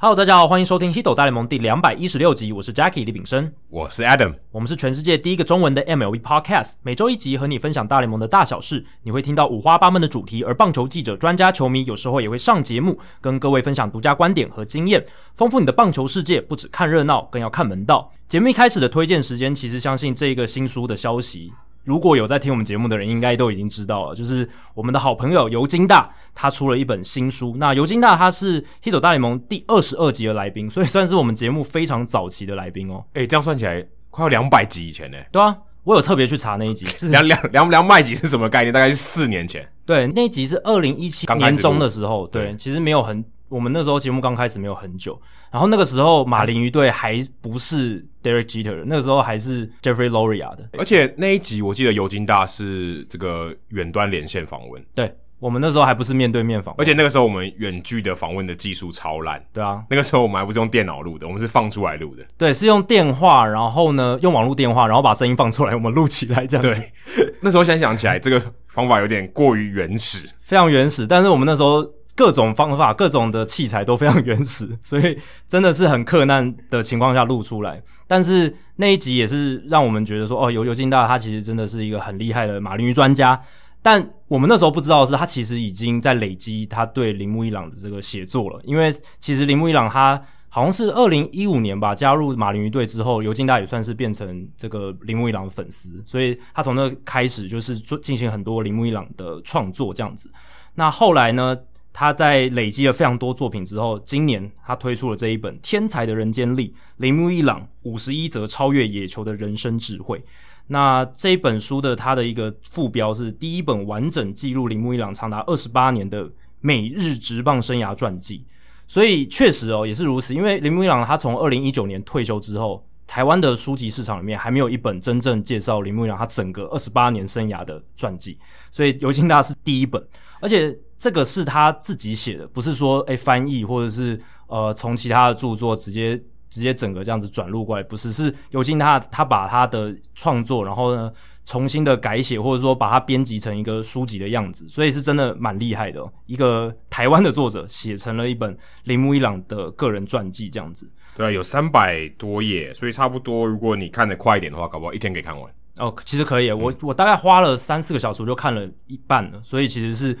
Hello，大家好，欢迎收听《h i t o 大联盟》第两百一十六集，我是 Jackie 李炳生，我是 Adam，我们是全世界第一个中文的 MLB Podcast，每周一集和你分享大联盟的大小事，你会听到五花八门的主题，而棒球记者、专家、球迷有时候也会上节目，跟各位分享独家观点和经验，丰富你的棒球世界。不只看热闹，更要看门道。节目一开始的推荐时间，其实相信这个新书的消息。如果有在听我们节目的人，应该都已经知道了，就是我们的好朋友尤金大，他出了一本新书。那尤金大他是《h i t 大联盟》第二十二集的来宾，所以算是我们节目非常早期的来宾哦。哎、这样算起来快要两百集以前呢、对啊，我有特别去查那一集，是两两两两百集是什么概念？大概是四年前，对那一集是二零一七刚开始年录中的时候，对，对其实没有很，我们那时候节目刚开始没有很久，然后那个时候马林鱼队还不是 Derek Jeter，那个时候还是 Jeffrey Loria 的，而且那一集我记得尤金大是这个远端连线访问，对我们那时候还不是面对面访问，而且那个时候我们远距的访问的技术超烂，对啊，那个时候我们还不是用电脑录的，我们是放出来录的。对，是用电话，然后呢用网络电话，然后把声音放出来，我们录起来这样子，对，那时候想想起来，这个方法有点过于原始。非常原始，但是我们那时候。各种方法、各种的器材都非常原始， 所以真的是很困难的情况下录出来。但是那一集也是让我们觉得说，哦，尤尤金大他其实真的是一个很厉害的马林鱼专家。但我们那时候不知道的是，他其实已经在累积他对铃木一朗的这个写作了。因为其实铃木一朗他好像是二零一五年吧加入马林鱼队之后，尤金大也算是变成这个铃木一朗的粉丝，所以他从那开始就是做进行很多铃木一朗的创作这样子。那后来呢，他在累积了非常多作品之后，今年他推出了这一本《天才的人间力：铃木一朗五十一则超越野球的人生智慧》。那这一本书的它的一个副标是第一本完整记录铃木一朗长达二十八年的美日职棒生涯传记。所以确实哦，也是如此，因为铃木一朗他从二零一九年退休之后，台湾的书籍市场里面还没有一本真正介绍铃木一朗他整个二十八年生涯的传记，所以尤金大是第一本，而且这个是他自己写的，不是说诶、翻译或者是呃从其他的著作直接。直接整个这样子转录过来，不是是尤金他他把他的创作，然后呢重新的改写，或者说把它编辑成一个书籍的样子，所以是真的蛮厉害的、哦。一个台湾的作者写成了一本铃木一朗的个人传记，这样子对啊，有三百多页，所以差不多，如果你看得快一点的话，搞不好一天可以看完。哦，其实可以耶。我我大概花了三四个小时，我就看了一半了，所以其实是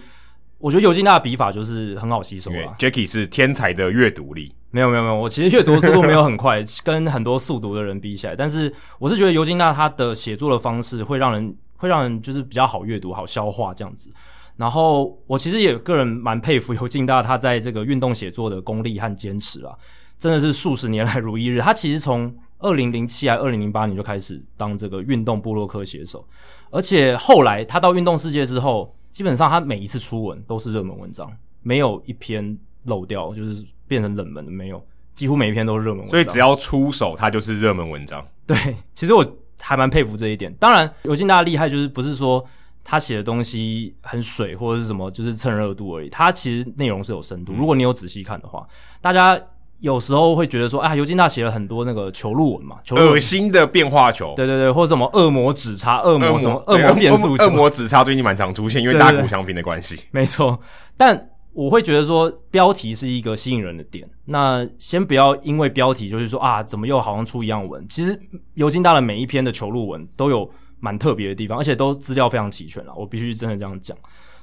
我觉得尤金大的笔法就是很好吸收因为啦。 Jacky 是天才的阅读力，没有没有没有，我其实阅读速度没有很快，跟很多速读的人比起来，但是我是觉得尤金娜她的写作的方式会让人会让人就是比较好阅读、好消化这样子。然后我其实也个人蛮佩服尤金大他在这个运动写作的功力和坚持啊，真的是数十年来如一日。他其实从二零零七还二零零八年就开始当这个运动部落客写手，而且后来他到运动世界之后，基本上他每一次出文都是热门文章，没有一篇漏掉，就是变成冷门的没有，几乎每一篇都是热门文章。所以只要出手，它就是热门文章。对，其实我还蛮佩服这一点。当然，尤金大的厉害就是不是说他写的东西很水或者是什么，就是蹭热度而已。他其实内容是有深度。如果你有仔细看的话，大家有时候会觉得说，啊，尤金大写了很多那个求路文嘛，求路恶文，心的变化球，对对对，或者什么恶魔指叉、恶魔什么恶对魔变速球、恶魔指叉最近蛮常出现，因为对大对谷对翔平的关系。没错，但我会觉得说标题是一个吸引人的点。那先不要因为标题就是说啊，怎么又好像出一样文。其实尤金大的每一篇的求路文都有蛮特别的地方，而且都资料非常齐全了。我必须真的这样讲。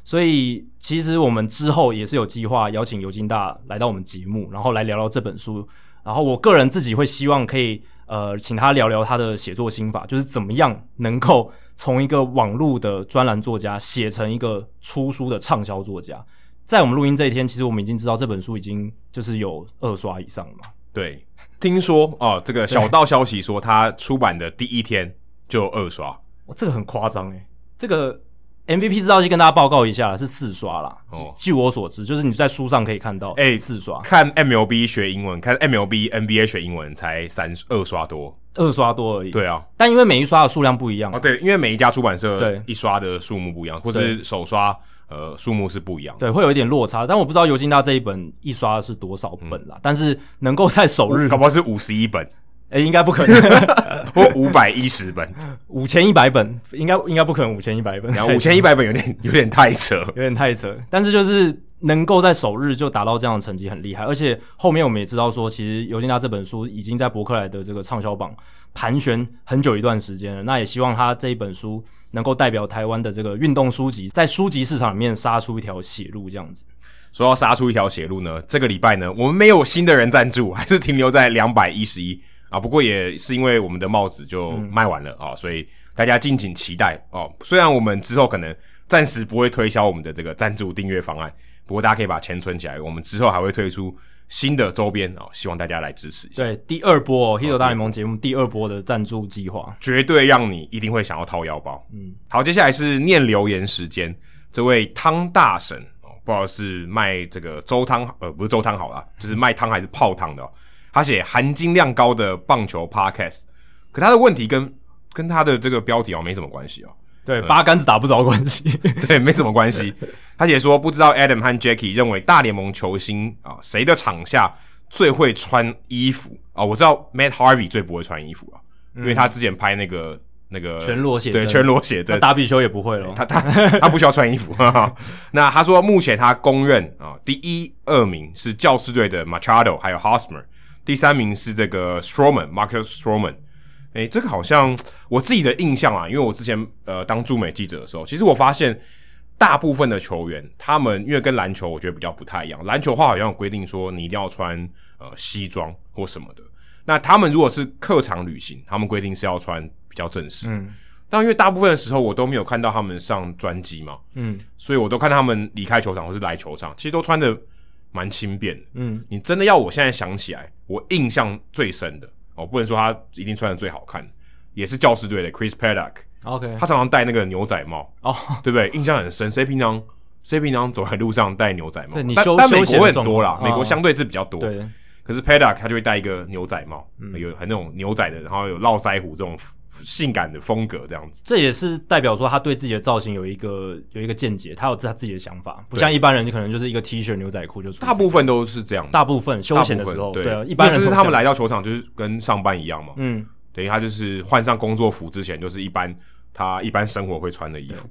所以其实我们之后也是有计划邀请尤金大来到我们节目，然后来聊聊这本书。然后我个人自己会希望可以呃，请他聊聊他的写作心法，就是怎么样能够从一个网络的专栏作家写成一个出书的畅销作家。在我们录音这一天，其实我们已经知道这本书已经就是有二刷以上了嘛。对，听说哦，这个小道消息说，他出版的第一天就有二刷，哇，这个很夸张诶，这个 MVP 制造机跟大家报告一下啦，是四刷啦。哦据我所知，就是你在书上可以看到，哎四刷，看 MLB 学英文，看 MLB NBA 学英文才三二刷多。二刷多而已。，对啊，但因为每一刷的数量不一样哦，对，因为每一家出版社对一刷的数目不一样，或是首刷呃数目是不一样的。对，会有一点落差，但我不知道尤金大这一本一刷是多少本啦，但是能够在首日搞，不好是五十一本哎、应该哦不可 能，或五百一十本，五千一百本， 应该应该不可能五千一百本，然后五千一百本有点有点太扯。有点太扯。但是就是能够在首日就达到这样的成绩很厉害，而且后面我们也知道说，其实尤金娜这本书已经在伯克莱的这个畅销榜盘旋很久一段时间了。那也希望他这一本书能够代表台湾的这个运动书籍，在书籍市场里面杀出一条血路，这样子。说要杀出一条血路呢，这个礼拜呢，我们没有新的人赞助，还是停留在两百一十一啊。不过也是因为我们的帽子就卖完了、啊，所以大家敬请期待哦、虽然我们之后可能暂时不会推销我们的这个赞助订阅方案，不过大家可以把钱存起来，我们之后还会推出新的周边哦，希望大家来支持一下，对，第二波、哦《h i t 大联盟》节目第二波的赞助计划，绝对让你一定会想要掏腰包。嗯，好，接下来是念留言时间，这位汤大神哦，不知道是卖这个粥汤呃不是粥汤好了，就是卖汤还是泡汤的、哦，他写含金量高的棒球 podcast，可他的问题跟跟他的这个标题哦没什么关系哦。对，八竿子打不着关 系。对，没什么关系。他姐说，不知道 Adam 和 Jackie 认为大联盟球星啊，谁的场下最会穿衣服啊、我知道 Matt Harvey 最不会穿衣服啊，因为他之前拍那个那个嗯全裸写真啊对，全裸写那真，打比修也不会了。他他 他不需要穿衣服。 哈哈那他说，目前他公认啊、第一、二名是教师队的 Machado，还有 Hosmer，第三名是这个 Stroman Marcus Stroman。诶、这个好像我自己的印象啊，因为我之前呃当驻美记者的时候，其实我发现大部分的球员，他们因为跟篮球我觉得比较不太一样，篮球的话好像有规定说你一定要穿呃西装或什么的。那他们如果是客场旅行，他们规定是要穿比较正式。嗯但因为大部分的时候我都没有看到他们上专机嘛，嗯所以我都看他们离开球场或是来球场，其实都穿的蛮轻便的。嗯，你真的要我现在想起来，我印象最深的哦，不能说他一定穿的最好看，也是教师队的 Chris Paddock， ，OK，他常常戴那个牛仔帽，哦，对不对？印象很深。谁平常谁平常走在路上戴牛仔帽？对你但休但美休闲国会的很多啦状，况哦美国相对是比较多。对，可是 Paddock 他就会戴一个牛仔帽，嗯有很那种牛仔的，然后有络腮胡这种呃性感的风格这样子。这也是代表说他对自己的造型有一个有一个见解，他有他自己的想法，不像一般人可能就是一个 T 恤牛仔裤就出去。大部分都是这样，大部分休大闲的部分时候，对，对啊，一般人不那就是会他这样，们来到球场就是跟上班一样嘛，嗯，等于他就是换上工作服之前，就是一般他一般生活会穿的衣服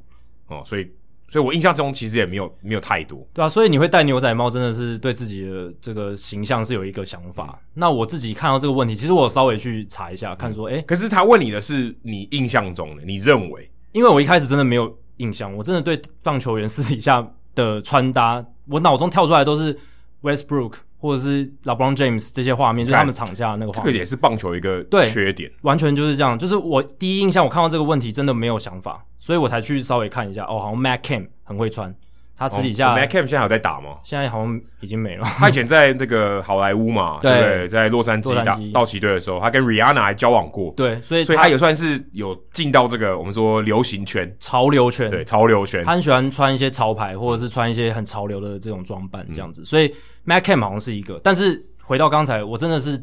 哦、所以所以我印象中其实也没有没有太多，对啊，所以你会戴牛仔帽，真的是对自己的这个形象是有一个想法。那我自己看到这个问题，其实我稍微去查一下，看说，诶，可是他问你的是你印象中的，你认为因为我一开始真的没有印象，我真的对棒球员私底下的穿搭，我脑中跳出来都是 Westbrook 或者是 LeBron James 这些画面，就是他们场下的那个这画个面。也是棒球一个对缺点，完全就是这样，就是我第一印象，我看到这个问题真的没有想法，所以我才去稍微看一下。哦，好像 Mac Cam 很会穿，他私底下、 m a c a m 现在还有在打吗？现在好像已经没了。他以前在那个好莱坞嘛，嗯对对不对？在洛杉矶洛杉打矶道奇队的时候，他跟 Rihanna 还交往过，对，所以所以他他也算是有进到这个我们说流行圈，潮流圈，对潮流圈嗯他。很喜欢穿一些潮牌或者是穿一些很潮流的这种装扮这样子。所以 Mac Cam 好像是一个，但是回到刚才，我真的是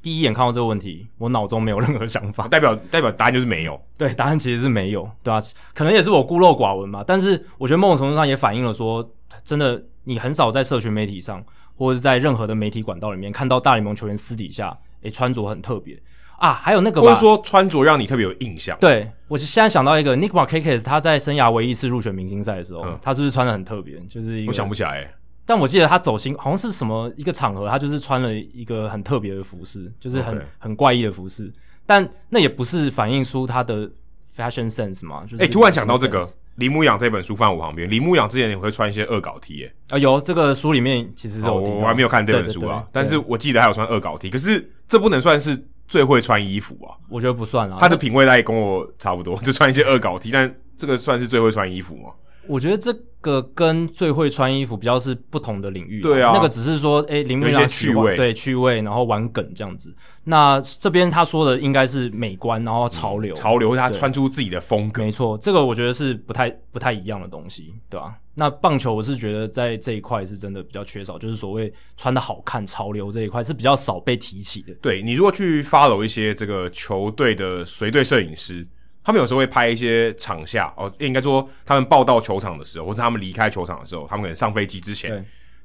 第一眼看到这个问题，我脑中没有任何想法。 代表代表答案就是没有，对，答案其实是没有，对吧、可能也是我孤陋寡闻嘛，但是我觉得某种程度上也反映了说，真的你很少在社群媒体上或者是在任何的媒体管道里面看到大联盟球员私底下诶穿着很特别啊，还有那个或吧者。说穿着让你特别有印象。对，我现在想到一个 Nick Markakis，他在生涯唯一一次入选明星赛的时候，嗯他是不是穿的很特别？就是一个我想不起来、欸，但我记得他走心好像是什么一个场合，他就是穿了一个很特别的服饰，就是很 OK 很怪异的服饰，但那也不是反映出他的 fashion sense 嘛。就是哎、突然想到这 fashion 个 sense 铃木养这本书放我旁边，铃木养之前也会穿一些恶搞 T 耶、啊，有这个书里面其实是哦有提到、我我还没有看这本书对对啊对，但是对我记得还有穿恶搞 T，可是这不能算是最会穿衣服啊，我觉得不算啦。他的品味大概跟我差不多，就穿一些恶搞 T，但这个算是最会穿衣服吗？我觉得这个跟最会穿衣服比较是不同的领域啦。对啊那个只是说，哎、林木有一阳些趣味对趣味，然后玩梗这样子。那这边他说的应该是美观，然后潮流，嗯潮流他对穿出自己的风格，没错，这个我觉得是不太不太一样的东西，对吧、那棒球我是觉得在这一块是真的比较缺少，就是所谓穿的好看、潮流这一块是比较少被提起的。对你如果去 follow 一些这个球队的随队摄影师，他们有时候会拍一些场下哦，应该说他们报到球场的时候，或是他们离开球场的时候，他们可能上飞机之前对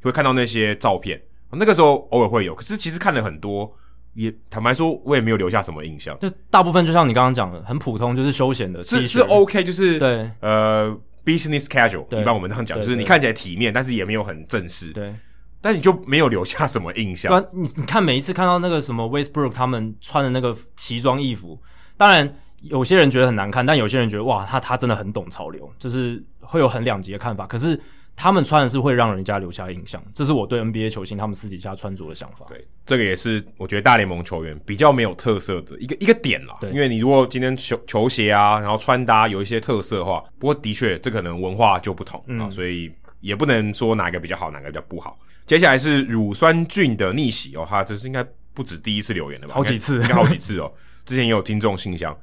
会看到那些照片。哦那个时候偶尔会有，可是其实看了很多，也坦白说，我也没有留下什么印象。就大部分就像你刚刚讲的，很普通，就是休闲的 T 恤，是是 OK，就是对呃 business casual，对一般我们这样讲，对就是你对看起来体面，但是也没有很正式，对，但你就没有留下什么印不象。然你你看每一次看到那个什么 Westbrook 他们穿的那个奇装异服，当然有些人觉得很难看，但有些人觉得哇，他他真的很懂潮流，就是会有很两极的看法。可是他们穿的是会让人家留下印象，这是我对 NBA 球星他们私底下穿着的想法。对，这个也是我觉得大联盟球员比较没有特色的一个一个点啦。对因为你如果今天球球鞋啊，然后穿搭有一些特色的话，不过的确这可能文化就不同、嗯啊，所以也不能说哪个比较好，哪个比较不好。接下来是乳酸菌的逆袭哦，他这是应该不止第一次留言了吧？好几次应该应该好几次哦。 之前也有听众信箱，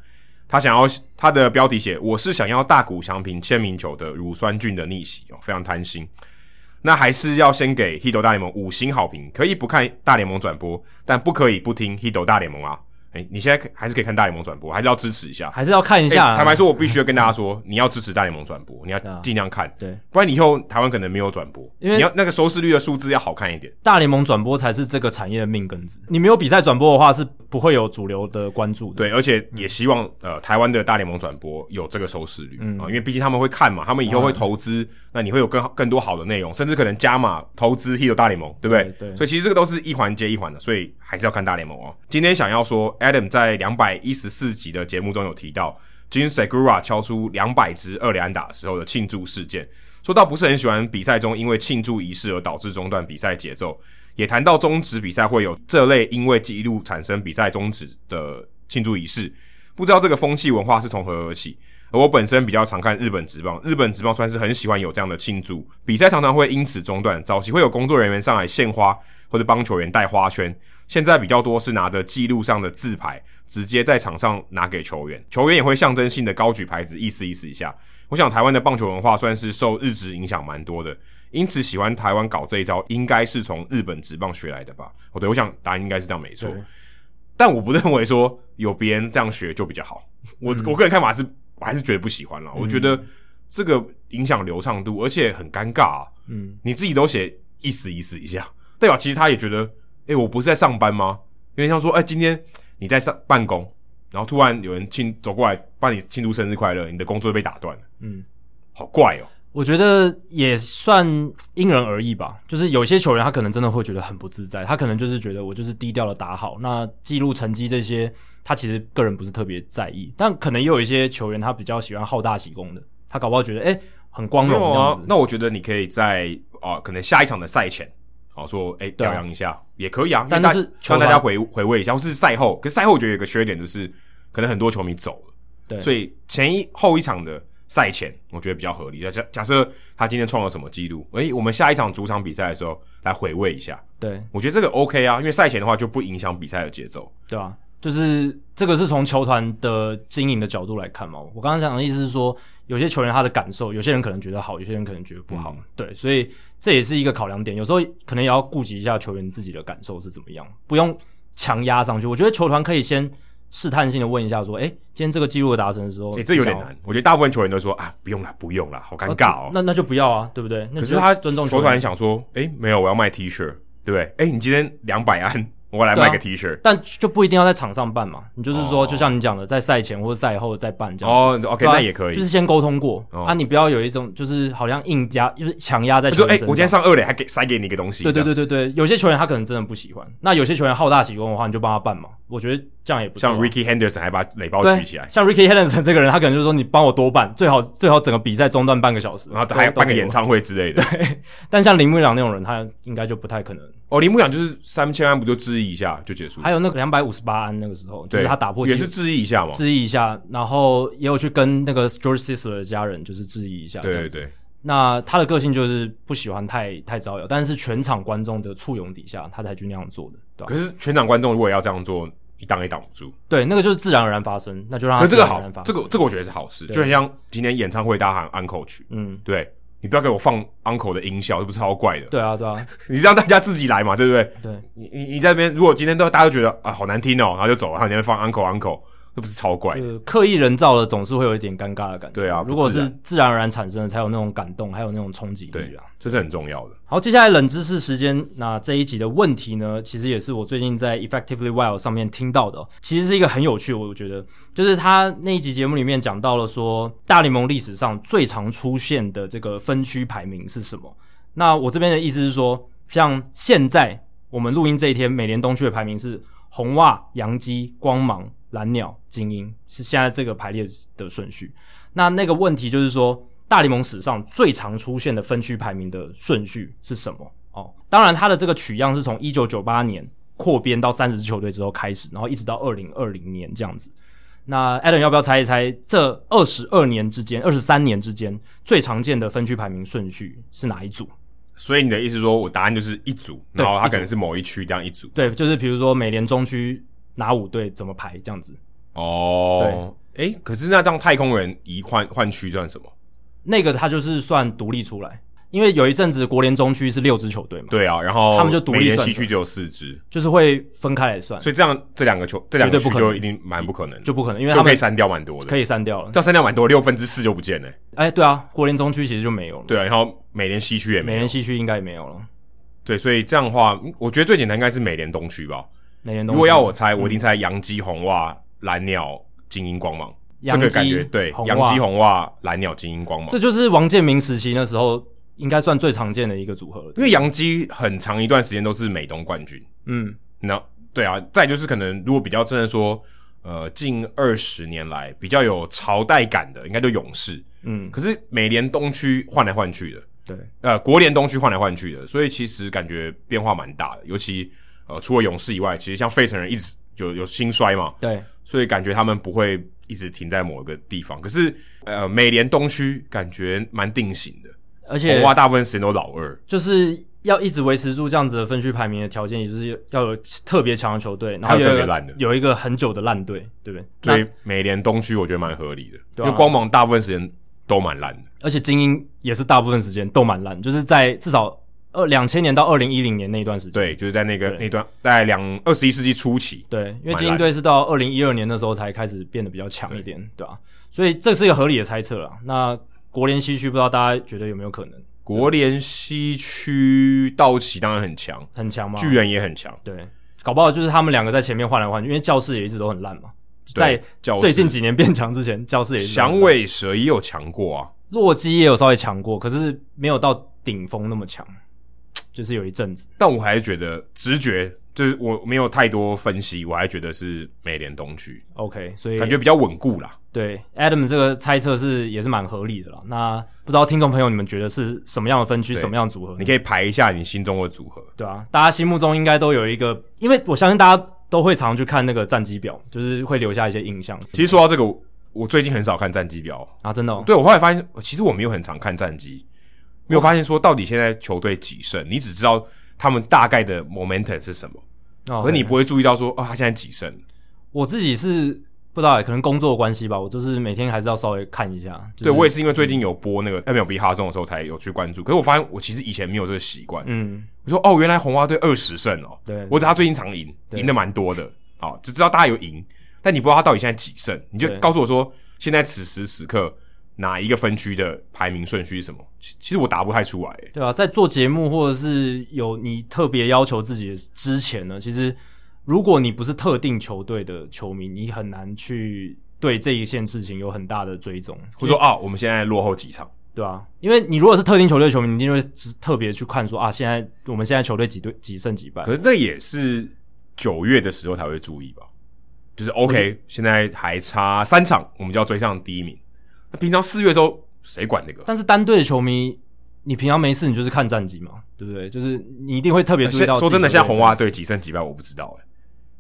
他想要他的标题写我是想要大谷翔平签名球的乳酸菌的逆袭哦，非常贪心。那还是要先给《h i d o 大联盟》五星好评，可以不看大联盟转播，但不可以不听《h i d o 大联盟》啊！哎、你现在可还是可以看大联盟转播，还是要支持一下。还是要看一哎下啊、坦白说，我必须要跟大家说，你要支持大联盟转播，你要对啊尽量看，对不然以后台湾可能没有转播。因为你要那个收视率的数字要好看一点。大联盟转播才是这个产业的命根子。你没有比赛转播的话，是不会有主流的关注的。对，而且也希望呃台湾的大联盟转播有这个收视率啊、嗯因为毕竟他们会看嘛，他们以后会投资，那你会有更更多好的内容，甚至可能加码投资 Hit 大联盟，对不对？对对所以其实这个都是一环接一环的，所以还是要看大联盟哦。今天想要说，Adam 在两百一十四集的节目中有提到，Jin Segura 敲出两百支二连安打时候的庆祝事件，说到不是很喜欢比赛中因为庆祝仪式而导致中断比赛节奏，也谈到终止比赛会有这类因为记录产生比赛终止的庆祝仪式，不知道这个风气文化是从何而起。而我本身比较常看日本职棒，日本职棒算是很喜欢有这样的庆祝，比赛常常会因此中断。早期会有工作人员上来献花，或者帮球员戴花圈，现在比较多是拿着记录上的字牌，直接在场上拿给球员，球员也会象征性的高举牌子，意思意思一下。我想台湾的棒球文化算是受日职影响蛮多的，因此喜欢台湾搞这一招，应该是从日本职棒学来的吧？哦，对，我想答案应该是这样没错对，但我不认为说有别人这样学就比较好。我、我个人看法是，我还是觉得不喜欢了。我觉得这个影响流畅度，而且很尴尬啊。嗯，你自己都写意思意思一下，代表其实他也觉得，哎、我不是在上班吗？有点像说，哎、今天你在上办公，然后突然有人庆走过来帮你庆祝生日快乐，你的工作就被打断了，嗯，好怪哦、我觉得也算因人而异吧。就是有些球员他可能真的会觉得很不自在，他可能就是觉得我就是低调的打好，那记录成绩这些，他其实个人不是特别在意。但可能也有一些球员他比较喜欢好大喜功的，他搞不好觉得哎、诶很光没荣有这样啊子。，那我觉得你可以在啊、可能下一场的赛前，好、说，哎、对啊表扬一下也可以啊，但因为就是大球让大团家回回味一下，或是赛后。可是赛后我觉得有个缺点就是，可能很多球迷走了，对所以前一后一场的赛前，我觉得比较合理。假假设他今天创了什么记录，哎、我们下一场主场比赛的时候来回味一下，对我觉得这个 OK 啊，因为赛前的话就不影响比赛的节奏。对啊，就是这个是从球团的经营的角度来看嘛。我刚刚讲的意思是说，有些球员他的感受，有些人可能觉得好，有些人可能觉得不好，嗯对，所以这也是一个考量点。有时候可能也要顾及一下球员自己的感受是怎么样，不用强压上去。我觉得球团可以先试探性的问一下，说，诶，今天这个记录的达成的时候，哎、这有点想要难，我觉得大部分球员都说啊，不用啦，不用啦，好尴尬哦、那那就不要啊，对不对？那可就是他尊重球球团员，想说，哎、没有，我要卖 T 恤，对不对？哎、你今天两百安，我来卖啊个 T 恤。但就不一定要在场上办嘛。你就是说，哦就像你讲的，在赛前或者赛后再办这样子。哦，OK，对啊那也可以。就是先沟通过、哦啊，你不要有一种就是好像硬加，就是强压在他球说，哎、员身上。我今天上二垒还给塞给你一个东西。对对这样，对对对，有些球员他可能真的不喜欢，那有些球员好大喜功的话，你就帮他办嘛。我觉得这样也不错啊像 Ricky Henderson 还把垒包对举起来，像 Ricky Henderson 这个人，他可能就说你帮我多办，最好最好整个比赛中断半个小时，然啊后还都办个演。唱会之类的。都给我但像林木朗那种人，他应该就不太可能。哦，铃木奖就是三千安不就质疑一下就结束了？还有那个两百五十八安那个时候，就对是他打破也纪录是质疑一下嘛。质疑一下，然后也有去跟那个 George Sisler 的家人就是质疑一下，对这样对子对，那他的个性就是不喜欢太太招摇，但是全场观众的簇拥底下，他才去那样做的，对吧、可是全场观众如果要这样做，一挡也挡不住。对，那个就是自然而然发生，那就让可他是这个自然好而然，发这生个这个我觉得是好事，就很像今天演唱会大家喊 uncle 曲，嗯，对你不要给我放 uncle 的音效，这不是超怪的。对啊，对啊，你让大家自己来嘛，对不对？对你你你在那边，如果今天都大家都觉得啊好难听哦，然后就走，然后你在那边放 uncle uncle，那不是超怪的？就刻意人造的总是会有一点尴尬的感觉。对啊如果不自是然自然而然产生的，才有那种感动，还有那种冲击对力啊。，这是很重要的。好，接下来冷知识时间。那这一集的问题呢，其实也是我最近在 Effectively Wild 上面听到的哦、其实是一个很有趣，我觉得就是他那一集节目里面讲到了说，大联盟历史上最常出现的这个分区排名是什么。那我这边的意思是说，像现在我们录音这一天，美联东区的排名是红袜、洋基、光芒、蓝鸟、精英，是现在这个排列的顺序。那那个问题就是说，大联盟史上最常出现的分区排名的顺序是什么？哦，当然它的这个取样是从一九九八年扩编到三十支球队之后开始，然后一直到二零二零年这样子。那 a l a n 要不要猜一猜这二十二年之间、二十三年之间最常见的分区排名顺序是哪一组？所以你的意思说我答案就是一组，对然后它一组可能是某一区这样一组。对，就是比如说美联中区哪五队怎么排这样子。哦，诶，可是那这样太空人移换换区算什么？那个它就是算独立出来，因为有一阵子国联中区是六支球队嘛，，对啊，然后他们就独立美联算西出来区只有四支，就是会分开来算，所以这样这两个球这两个绝对区不可能就一定蛮不可能的，就不可能，因为他就可们以删掉蛮多的可。以删掉了。这样删掉蛮多，六分之四就不见了。哎、对啊，国联中区其实就没有了，对啊，然后美联西区也美没有联。西区应该也没有了，对，所以这样的话，嗯我觉得最简单应该是美联东区吧。美联东如区果要我猜，我一定猜洋基、红袜、蓝鸟、精英、光芒。这洋个基感觉对，红袜洋基、红袜、蓝鸟、精英、光芒。这就是王建民时期那时候应该算最常见的一个组合了。因为洋基很长一段时间都是美东冠军。嗯，那对啊，再就是可能如果比较真的说，呃，近二十年来比较有朝代感的，应该就勇士。嗯，可是美联东区换来换去的，对，呃，国联东区换来换去的，所以其实感觉变化蛮大的。尤其呃，除了勇士以外，其实像费城人一直有有兴衰嘛，对，所以感觉他们不会一直停在某一个地方。可是呃，美联东区感觉蛮定型的，而且红袜大部分时间都老二。就是要一直维持住这样子的分区排名的条件，也就是要有特别强的球队，然后还有特有一别个烂的有一个很久的烂队，对不对？所那以美联东区我觉得蛮合理的，对啊因为光芒大部分时间都蛮烂的。而且精英也是大部分时间都蛮烂，就是在至少二两千年到二零一零年那一段时间，对，就是在那个对那段大概两二十一世纪初期，对，因为蛮精英烂队是到二零一二年那时候才开始变得比较强一点，对吧、所以这是一个合理的猜测啦。那国联西区不知道大家觉得有没有可能国联西区道奇当然很强，很强吗？巨人也很强，对，搞不好就是他们两个在前面换来换去，因为教室也一直都很烂嘛。对在教室最近几年变强之前，教室也一直都很烂响尾蛇也有强过啊。洛基也有稍微强过，可是没有到顶峰那么强，就是有一阵子。但我还是觉得直觉，就是我没有太多分析，我还觉得是美联东区， OK，所以感觉比较稳固啦。对 Adam 这个猜测是也是蛮合理的啦。那不知道听众朋友你们觉得是什么样的分区，对什么样的组合呢？你可以排一下你心中的组合，对啊，大家心目中应该都有一个，因为我相信大家都会常去看那个战绩表，就是会留下一些印象其实说到这个，我我最近很少看战绩表，啊，真的、哦。对我后来发现，其实我没有很常看战绩，没有发现说到底现在球队几胜，你只知道他们大概的 momentum 是什么，哦可是你对不会注意到说，哦，他现在几胜。我自己是不知道欸，可能工作的关系吧，我就是每天还是要稍微看一下。就是、嗯对我也是因为最近有播那个 MLB 哈中的时候才有去关注，可是我发现我其实以前没有这个习惯。嗯，我说哦，原来红花队二十胜哦，对我只知道他最近常赢，对赢的蛮多的，好，只知道大家有赢，但你不知道他到底现在几胜，你就对告诉我说现在此时此刻哪一个分区的排名顺序是什么？其其实我答不太出来、欸对啊，在做节目或者是有你特别要求自己之前呢，其实如果你不是特定球队的球迷，你很难去对这一件事情有很大的追踪，我说啊，我们现在落后几场，对啊，因为你如果是特定球队的球迷，你一定会只特别去看说啊，现在我们现在球队几队几胜几败可，是这也是九月的时候才会注意吧？就是 OK，现在还差三场，我们就要追上第一名。那平常四月的时候，谁管那个？但是单队的球迷，你平常没事你就是看战绩嘛，对不对？就是你一定会特别注意现到。说真的，现在红袜队几胜几败我不知道、欸，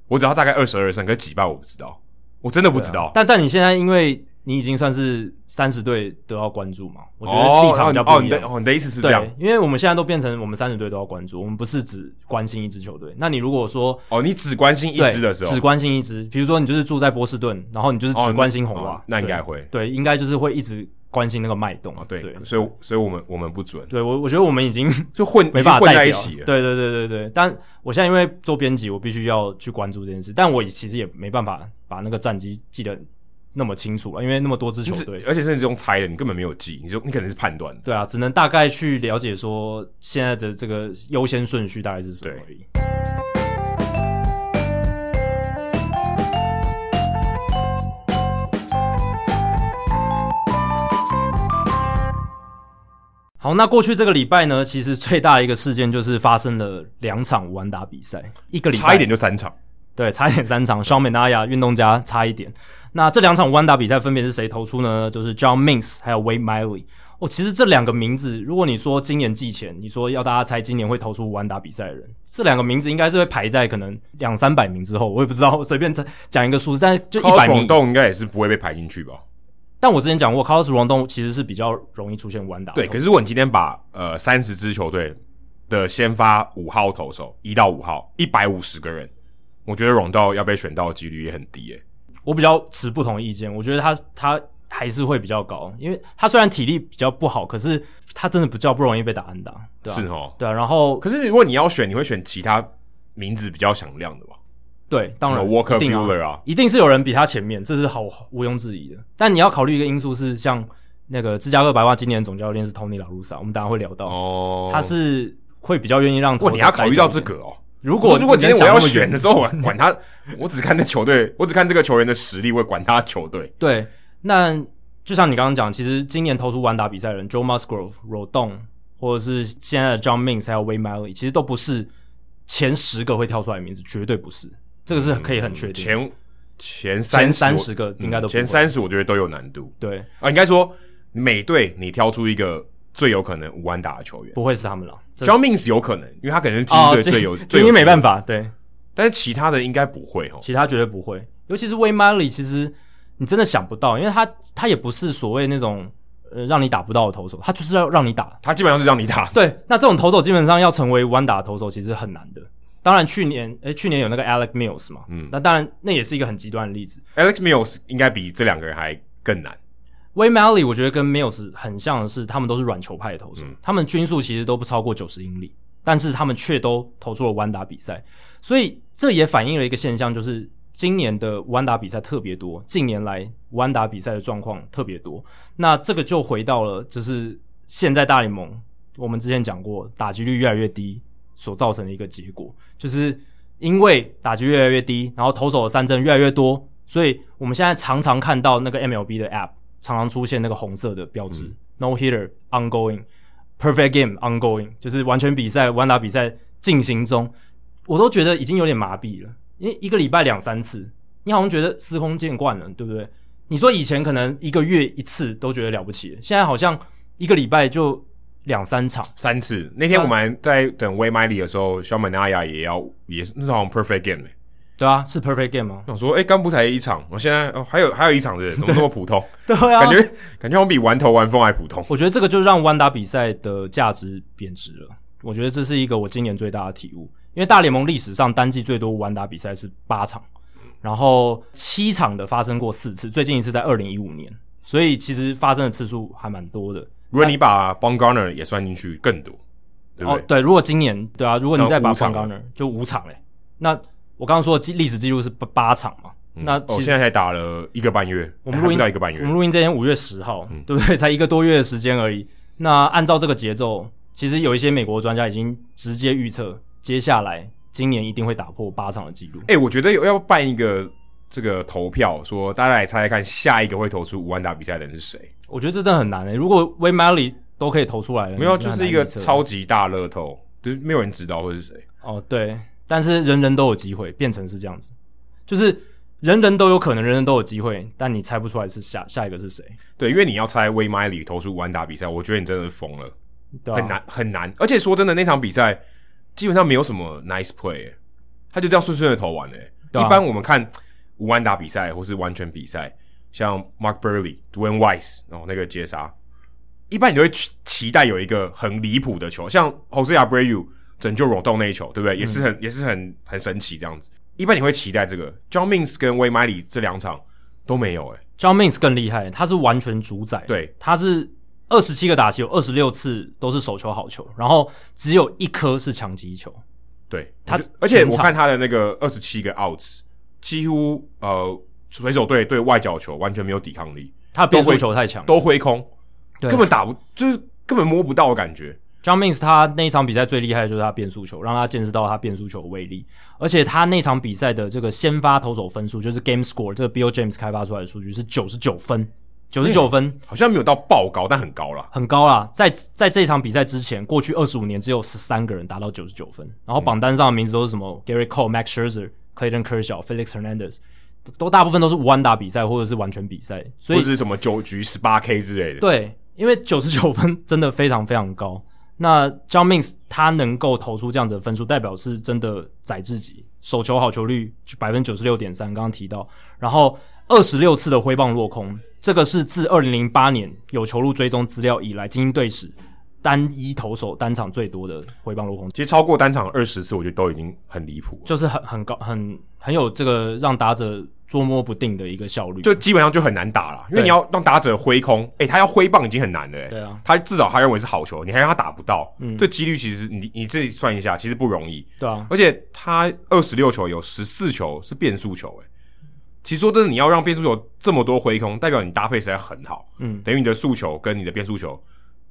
我只要大概二十二胜，跟几败我不知道，我真的不知道。但但你现在因为你已经算是三十队都要关注嘛，我觉得哦立场比较哦，不一你的样。哦，你的意思是这样对，因为我们现在都变成我们三十队都要关注，我们不是只关心一支球队。那你如果说哦，你只关心一对支的时候，只关心一支，比如说你就是住在波士顿，然后你就是哦只关心红袜，哦那应该对会对，应该就是会一直关心那个脉动啊哦，对对，所以所以我们我们不准，对我我觉得我们已 经就混没办已法经代混在一表起了。对对对对对，但我现在因为做编辑，我必须要去关注这件事，但我也其实也没办法把那个战绩记得那么清楚了，因为那么多支你球只队。而且甚至用猜的，你根本没有记，你就你可能是判断的。对啊，只能大概去了解说现在的这个优先顺序大概是什么而已。好，那过去这个礼拜呢，其实最大的一个事件就是发生了两场无安打比赛，一个礼拜差一点就三场，对，差一点三场，肖美纳亚运动家差一点。那这两场弯打比赛分别是谁投出呢？就是 John Mins 还有 Wade Miley。哦，其实这两个名字，如果你说今年季前，你说要大家猜今年会投出弯打比赛的人，这两个名字应该是会排在可能两三百名之后，我也不知道，我随便猜讲一个数字，但就一高百爽名。动应该也是不会被排进去吧？但我之前讲过，Carlos Rondon 其实是比较容易出现弯打。对，可是如果你今天把呃三十支球队的先发五号投手一到五号一百五十个人，我觉得荣道要被选到的几率也很低诶、我比较持不同的意见，我觉得他他还是会比较高，因为他虽然体力比较不好，可是他真的比较不容易被打安打。对啊是哦。对啊，然后可是如果你要选，你会选其他名字比较响亮的吧？对，当然什么 Walker 一定 Buehler 啊一定是有人比他前面，这是好毋庸置疑的。但你要考虑一个因素是，像那个芝加哥白袜今年总教练是 Tony La Russa，我们等一下会聊到，哦，他是会比较愿意让投哇，手你要考虑待到久这一点。个哦。如如果果如果今天你能我想要那么选远的时候， 我管他，我只看那球队，我只看这个球员的实力，我也管他球队。对，那就像你刚刚讲，其实今年投出完打比赛的人，Joe Musgrove、Rodon，或者是现在的 John Mins 还有 Wade Miley，其实都不是前十个会跳出来的名字，绝对不是，这个是可以很确定的。嗯前前三嗯前30个应该都不会前三十，我觉得都有难度对，啊。应该说每队你挑出一个最有可能无安打的球员不会是他们了。这，John Means 有可能，因为他可能是精英哦队这 最有这最因有为没办法，法，对，但是其他的应该不会哦。其他绝对不会。尤其是 Way Miley，其实你真的想不到，因为他他也不是所谓那种呃让你打不到的投手，他就是要让你打。他基本上是让你打， 对，那这种投手基本上要成为弯打的投手，其实很难的。当然，去年诶、去年有那个 Alec Mills 嘛，嗯，那当然那也是一个很极端的例子。 Alex Mills 应该比这两个人还更难。 Way Miley 我觉得跟 Mills 很像的是，他们都是软球派的投手，他们均速其实都不超过九十英里，但是他们却都投出了弯打比赛，所以这也反映了一个现象，就是今年的弯打比赛特别多，近年来弯打比赛的状况特别多。那这个就回到了，就是现在大联盟我们之前讲过，打击率越来越低所造成的一个结果，就是因为打击越来越低，然后投手的三振越来越多，所以我们现在常常看到那个 MLB 的 App 常常出现那个红色的标志、n o hitter ongoing。perfect game ongoing，就是完全比赛、完打比赛进行中，我都觉得已经有点麻痹了。因为一个礼拜两三次，你好像觉得司空见惯了，对不对？你说以前可能一个月一次都觉得了不起了，现在好像一个礼拜就两三场。三次，那嗯天我们还在等 Way Miley 的时候，小美纳亚也要也是那是好像 Perfect Game 欸对啊，是 perfect game 吗？我想说，哎、刚不才一场，我现在哦还有还有一场 的，怎么那么普通？对啊，感觉感觉我比玩头玩风还普通。我觉得这个就让弯打比赛的价值贬值了。我觉得这是一个我今年最大的体悟，因为大联盟历史上单季最多弯打比赛是八场，然后七场的发生过四次，最近一次在二零一五年，所以其实发生的次数还蛮多的。如果你把 b o n g a r n e r 也算进去，更多，对不哦对？，对，如果今年对啊，如果你再把五场 Van g a r n e r 就五场嘞、那我刚刚说的记历史记录是八八场嘛，那其我、实嗯哦现在才打了一个半月，我们还录不音到一个半我月嗯们，录音这天五月十号，对不对？才一个多月的时间而已。那按照这个节奏，其实有一些美国专家已经直接预测，接下来今年一定会打破八场的记录。哎、我觉得有要办一个这个投票，说大家来猜猜看，下一个会投出五万打比赛的人是谁？我觉得这真的很难诶、欸如果 w a y m a l y 都可以投出来了，没有，啊你就真的是一很难个预测超级大乐透，就是没有人知道会是谁。哦，对，但是人人都有机会变成是这样子，就是人人都有可能，人人都有机会，但你猜不出来是下下一个是谁，对，因为你要猜 Way Miley 投出五万打比赛，我觉得你真的是疯了，对啊吧、很难很难。而且说真的，那场比赛基本上没有什么 nice play，欸、他就这样顺顺的投完了、欸。对啊一般我们看五万打比赛或是完全比赛，像 Mark Burley、Dwayne Wise 然后那个接杀，一般你都会期期待有一个很离谱的球，像 Jose Abreu 拯救溶洞那一球，对不对？也嗯是很、也是很很神奇这样子。一般你会期待这个，John Means 跟 Way Miley 这两场都没有、欸， John Means 更厉害，他是完全主宰，对，他是二十七个打席有二十六次都是手球好球，然后只有一颗是强击球，对他我觉得而且全我场看他的那个二十七个 outs，几乎呃水手队对外角球完全没有抵抗力，他的变都速会球太强。都挥空，对根本打不，就是根本摸不到的感觉。 John Means 他那一场比赛最厉害的就是他变速球，让他见识到他变速球的威力。而且他那场比赛的这个先发投手分数，就是 Game Score 这个 Bill James 开发出来的数据是九十九分，九十九分好像没有到爆高，但很高啦。很高啦。在在这场比赛之前，过去二十五年只有十三个人达到九十九分，然后榜单上的名字都是什么 Gary Cole、Max Scherzer、Clayton Kershaw、Felix Hernandez，都大部分都是无安打比赛或者是完全比赛，所或以者是什么九局十八 K 之类的，对，因为九十九分 真的非常非常高。那 John Means 他能够投出这样子的分数，代表是真的宰自己，手球好球率百分之九十六点三，刚刚提到，然后二十六次的挥棒落空，这个是自二零零八年有球路追踪资料以来，精英队史单一投手单场最多的挥棒落空，其实超过单场二十次，我觉得都已经很离谱了，就是很很高很很有这个让打者捉摸不定的一个效率。就基本上就很难打了。因为对你要让打者挥空，诶、他要挥棒已经很难了、诶哎对啊，嗯他至少他认为是好球，你还让他打不到，这几率其实你你自己算一下，其实不容易。对啊，而且他二十六球有十四球是变速球、诶其实说真的，你要让变速球这么多挥空，代表你搭配实在很好，嗯，等于你的速球跟你的变速球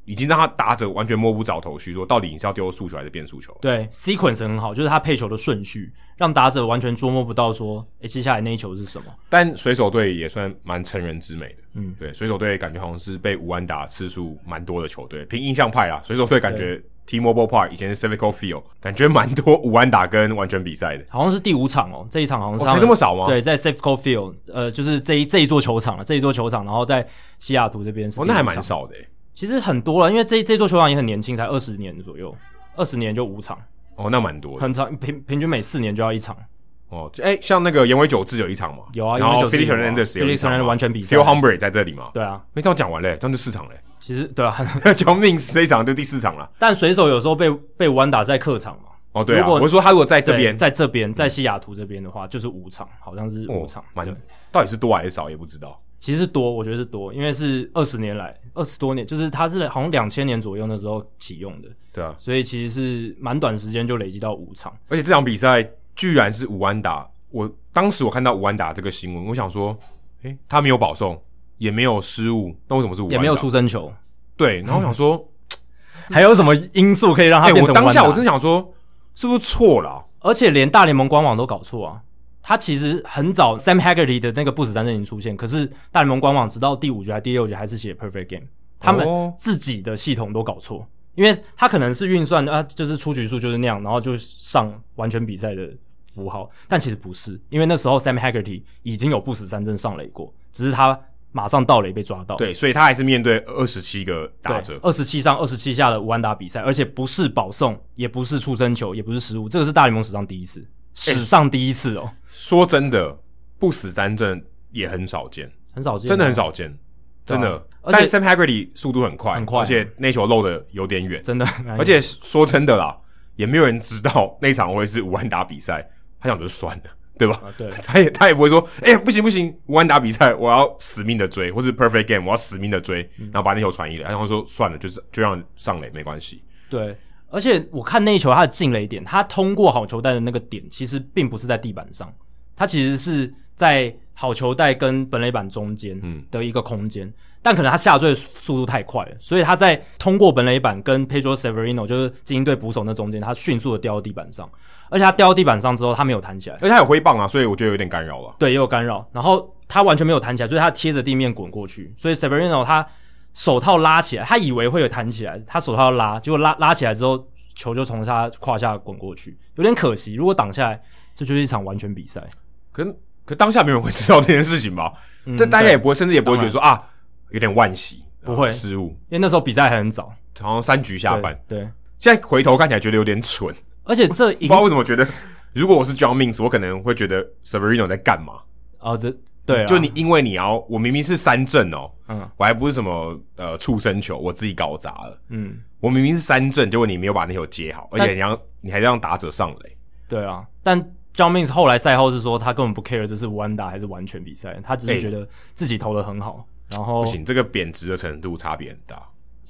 已经让他打者完全摸不着头绪，说到底你是要丢速球还是变速球？对，sequence 很好，就是他配球的顺序，让打者完全捉摸不到说，诶、接下来那一球是什么？但水手队也算蛮成人之美的，嗯嗯，对，水手队感觉好像是被五安打次数蛮多的球队，凭印象派啊，水手队感觉 T-Mobile Park 以前是 Civic Field，感觉蛮多五安打跟完全比赛的，好像是第五场哦，这一场好像是哦他们、才那么少吗对，在 Safeco Field，呃，就是这一这一座球场了，这一座球场，然后在西雅图这边是哦，那还第五场蛮，少的欸，其实很多了，因为这这座球场也很年轻，才二十年左右，二十年就五场，哦，那蛮多的，很长，平平均每四年就要一场。哦，就哎、像那个岩尾久志有一场嘛，有啊然后岩尾久志 Felix 有啊 Hernandez 有一 Felix 场 Hernandez 嘛完全比赛，Phil Humber 也在这里嘛，对啊，那这样讲完嘞，这样就四场嘞其实对啊， ，John Means 这一 场就第四场了，但水手有时候被被弯打在客场嘛，哦，对如啊，果我是说他如果在这对边，嗯在这边，在西雅图这边的话，就是五场，好像是五哦场，，蛮对到底是多还是少也不知道。其实是多，我觉得是多，因为是二十年来二十多年，就是它是好像两千年左右那时候启用的，对啊，所以其实是蛮短时间就累积到五场。而且这场比赛居然是五安打，我当时我看到五安打这个新闻，我想说，诶、他没有保送，也没有失误，那为什么是五安打？也没有出生球，对，然后我想说，还有什么因素可以让哎、他变我成当下我真的，想说，是不是错了啊、而且连大联盟官网都搞错啊！他其实很早 Sam Haggerty 的那个不死战阵已经出现，可是大联盟官网直到第五局还是第六局还是写 Perfect Game，他们哦自己的系统都搞错，因为他可能是运算啊，就是出局数就是那样，然后就上完全比赛的符号，但其实不是，因为那时候 Sam Haggerty 已经有不死三振上垒过，只是他马上盗垒被抓到，对，所以他还是面对二十七个打者。二十七上二十七下的无安打比赛，而且不是保送，也不是出生球，也不是失误，这个是大联盟史上第一哎次，史上第一次哦，说真的，不死三振也很少见，很少见，啊真的很，少见，对啊真的。而但且 Sam Haggerty 速度很快，很快而且那球漏的有点远，真的，而且说真的啦，也没有人知道那场会是五万打比赛，他想就算了，对吧？啊对他也他也不会说，哎、不行不行，五万打比赛我要死命的追，或是 perfect game 我要死命的追，嗯然后把那球传一垒，然后说算了，就是就让上垒没关系。 对，而且我看那一球他的进了一点，他通过好球带的那个点，其实并不是在地板上，他其实是在好球带跟本垒板中间嗯的一个空间，但可能他下坠的速度太快了，所以他在通过本垒板跟 Pedro Severino 就是精英队捕手那中间，他迅速的掉到地板上，而且他掉到地板上之后，他没有弹起来。而且他有挥棒啊，所以我觉得有点干扰了。对，也有干扰。然后他完全没有弹起来，所以他贴着地面滚过去。所以 Severino 他手套拉起来，他以为会有弹起来，他手套要拉，结果拉拉起来之后，球就从他胯下滚过去，有点可惜。如果挡下来，这就是一场完全比赛。可能可当下没有人会知道这件事情吧？嗯但大家也不会，甚至也不会觉得说啊，有点惋惜，呃不会失误，因为那时候比赛还很早，好像三局下对半。对，现在回头看起来觉得有点蠢，而且这不赢知道为什么觉得，如果我是 John Means，我可能会觉得 Severino 在干嘛？哦，对对啊，就你，因为你要，我明明是三振哦，嗯我还不是什么呃畜生球，我自己搞砸了。嗯，我明明是三振，结果你没有把那球接好，而但且你要你还让打者上垒，对啊，但。 John Means 后来赛后是说，他根本不 care 这是完打还是完全比赛，他只哎是觉得自己投的很好。然后不，行，这个贬值的程度差别很大，哦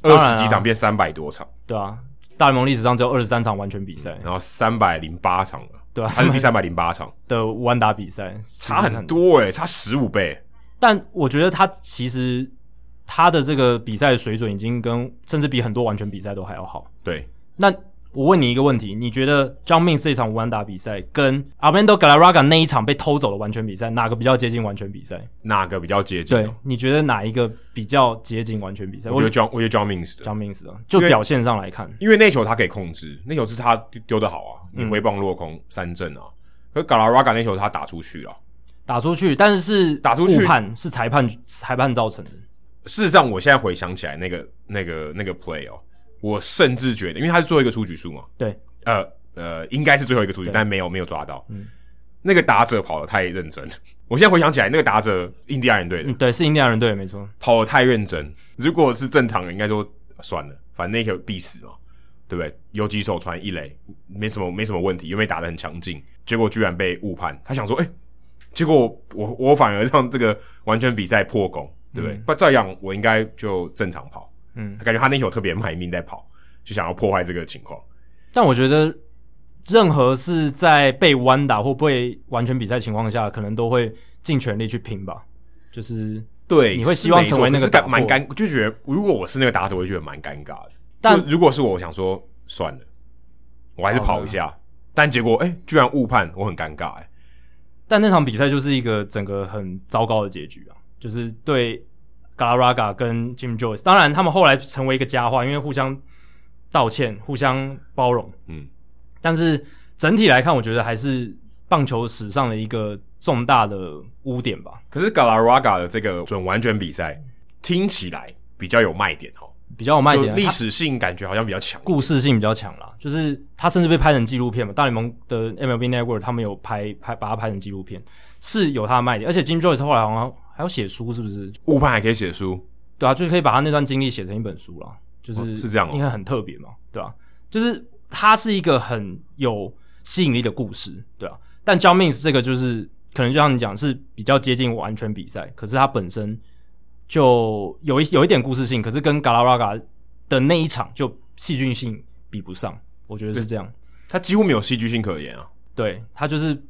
当二然啊十几场变三百多场，对啊，大联盟历史上只有二十三场完全比赛，然后三百零八场了，对啊，他嗯是第三百零八场，的完打比赛差很。多诶、欸差十五倍。但我觉得他其实他的这个比赛的水准已经跟甚至比很多完全比赛都还要好。对，那我问你一个问题，你觉得 John Means 这场无安打比赛跟 Armando Galarraga 那一场被偷走的完全比赛，哪个比较接近完全比赛？哪个比较接近哦？对，你觉得哪一个比较接近完全比赛？我我觉觉得 John，我觉得 John Means 的得 John Means 的，就表现上来看，因为那球他可以控制，那球是他丢的好啊，你嗯挥棒落空、三振啊。可是 Galarraga 那球他打出去了，打出去，但是是打出去误判是裁判裁判造成的。事实上我现在回想起来那个那个那个 play 哦，我甚至觉得，因为他是最后一个出局数嘛，对，呃呃，应该是最后一个出局，但没有没有抓到。嗯那个打者跑的太认真了，我现在回想起来，那个打者印第安人队的、嗯，对，是印第安人队没错。跑的太认真。如果是正常人，应该说算了，反正那球必死嘛，对不对？有几手传一垒，没什么没什么问题，因为打的很强劲，结果居然被误判。他想说，哎、结果我我我反而让这个完全比赛破功，对不对？不、照样我应该就正常跑，嗯，感觉他那球特别卖命在跑，就想要破坏这个情况。但我觉得，任何是在被弯打或被完全比赛情况下，可能都会尽全力去拼吧。就是，对，你会是希望没错成为那可个是打尴破蛮尴，就觉得如果我是那个打者，我会觉得蛮尴尬的。但就如果是我，我想说算了，我还是跑一下。但结果哎、居然误判，我很尴尬哎、但那场比赛就是一个整个很糟糕的结局啊，就是对 Galarraga 跟 Jim Joyce，当然他们后来成为一个佳话，因为互相道歉、互相包容。嗯，但是整体来看，我觉得还是棒球史上的一个重大的污点吧，可是 Galarraga 的这个准完全比赛听起来比较有卖点哦，比较有卖就点啊。历它史性感觉好像比较强。故事性比较强啦，就是他甚至被拍成纪录片嘛，大联盟的 MLB Network 他们有拍拍把它拍成纪录片，是有它的卖点，而且 Jim Joyce 后来好像还有写书，是不是？误判还可以写书，对啊，就是可以把他那段经历写成一本书啦，就是、哦是这样哦因为很特别嘛，对啊，就是它是一个很有吸引力的故事，对啊，但 John Means 这个就是可能就像你讲是比较接近完全比赛，可是它本身就有一有一点故事性，可是跟 Galarraga 的那一场就戏剧性比不上，我觉得是这样，他几乎没有戏剧性可言啊。对，它就是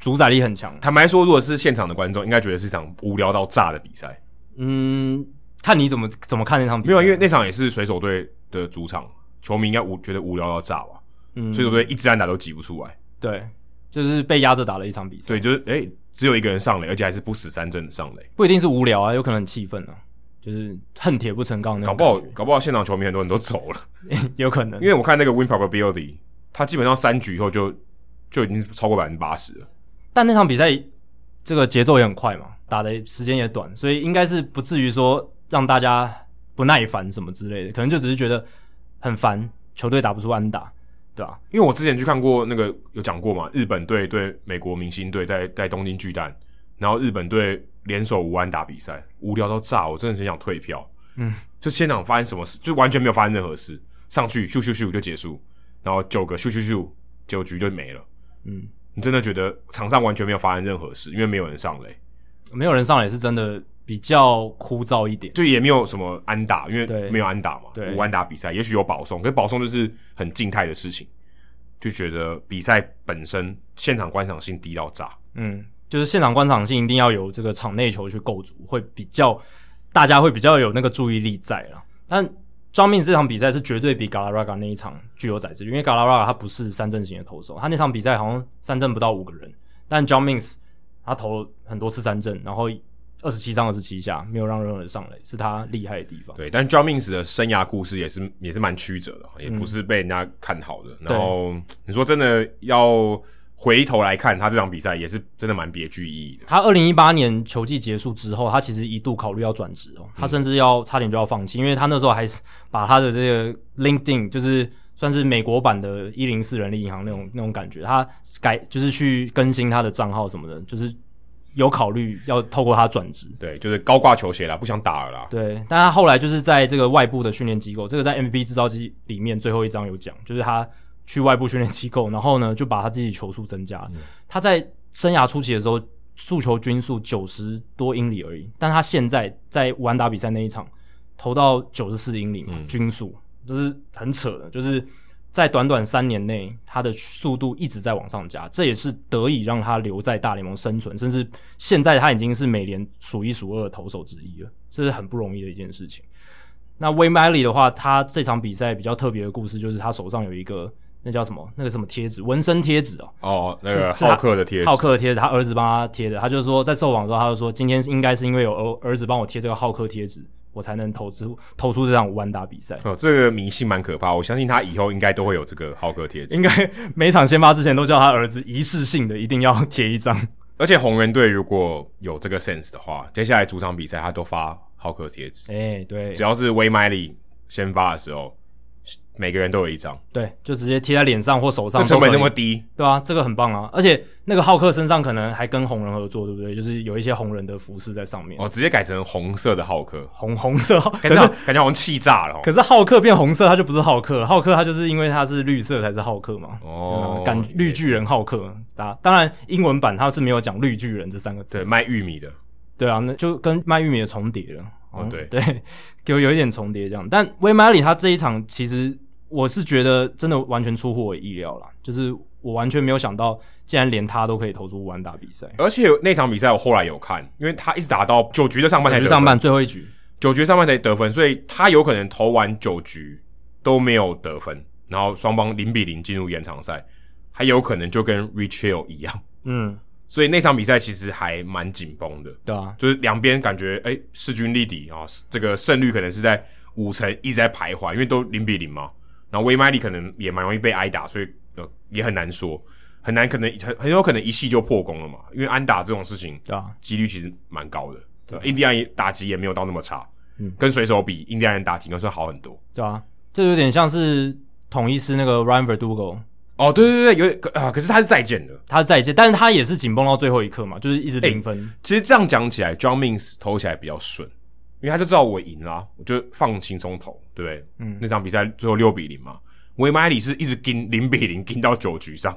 主宰力很强，坦白说，如果是现场的观众，应该觉得是一场无聊到炸的比赛。嗯，看你怎么怎么看那场比赛，没有，啊因为那场也是水手队的主场，球迷应该无觉得无聊到炸吧。嗯水手队一支安打都挤不出来，对，就是被压着打了一场比赛，所以就是诶、只有一个人上垒，而且还是不死三阵的上垒，不一定是无聊啊，有可能很气愤啊，就是恨铁不成钢那搞种不好感觉， 搞不好现场球迷很多人都走了，有可能因。为我看那个 win probability，他基本上三局以后就就已经超过百分之八十了，但那场比赛这个节奏也很快嘛，打的时间也短，所以应该是不至于说让大家不耐烦什么之类的，可能就只是觉得很烦，球队打不出安打，对吧、因为我之前去看过那个有讲过嘛，日本队对美国明星队在在东京巨蛋，然后日本队联手无安打比赛，无聊到炸，我真的很想退票。嗯，就现场发生什么事，就完全没有发生任何事，上去咻咻咻就结束，然后九个咻咻咻九局就没了。嗯，你真的觉得场上完全没有发生任何事，因为没有人上垒，没有人上来是真的比较枯燥一点。就也没有什么安打，因为对没有安打嘛，对无安打比赛，也许有保送，可是保送就是很静态的事情，就觉得比赛本身现场观赏性低到炸。嗯，就是现场观赏性一定要有这个场内球去构筑，会比较大家会比较有那个注意力在啦。但张命这场比赛是绝对比 Galarraga 那一场具有宰制力，因为 Galarraga 他不是三振型的投手，他那场比赛好像三振不到五个人，但 John Means 他投了很多次三振，然后二十七上二十七下，没有让任何人上垒，是他厉害的地方。对，但 John Means 的生涯故事也是也是蛮曲折的，也不是被人家看好嗯的。然后你说真的要回头来看他这场比赛，也是真的蛮别具意义的。他二零一八年球季结束之后，他其实一度考虑要转职哦，他甚至要差点就要放弃，因为他那时候还是把他的这个 LinkedIn 就是算是美国版的一零四人力银行那种那种感觉，他改就是去更新他的账号什么的，就是有考虑要透过他转职。对，就是高挂球鞋啦，不想打了啦。对，但他后来就是在这个外部的训练机构，这个在 MVP 制造机里面最后一章有讲，就是他去外部训练机构，然后呢就把他自己球速增加了。他在生涯初期的时候，速球均速九十多英里而已，但他现在在完打比赛那一场投到九十四英里嘛，均速就是很扯的，就是在短短三年内，他的速度一直在往上加，这也是得以让他留在大联盟生存，甚至现在他已经是美联数一数二的投手之一了，这是很不容易的一件事情。那 Way Miley 的话，他这场比赛比较特别的故事就是他手上有一个那叫什么那个什么贴纸，纹身贴纸哦，哦，那个是他浩克的贴纸浩，克的贴纸，他儿子帮他贴的。他就说在受访的时候，他就说今天应该是因为有儿儿子帮我贴这个浩克贴纸，我才能投出投出这场完打比赛。哦，这个迷信蛮可怕，我相信他以后应该都会有这个浩克贴 纸。应该每场先发之前都叫他儿子仪式性的一定要贴一张。而且红人队如果有这个 sense 的话，接下来主场比赛他都发浩克贴纸，哎、对只要是威麦利先发的时候，每个人都有一张，对，就直接贴在脸上或手上那都可以，成本那么低，对啊，这个很棒啊！而且那个浩克身上可能还跟红人合作，对不对？就是有一些红人的服饰在上面，哦，直接改成红色的浩克，红红色。感可觉是感觉好像气炸了哦。可是浩克变红色，他就不是浩克了，浩克他就是因为他是绿色才是浩克嘛。对哦啊感绿巨人浩克，啊，当然英文版他是没有讲绿巨人这三个字对，，卖玉米的，对啊，那就跟卖玉米的重叠了。哦嗯对对，有有一点重叠这样。但威马里他这一场其实我是觉得真的完全出乎我意料啦，就是我完全没有想到，竟然连他都可以投出完打比赛。而且那场比赛我后来有看，因为他一直打到九局的上半才就得是分上半最后一局，九局上半才得分，所以他有可能投完九局都没有得分，然后双方零比零进入延长赛，还有可能就跟 Rich Hill 一样，嗯，所以那场比赛其实还蛮紧绷的，对啊，就是两边感觉哎势均力敌啊、这个胜率可能是在五成一直在徘徊，因为都零比零嘛，然后威麦利可能也蛮容易被挨打，所以呃也很难说，很难可能很很有可能一系就破功了嘛，因为安打这种事情对啊，几率其实蛮高的。对，印第安人打击也没有到那么差，嗯跟水手比，印第安人打击应该算好很多。对啊，这有点像是统一师那个 Ryan Verdugo，哦，对对对，有点可啊，可是他是再见的。他在线，但是他也是紧绷到最后一刻嘛，就是一直零分。其实这样讲起来，John Means 投起来比较顺，因为他就知道我赢啦，我就放轻松投，对不对？嗯那场比赛最后六比零嘛，维麦里是一直跟零比零跟到九局上，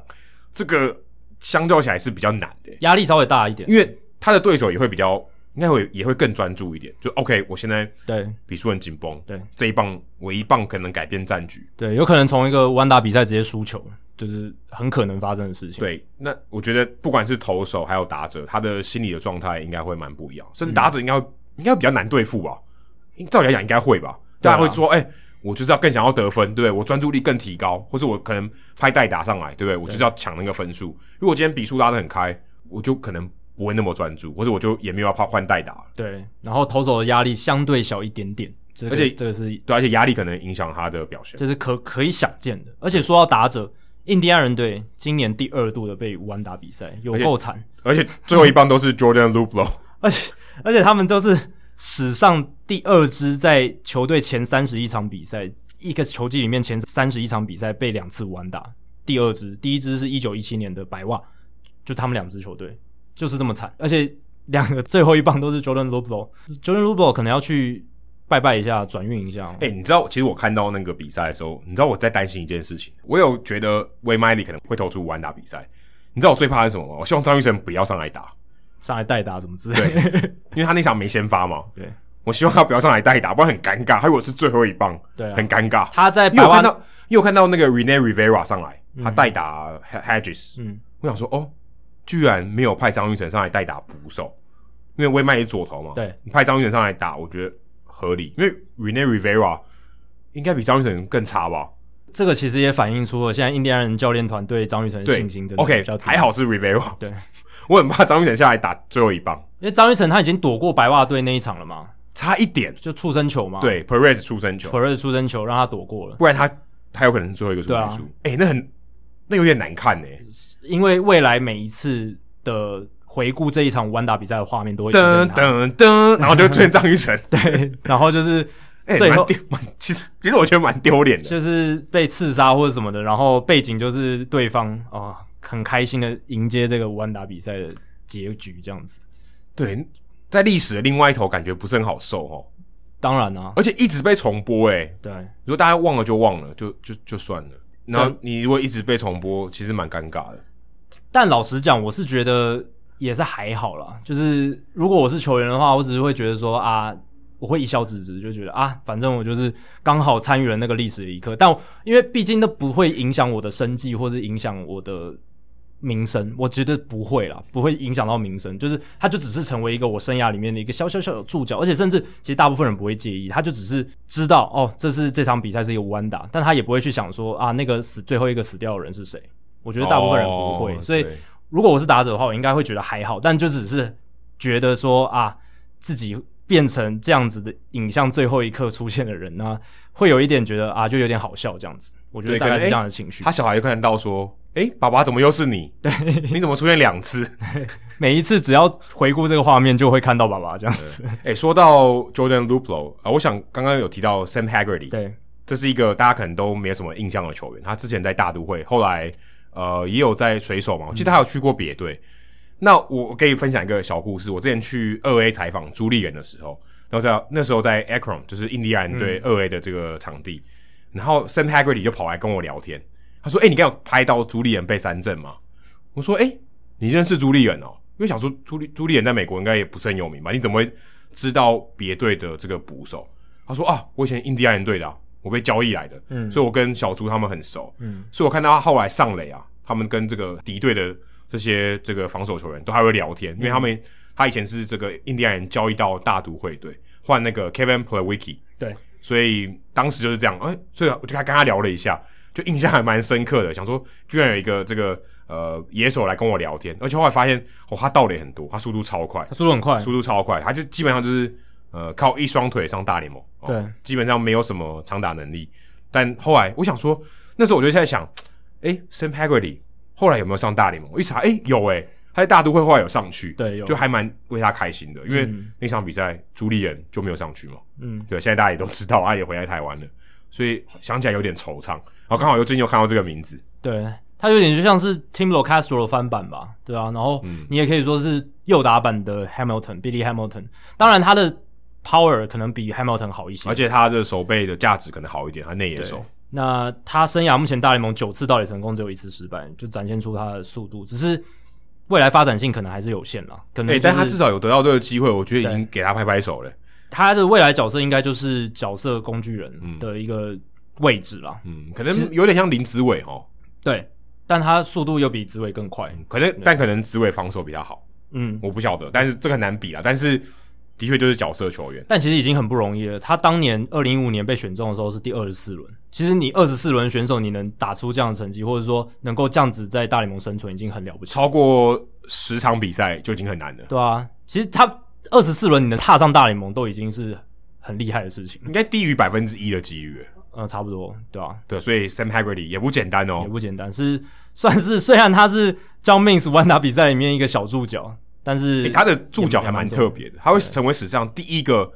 这个相较起来是比较难的，压力稍微大一点，因为他的对手也会比较，应该会也会更专注一点。就 OK，我现在对比数很紧绷，对这一棒我一棒可能改变战局，对，有可能从一个弯打比赛直接输球，就是很可能发生的事情。对，那我觉得不管是投手还有打者，他的心理的状态应该会蛮不一样，甚至打者应该会、嗯应该会比较难对付吧？照理来讲应该会吧？对大啊家会说，哎、我就是要更想要得分，对不对？我专注力更提高，或是我可能拍代打上来，对不对？我就是要抢那个分数。如果今天比数拉得很开，我就可能不会那么专注，或者我就也没有要怕换代打了，对，然后投手的压力相对小一点点，这个、而且这个是对，而且压力可能影响他的表现。这是可可以想见的。而且说到打者，印第安人队今年第二度的被弯打比赛，有而且够惨，而且最后一棒都是 Jordan Luplo，而且而且他们都是史上第二支在球队前三十一场比赛，一个球季里面前三十一场比赛被两次完打，第二支，第一支是一九一七年的白袜，就他们两支球队就是这么惨，而且两个最后一棒都是 Jordan l u b l o Jordan l u b l o 可能要去拜拜一下，转运一下哦、哎、你知道，其实我看到那个比赛的时候，你知道我在担心一件事情。我有觉得威麦里可能会投出完打比赛。你知道我最怕的是什么吗？我希望张玉成不要上来打，上来代打什么之类的，因为他那场没先发嘛。对我希望他不要上来代打，不然很尴尬。他如果是最后一棒，对啊很尴尬。他在因为白我袜看到，因为我看到那个 Rene Rivera 上来，他代打 Hedges，、嗯我想说，哦，居然没有派张玉成上来代打捕手，因为威麦也左投嘛。对，你派张玉成上来打，我觉得合理，因为 Rene Rivera 应该比张玉成更差吧。这个其实也反映出了现在印第安人教练团对张玉成的对信心真的比 OK，较低还好是 Rivera。对， 我很怕张玉成下来打最后一棒，因为张玉成他已经躲过白袜队那一场了嘛，差一点。就触身球嘛，对，Perez 出生球，普瑞的出身球让他躲过了，不然他他有可能是最后一个出对啊局数。哎、那很那有点难看呢、因为未来每一次的回顾这一场弯打比赛的画面都会出噔现他，噔噔，然后就出现张玉成， 对，然后就是 哎、最蛮后丢蛮，其实其实我觉得蛮丢脸的。就是被刺杀或者什么的，然后背景就是对方啊、哦很开心的迎接这个弯打比赛的结局这样子。对，在历史的另外一头，感觉不是很好受哦，当然啊，而且一直被重播、哎，对如果大家忘了就忘了，就就就算了。然后你如果一直被重播，其实蛮尴尬的。但老实讲，我是觉得也是还好啦。就是如果我是球员的话，我只是会觉得说啊，我会一笑置之，就觉得啊，反正我就是刚好参与了那个历史的一刻。但我因为毕竟那不会影响我的生计，或是影响我的名声，我觉得不会啦，不会影响到名声。就是它就只是成为一个我生涯里面的一个小小小的注脚，而且甚至其实大部分人不会介意，他就只是知道哦，这是这场比赛是一个无安打，但他也不会去想说啊，那个死最后一个死掉的人是谁。我觉得大部分人不会，哦所以对如果我是打者的话，我应该会觉得还好，但就只是觉得说啊，自己变成这样子的影像最后一刻出现的人呢、会有一点觉得啊，就有点好笑这样子。我觉得对大概可能是这样的情绪。他小孩就看到说：“诶，爸爸怎么又是你？对，你怎么出现两次每一次只要回顾这个画面，就会看到爸爸这样子。？”诶，说到 Jordan Luplo 啊、我想刚刚有提到 Sam Haggerty，对，这是一个大家可能都没有什么印象的球员。他之前在大都会，后来呃也有在水手嘛，我记得他有去过别队。那我给你分享一个小故事。我之前去二 A 采访朱立人的时候，然后在那时候在 Akron，就是印第安队二 A 的这个场地，然后 Sam Haggerty 就跑来跟我聊天，他说：“哎、你刚有拍到朱立人被三振吗？”我说：“哎、你认识朱立人哦？”因为想说朱立朱立人在美国应该也不是很有名吧？你怎么会知道别队的这个捕手？他说：“啊，我以前印第安人队的啊、我被交易来的，嗯所以我跟小朱他们很熟，嗯所以我看到他后来上垒啊，他们跟这个敌对的这些这个防守球员都还会聊天，因为他们、嗯他以前是这个印第安人交易到大都会队换那个 Kevin Plawicki，对，所以当时就是这样，哎、所以我就跟他聊了一下，就印象还蛮深刻的，想说居然有一个这个呃野手来跟我聊天，而且后来发现哦，他盗垒很多，他速度超快他，速度很快。速度超快，他就基本上就是呃靠一双腿上大联盟，哦对，基本上没有什么长打能力。但后来我想说，那时候我就在想，诶 s a m Haggerty 后来有没有上大联盟？我一查，诶，有诶，他在大都会后来有上去，对有就还蛮为他开心的，因为嗯那场比赛朱立人就没有上去嘛，嗯，对，现在大家也都知道，他也回来台湾了，所以想起来有点惆怅。然后刚好又最近又看到这个名字，对，他有点就像是 Tim l o Castro 的翻版吧，对啊，然后你也可以说是右打版的 Hamilton，Billy Hamilton。当然他的 power 可能比 Hamilton 好一些而，且他的手背的价值可能好一点，他内野手对。那他生涯目前大联盟九次盗垒成功，只有一次失败，就展现出他的速度。只是未来发展性可能还是有限啦，可能、诶，就是但他至少有得到这个机会，我觉得已经给他拍拍手了。他的未来角色应该就是角色工具人的一个位置啦。嗯，可能有点像林子伟哦，对，但他速度又比紫伟更快。可能但可能子伟防守比他好，嗯，我不晓得，但是这个很难比啊。但是的确就是角色球员，但其实已经很不容易了。他当年二零一五年被选中的时候是第二十四轮，其实你二十四轮选手你能打出这样的成绩，或者说能够这样子在大联盟生存，已经很了不起了。超过十场比赛就已经很难了，对啊，其实他二十四轮你能踏上大联盟都已经是很厉害的事情了，应该低于百分之一的几率。呃，差不多，对啊，对，所以 Sam Haggerty 也不简单也哦。不简单，是算是虽然他是 John Means 完打比赛里面一个小注脚，但是、诶他的注脚也还蛮重要特别的，他会成为史上第一个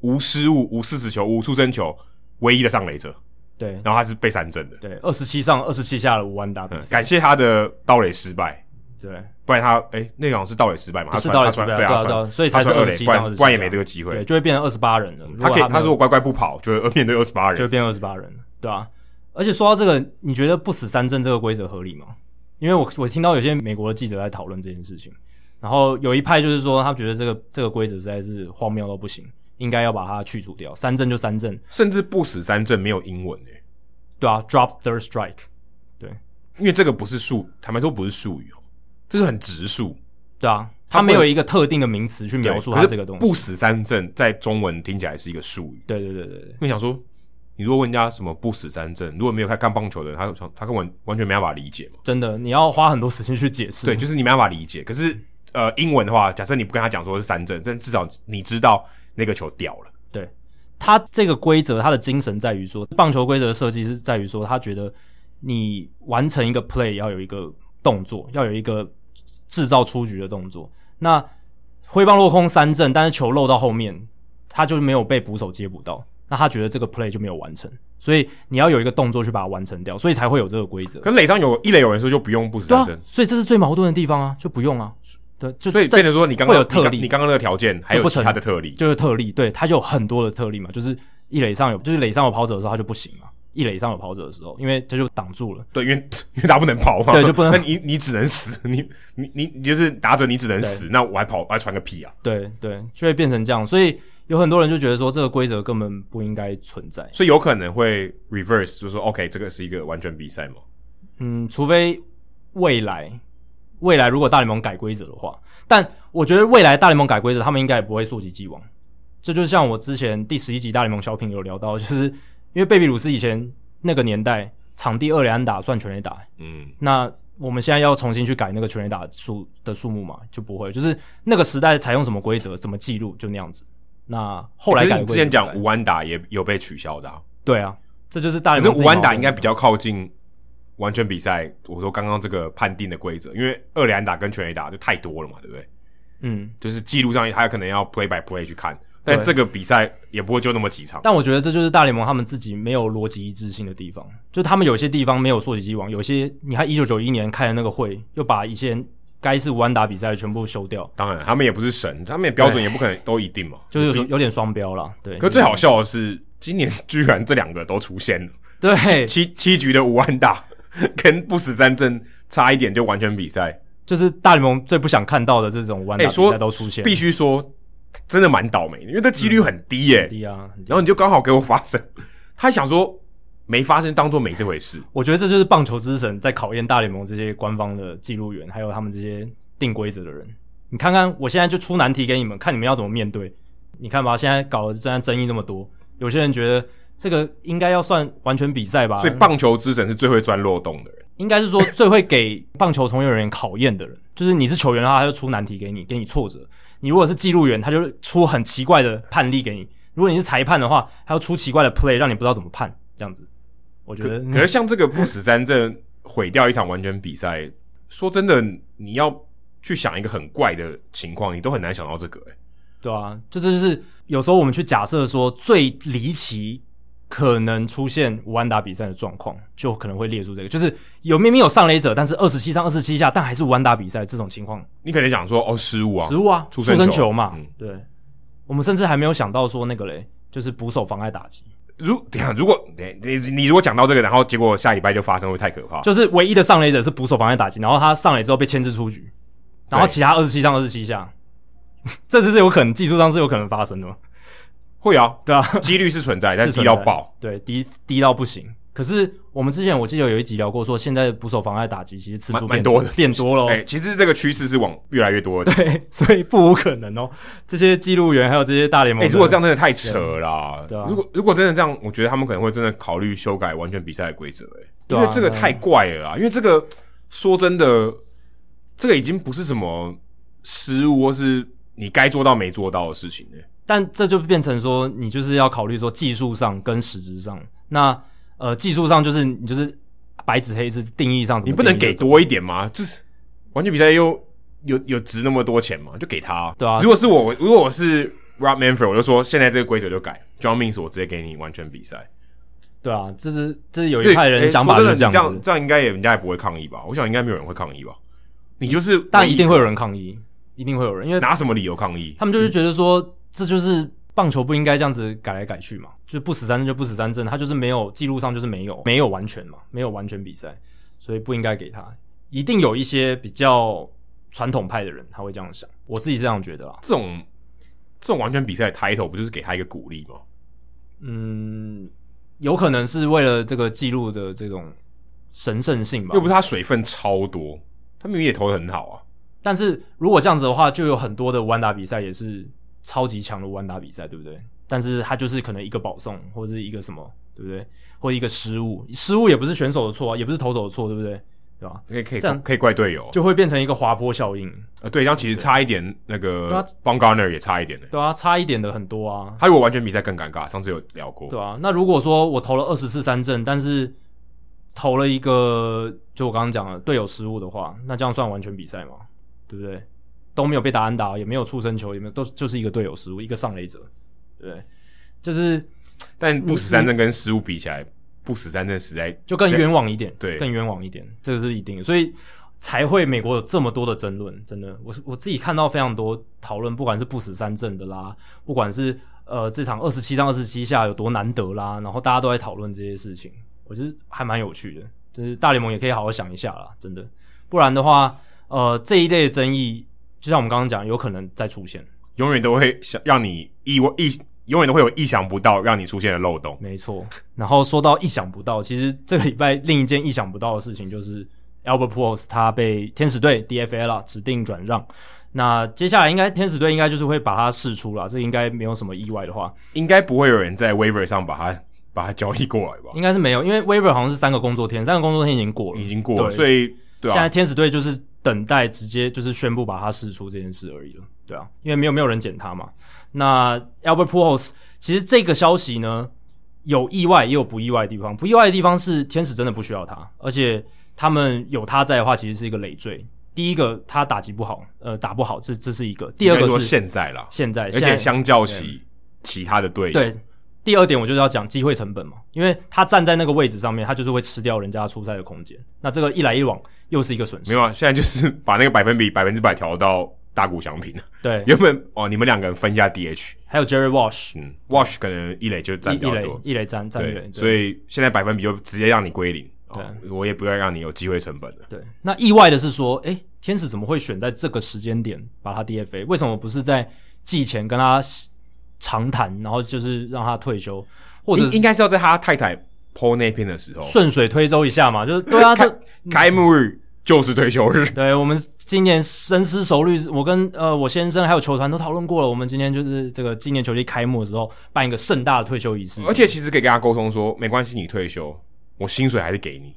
无失误、无四死球、无出生球唯一的上垒者，对然后他是被三振的。对二十七上二十七下的五万打比嗯，赛，感谢他的盗垒失败，对不然他诶，那个好像是盗垒失败嘛，他不是传盗垒他传失败对对啊他传对啊所以他才是传二垒， 27不上然27不然也没这个机会对，。就会变成二十八人了。如果他可没以，有他如果乖乖不跑，就会面对二十八就会人。变二十八人了，对啊。而且说到这个，你觉得不死三阵这个规则合理吗？因为我我听到有些美国的记者在讨论这件事情，然后有一派就是说，他觉得这个这个规则实在是荒谬到不行，应该要把它去除掉，三阵就三阵，甚至不死三阵没有英文欸诶、对啊，drop third strike，因为这个不是术，坦白说不是术语哦，这是很直述对啊，他他不没有一个特定的名词去描述它对这个东可是不西，死三阵在中文听起来是一个术语。对对对对对，因为想说，你如果问人家什么不死三阵，如果没有看看棒球的人，他他根本完全没办法理解嘛。真的，你要花很多时间去解释，对，就是你没办法理解。可是呃，英文的话，假设你不跟他讲说是三阵，但至少你知道那个球掉了。对，他这个规则，他的精神在于说，棒球规则的设计是在于说，他觉得你完成一个 play 要有一个动作，要有一个制造出局的动作。那挥棒落空三振，但是球漏到后面，他就没有被捕手接捕到，那他觉得这个 play 就没有完成，所以你要有一个动作去把它完成掉，所以才会有这个规则。可是垒上有一垒有人说就不用不死对三啊阵，，所以这是最矛盾的地方啊，就不用啊，对，就所以在变成说你刚刚会有特例你刚你刚刚那个条件还就有不其成他的特例，就是特例，对，他就有很多的特例嘛，就是一垒上有，就是垒上有跑者的时候，他就不行嘛，一垒以上有跑者的时候，因为这就挡住了。对，因为因为他不能跑嘛，对就不能那你你只能死，你你你你就是打者，你只能死，那我还跑，我还传个屁啊！对对，就会变成这样，所以有很多人就觉得说这个规则根本不应该存在。所以有可能会 reverse，就是说 OK，这个是一个完全比赛嘛？嗯，除非未来未来如果大联盟改规则的话，但我觉得未来大联盟改规则，他们应该也不会溯及既往。这就像我之前第十一集大联盟小品有聊到，就是因为贝比鲁斯以前那个年代，场地二垒安打算全垒打，嗯，那我们现在要重新去改那个全垒打数的数目嘛，就不会，就是那个时代采用什么规则、怎么记录，就那样子。那后来可改是规你则之前讲改无安打也有被取消的、啊，对啊，这就是大反联正盟自己无安打毛病应该比较靠近完全比赛。我说刚刚这个判定的规则，因为二连安打跟全垒打就太多了嘛，对不对？嗯，就是记录上他可能要 play by play 去看，但对这个比赛也不会就那么几场。但我觉得这就是大联盟他们自己没有逻辑一致性的地方，就他们有些地方没有溯及既往，有些你看一九九一年开的那个会，又把以前该是无安打比赛的全部修掉，当然，他们也不是神，他们也标准也不可能都一定嘛。就是有时候有点双标啦。对，可最好笑的是，今年居然这两个都出 现了，对七七局的无安打 跟不死战争差一点就完全比赛。就是大联盟最不想看到的这种无安哎、打比说赛都出现，必须说真的蛮倒霉的，因为这几率很低耶、低啊。很低然后你就刚好给我发生， 他想说没发生，当做没这回事。我觉得这就是棒球之神在考验大联盟这些官方的记录员，还有他们这些定规则的人。你看看，我现在就出难题给你们，看你们要怎么面对。你看吧，现在搞得现在争议这么多，有些人觉得这个应该要算完全比赛吧，所以棒球之神是最会钻漏洞的人。应该是说最会给棒球从业人员考验的人，就是你是球员的话，他就出难题给你，给你挫折；你如果是记录员，他就出很奇怪的判例给你；如果你是裁判的话，他要出奇怪的 play，让你不知道怎么判。这样子，我觉可得可是像这个不死战争毁掉一场完全比赛，说真的，你要去想一个很怪的情况，你都很难想到这个、欸。对啊，就这就是有时候我们去假设说最离奇可能出现无安打比赛的状况，就可能会列出这个，就是有明明有上垒者，但是二十七上二十七下，但还是无安打比赛这种情况，你可能想说哦失误啊，失误啊，出出生球生嘛，嗯对，我们甚至还没有想到说那个嘞，就是捕手妨碍打击，如等一下，如果你你你如果讲到这个，然后结果下礼拜就发生，会太可怕。就是唯一的上垒者是捕手妨碍打击，然后他上垒之后被牵制出局，然后对其他二十七上二十七下， 这次是有可能技术上是有可能发生的嘛，会啊，对啊，几率是存在，但是低存到在爆。，对，低低到不行。可是我们之前我记得有一集聊过说现在捕手妨碍打击其实次蛮数蛮变多的变多了、哎、其实这个趋势是往越来越多的。对， 所以不无可能哦。这些记录员还有这些大联哎、盟的，如果这样真的太扯了啦。对啊如果如果真的这样，我觉得他们可能会真的考虑修改完全比赛的规则、哎、对因啊为这个太怪了啦。因为这个说真的，这个已经不是什么失误或是你该做到没做到的事情了、但这就变成说你就是要考虑说技术上跟实质上。那呃，技术上就是你就是白纸黑字定义上怎么定义，你不能给多一点吗？就是完全比赛又有有值那么多钱吗？就给他、对啊如果是我，我如果我是 Rob Manfred，我就说现在这个规则就改，John Means 我直接给你完全比赛。对啊，这是这是有对，哎一派人想法就就是这这样，样这子，样这样应该也人家也不会抗议吧？我想应该没有人会抗议吧？你就是，嗯但一定会有人抗议，一定会有人，因为拿什么理由抗议？他们就是觉得说，这就是棒球不应该这样子改来改去嘛，就是不死三振就不死三振，他就是没有记录上就是没有没有完全嘛，没有完全比赛，所以不应该给他。一定有一些比较传统派的人他会这样想，我自己这样觉得啦。这种这种完全比赛的 title 不就是给他一个鼓励吗？嗯，有可能是为了这个记录的这种神圣性吧又。不是他水分超多，他明明也投的很好啊。但是如果这样子的话，就有很多的弯打比赛也是超级强的弯打比赛，对不对？但是他就是可能一个保送或者是一个什么，对不对？或者一个失误，失误也不是选手的错啊，也不是投手的错，对不对？对吧？可以可以这样可以怪队友，啊就会变成一个滑坡效应，呃对，这样其实差一点，那对个啊 b o n g a r n e r 也差一点呢、对啊，差一点的很多啊，他如果完全比赛更尴尬，上次有聊过。对啊。那如果说我投了二十次三振，但是投了一个就我刚刚讲的队友失误的话，那这样算完全比赛吗？对不对？都没有被打安打，也没有触身球，也没有都就是一个队友失误，一个上垒者，对不对？就是但不死三阵跟失误比起来，不死三阵实在就更冤枉一点，对更冤枉一点，这个是一定的，所以才会美国有这么多的争论。真的，我是我自己看到非常多讨论，不管是不死三阵的啦，不管是呃这场二十七上二十七下有多难得啦，然后大家都在讨论这些事情，我觉得还蛮有趣的。就是大联盟也可以好好想一下啦，真的，不然的话，呃这一类的争议，就像我们刚刚讲，有可能再出现。永远都会想让你意外意，永远都会有意想不到让你出现的漏洞。没错。然后说到意想不到，其实这个礼拜另一件意想不到的事情就是 Albert Pujols 他被天使队 DFA 了，指定转让。那接下来应该天使队应该就是会把他释出了，这应该没有什么意外的话，应该不会有人在 waiver 上把它把它交易过来吧？应该是没有，因为 waiver 好像是三个工作天，三个工作天已经过了，已经过嗯了，对所以对现在啊，天使队就是等待直接就是宣布把他释出这件事而已了，对啊，因为没有没有人捡他嘛。那 Albert Pujols 其实这个消息呢，有意外也有不意外的地方。不意外的地方是天使真的不需要他，而且他们有他在的话，其实是一个累赘。第一个他打击不好，呃，打不好，这这是一个。第二应个该说是现在啦，现在，而现在嗯且相较起其他的队，，对，第二点我就是要讲机会成本嘛，因为他站在那个位置上面，他就是会吃掉人家出赛的空间。那这个一来一往又是一个损没失。有啊，现在就是把那个百分比百分之百调到大股祥平了。对，原本哦，你们两个人分一下 DH，还有 Jerry Wash 嗯，Wash 可能一垒就占一比一较垒多，一垒站站垒，对，对所以现在百分比就直接让你归零，哦我也不要让你有机会成本了。对。那意外的是说，诶，天使怎么会选在这个时间点把他 DFA？为什么不是在季前跟他长谈，然后就是让他退休，或者应应该是要在他太太 PO 那篇的时候，顺水推舟一下嘛？就是对啊，开这开幕嗯日就是退休日，对我们今年深思熟虑，我跟呃我先生还有球团都讨论过了。我们今天就是这个今年球季开幕的时候办一个盛大的退休仪式，而且其实可以跟他沟通说，没关系，你退休，我薪水还是给你，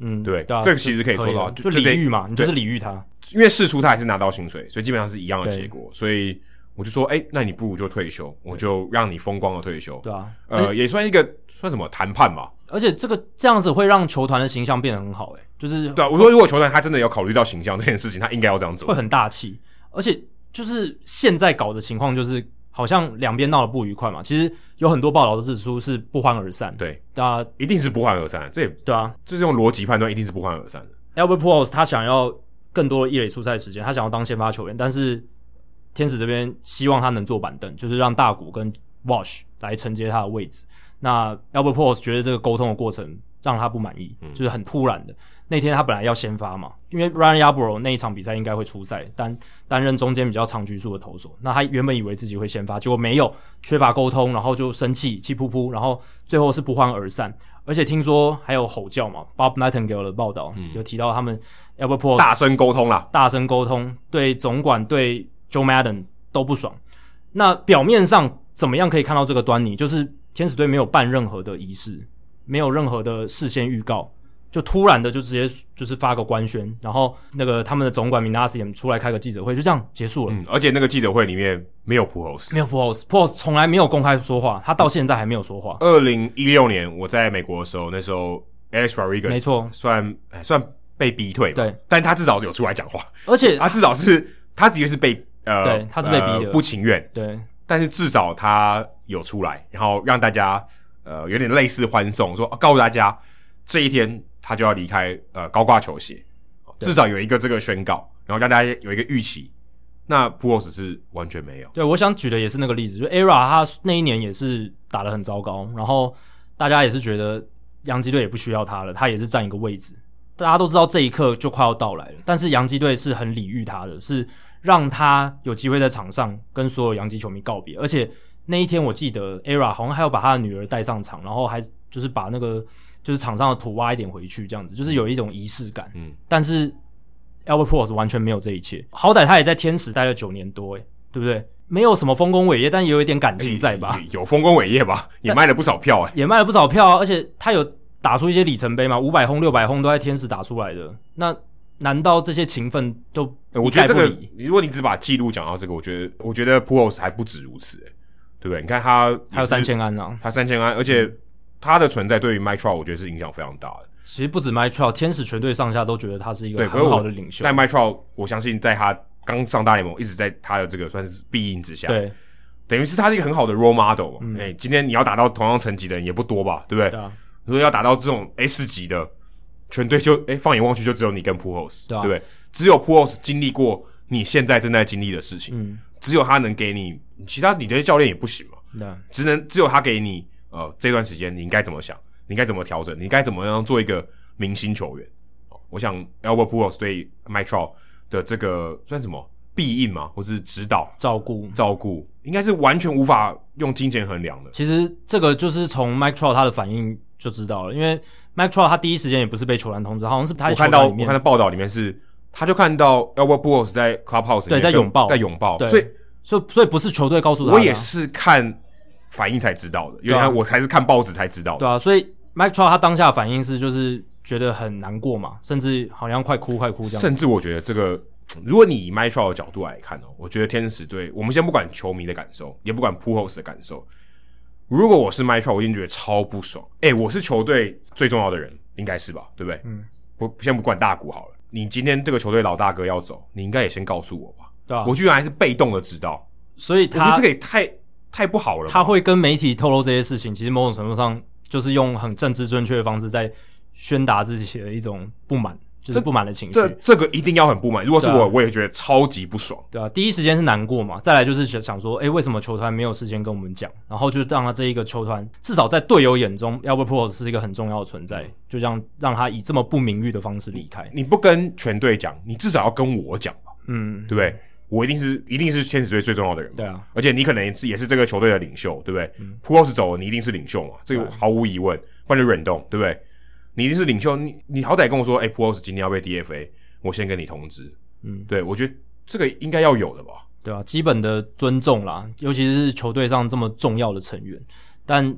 嗯，对对啊，这个其实可以做到的就就就礼得遇嘛，你就是礼遇他，因为试出他还是拿到薪水，所以基本上是一样的对结果，所以我就说，哎、那你不如就退休，我就让你风光的退休，对啊，呃，也算一个算什么谈判吧，而且这个这样子会让球团的形象变得很好、欸，就是对啊，我说如果球团他真的有考虑到形象这件事情，他应该要这样会做，很大气。而且就是现在搞的情况，就是好像两边闹得不愉快嘛。其实有很多报道都指出是不欢而散。对，啊，一定是不欢而散的，这也对啊这种逻辑判断一定是不欢而散的， ，Albert Pujols 他想要更多的一垒出赛时间，他想要当先发球员，但是天使这边希望他能坐板凳，就是让大谷跟 Wash 来承接他的位置。那 Albert Pujols 觉得这个沟通的过程让他不满意，就是很突然的。那天他本来要先发嘛，因为 Ryan Yarbrough 那一场比赛应该会出赛，担担任中间比较长局数的投手。那他原本以为自己会先发，结果没有，缺乏沟通，然后就生气，气噗噗，然后最后是不欢而散。而且听说还有吼叫嘛，Bob Nightingale 的报道、有提到他们 Albert Pujols 大声沟通啦，大声沟通，对总管、对 Joe Madden 都不爽。那表面上怎么样可以看到这个端倪？就是天使队没有办任何的仪式，没有任何的事先预告，就突然的就直接就是发个官宣，然后那个他们的总管 Minasian 出来开个记者会，就这样结束了。嗯，而且那个记者会里面没有普侯斯，没有 Pose，Pose 从来没有公开说话，他到现在还没有说话。二零一六年我在美国的时候，那时候 Alex Rodriguez 没错算哎算被逼退吧，对，但他至少有出来讲话，而且他至少是他的确是被呃，对他是被逼的呃不情愿，对但是至少他有出来，然后让大家呃有点类似欢送，说、啊告诉大家这一天他就要离开呃高挂球鞋，至少有一个这个宣告，然后让大家有一个预期。那 p u o l s 是完全没有，对，我想举的也是那个例子，就 ERA 他那一年也是打得很糟糕，然后大家也是觉得洋基队也不需要他了，他也是占一个位置。大家都知道这一刻就快要到来了，但是洋基队是很礼遇他的，是让他有机会在场上跟所有洋基球迷告别。而且那一天我记得 ERA 好像还要把他的女儿带上场，然后还就是把那个就是场上的土挖一点回去，这样子就是有一种仪式感。嗯，但是 Albert Pujols 完全没有这一切。好歹他也在天使待了九年多，哎，对不对？没有什么丰功伟业，但也有一点感情在吧？哎有丰功伟业吧，也卖了不少票哎、也卖了不少票、啊，而且他有打出一些里程碑嘛，五百轰、六百轰都在天使打出来的。那难道这些勤奋都欸我一觉概得这不个理？，如果你只把记录讲到这个，我觉得我觉得 p u o l s 还不止如此、欸，对不对？你看他也是还有三，千安啊！他三千安，而且他的存在对于 m i t r o 我觉得是影响非常大的。其实不止 m i t r o 天使全队上下都觉得他是一对个可是我很好的领袖但。m i t r o 我相信在他刚上大联盟，一直在他的这个算是庇荫之下，，对嗯等于是他是一个很好的 role model 嘛。哎、今天你要达到同样层级的人也不多吧，对不对？对啊，如果要达到这种 S 级的，全队就哎、放眼望去就只有你跟 p u o l s 对啊不对？只有 p u o l s 经历过你现在正在经历的事情，嗯，只有他能给你，其他你的教练也不行嘛。对啊只能只有他给你呃这段时间你应该怎么想，你应该怎么调整，你应该怎么样做一个明星球员。哦我想 Albert Pujols 对 Mike Trout 的这个算什么必应嘛，或是指导照顾。照顾，应该是完全无法用金钱衡量的。其实这个就是从 Mike Trout 他的反应就知道了，因为 Mike Trout 他第一时间也不是被球员通知，好像是他在我球看到场里我面看到报道里面是，他就看到 Albert Pujols 在 Clubhouse 里对面在跟拥抱在拥抱，对所以所以所以不是球队告诉他的啊、我也是看反应才知道的，原对来啊我还是看报纸才知道的。对啊，所以 Mike Trout 他当下的反应是就是觉得很难过嘛，甚至好像快哭快哭这样。甚至我觉得这个，如果你以 m i t r a l 的角度来看哦，我觉得天使队，我们先不管球迷的感受，也不管 p u h o s 的感受。如果我是 m i t r a l 我一定觉得超不爽。哎、我是球队最重要的人，应该是吧？对不对？嗯，不，先不管大股好了。你今天这个球队老大哥要走，你应该也先告诉我吧。对啊，我居然还是被动的知道，所以我觉得他这个也太太不好了吧。他会跟媒体透露这些事情，其实某种程度上就是用很政治正确的方式在宣达自己的一种不满，就是这不满的情绪这。这个一定要很不满。如果是对我，啊我也觉得超级不爽。对啊，第一时间是难过嘛，再来就是想想说，诶，为什么球团没有事先跟我们讲？然后就让他这一个球团，至少在队友眼中，Albert p o r o 是一个很重要的存在，就这样让他以这么不名誉的方式离开。你不跟全队讲，你至少要跟我讲吧，嗯对，不对？我一定是一定是天使队最重要的人嘛。对啊，嗯而且你可能也是也是这个球队的领袖，对不对 p u o s 走了，你一定是领袖嘛，这个对啊毫无疑问，不然就忍动，对不对？你一定是领袖，你你好歹跟我说，哎、p u o s 今天要被 DFA，我先跟你通知。嗯对我觉得这个应该要有的吧。对啊，基本的尊重啦，尤其是球队上这么重要的成员。但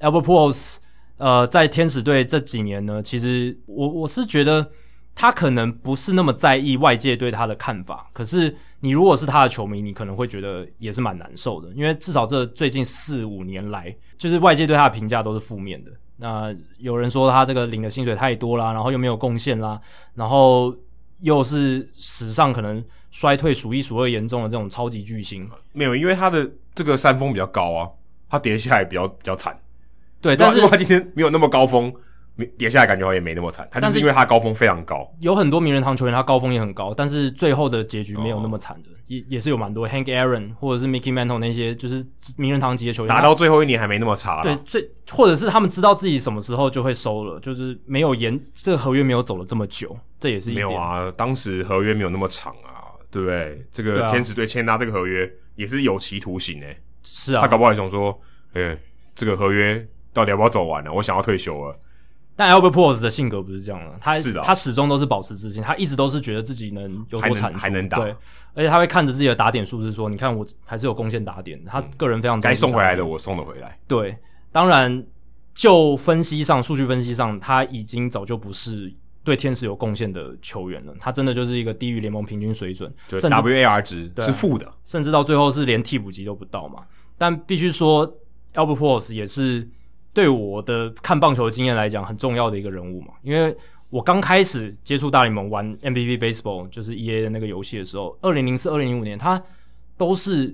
Albert p o l s 呃，在天使队这几年呢，其实我我是觉得他可能不是那么在意外界对他的看法，可是你如果是他的球迷，你可能会觉得也是蛮难受的，因为至少这最近四五年来，就是外界对他的评价都是负面的。那有人说他这个领的薪水太多啦，然后又没有贡献啦，然后又是史上可能衰退数一数二严重的这种超级巨星。没有，因为他的这个山峰比较高啊，他跌下来比较比较惨。对， 但如是果他今天没有那么高峰，没跌下来感觉好像也没那么惨。他就但是是因为他高峰非常高，有很多名人堂球员，他高峰也很高，但是最后的结局没有那么惨哦的，也也是有蛮多 Hank Aaron 或者是 Mickey Mantle 那些就是名人堂级的球员，打他到最后一年还没那么差啦。对，最或者是他们知道自己什么时候就会收了，就是没有延这个合约没有走了这么久，这也是一没点有。啊，当时合约没有那么长啊，对不对？这对个啊天使队签他这个合约也是有期徒刑诶、欸是他啊，搞不好也想说，哎、这个合约到底要不要走完呢、啊我想要退休了。但 Albert p o r s 的性格不是这样的，他是的啊他始终都是保持自信，他一直都是觉得自己能有还所能产出，还能打对，而且他会看着自己的打点数字说，你看我还是有贡献打点，他个人非常嗯该送回来的。的我送了回来，对，当然，就分析上、数据分析上，他已经早就不是对天使有贡献的球员了。他真的就是一个低于联盟平均水准，就甚是至 WAR 值对啊是负的，甚至到最后是连替补级都不到嘛。但必须说，Albert p o r s 也是对我的看棒球的经验来讲很重要的一个人物嘛，因为。我刚开始接触大联盟玩 MVP Baseball，就是 E A 的那个游戏的时候，二零零四、二零零五年，他都是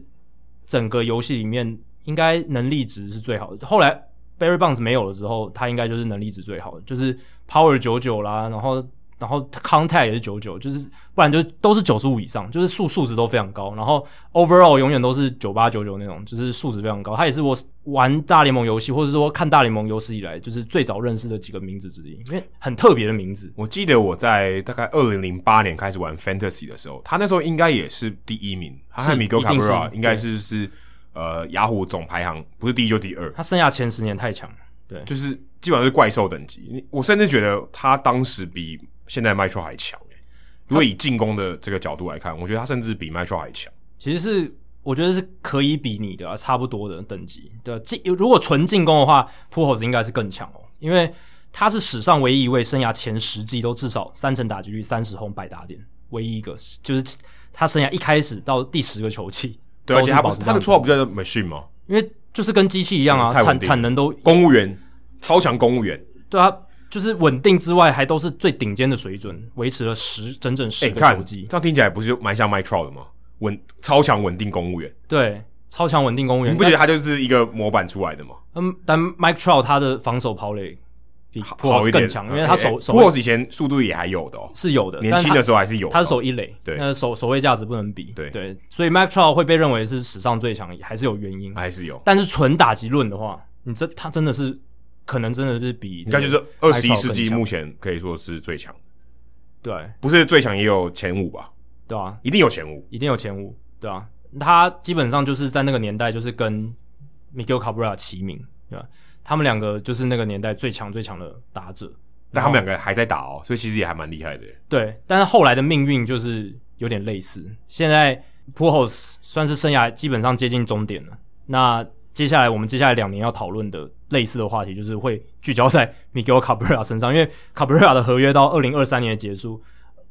整个游戏里面应该能力值是最好的。后来 Barry Bonds 没有了之后，他应该就是能力值最好的，就是 Power 九九啦，然后然后 Contact 也是九九，就是不然就都是九十五以上，就是数数值都非常高。然后 Overall 永远都是九八九九那种，就是数值非常高。他也是我玩大联盟游戏或者说看大联盟有史以来就是最早认识的几个名字之一，因为很特别的名字。我记得我在大概二零零八年开始玩 Fantasy 的时候，他那时候应该也是第一名，他和是 Miguel 一定是 Cabrera 对应该是是呃雅虎总排行不是第一就第二，他生涯前十年太强了，对，就是基本上是怪兽等级。你我甚至觉得他当时比现在 m i t r a l 还强、欸、如果以进攻的这个角度来看，我觉得他甚至比 m i t r a l 还强。其实是我觉得是可以比拟的、啊，差不多的等级。对，啊进如果纯进攻的话 p u h o s 应该是更强哦，因为他是史上唯一一位生涯前十季都至少三成打击率、三十轰、百打点，唯一一个，就是他生涯一开始到第十个球季，对，都而是且他保不持是这他样的子绰号不叫 Machine 吗？因为就是跟机器一样啊，嗯太稳产定产能都公务员，超强公务员。欸对啊，就是稳定之外，还都是最顶尖的水准，维持了十整整哎、十你个看球这季，样听起来不是蛮像 m i t r a l 的吗？稳，超强稳定公务员，对，超强稳定公务你员，不觉得他就是一个模板出来的吗？嗯，但 Mike Trout 他的防守跑垒比好 p o 好 s 一点哎更强，因为他手手 p o s 呃以前速度也还有的哦，是有的，年轻的时候还是有的哦，他是守一垒，对那守守卫价值不能比，对对，所以 Mac Trout 会被认为是史上最强，还是有原因。还是有，但是纯打击论的话，你这他真的是可能真的是比这应个该就是二十一 Mike Trout 世纪更强目前可以说是最强，对不是最强也有前五吧，对啊，一定有前五，一定有前五，对啊，他基本上就是在那个年代就是跟 Miguel Cabrera 齐名，对吧、他们两个就是那个年代最强最强的打者，但他们两个还在打哦，所以其实也还蛮厉害的。对，但是后来的命运就是有点类似。现在 Pujols 算是生涯基本上接近终点了。那接下来我们接下来两年要讨论的类似的话题，就是会聚焦在 Miguel Cabrera 身上，因为 Cabrera 的合约到二零二三年的结束，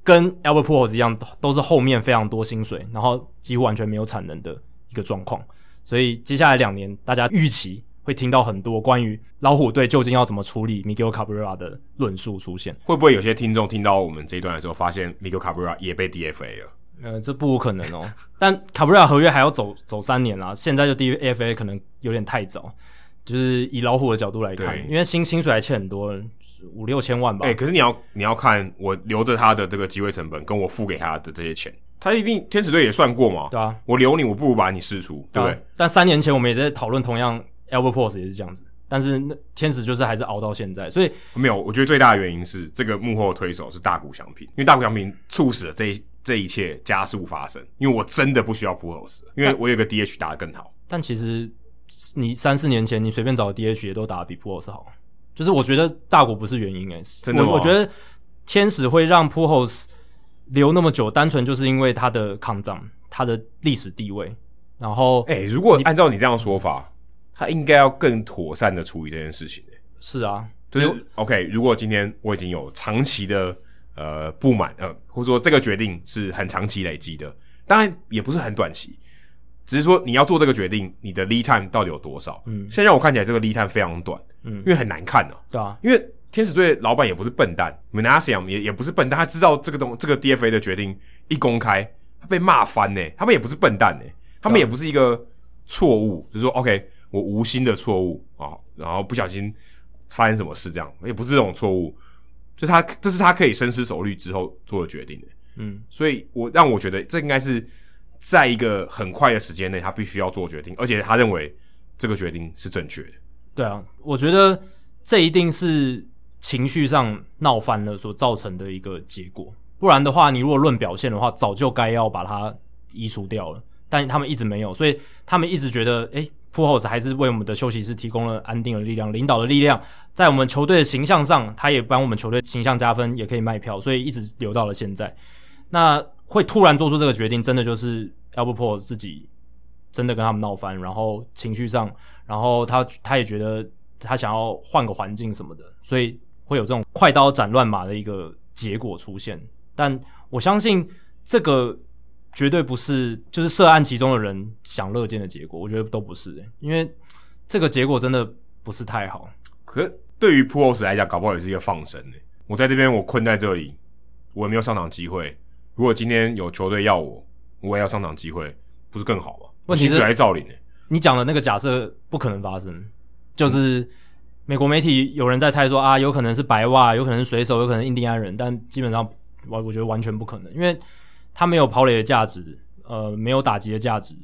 跟 Albert Pujols 一样，都是后面非常多薪水，然后几乎完全没有产能的一个状况。所以接下来两年，大家预期会听到很多关于老虎队究竟要怎么处理 Miguel Cabrera 的论述出现。会不会有些听众听到我们这一段的时候，发现 Miguel Cabrera 也被 DFA 了？呃，这不可能哦。 但卡布拉合约还要走走三年啦，现在就 DFA 可能有点太早。就是以老虎的角度来看对，因为薪薪水还欠很多，五六千万吧。哎、可是你要你要看我留着他的这个机会成本，跟我付给他的这些钱，他一定天使队也算过嘛？对啊，我留你，我不如把你释出，对不啊对？但三年前我们也在讨论同样 Albert p o s 也是这样子，但是那天使就是还是熬到现在，所以没有，我觉得最大的原因是这个幕后推手是大谷翔平，因为大谷翔平促使了这一这一切加速发生。因为我真的不需要普侯斯，因为我有个 DH 打得更好。但其实你三四年前你随便找的 DH 也都打得比 p u o s 好，就是我觉得大谷不是原因诶、欸真的吗我我觉得天使会让 p u o s 留那么久，单纯就是因为他的抗战，他的历史地位，然后、哎、如果按照你这样说法，他应该要更妥善的处理这件事情、是啊，就是 OK，如果今天我已经有长期的呃不满，呃，或者说这个决定是很长期累积的，当然也不是很短期，只是说你要做这个决定，你的 lead time 到底有多少？嗯，现在让我看起来这个 lead time 非常短，嗯因为很难看呢、啊，对啊，因为。天使队老板也不是笨蛋 m a n a s i a m 也也不是笨蛋，他知道这个东这个 DFA 的决定一公开，他被骂翻呢、他们也不是笨蛋呢、他们也不是一个错误，就是说 OK，我无心的错误啊，然后不小心发生什么事这样，也不是这种错误，就是他这是他可以深思熟虑之后做的决定的，嗯，所以我让我觉得这应该是在一个很快的时间内，他必须要做决定，而且他认为这个决定是正确的。对啊，我觉得这一定是情绪上闹翻了所造成的一个结果。不然的话，你如果论表现的话，早就该要把它移除掉了。但他们一直没有，所以他们一直觉得，诶 p u h o s 还是为我们的休息室提供了安定的力量、领导的力量，在我们球队的形象上，他也帮我们球队形象加分，也可以卖票，所以一直留到了现在。那会突然做出这个决定，真的就是 Albert p o 自己真的跟他们闹翻，然后情绪上，然后他他也觉得他想要换个环境什么的，所以会有这种快刀斩乱麻的一个结果出现。但我相信这个绝对不是就是涉案其中的人想乐见的结果，我觉得都不是、因为这个结果真的不是太好。可是对于 p o s 来讲，搞不好也是一个放生呢、欸我在这边，我困在这里，我也没有上场机会。如果今天有球队要我，我也要上场机会，不是更好吗？问题是我薪水还照领呢、欸你讲的那个假设不可能发生，就是美国媒体有人在猜说啊，有可能是白袜，有可能是水手，有可能是印第安人，但基本上我我觉得完全不可能，因为他没有跑垒的价值，呃，没有打击的价值，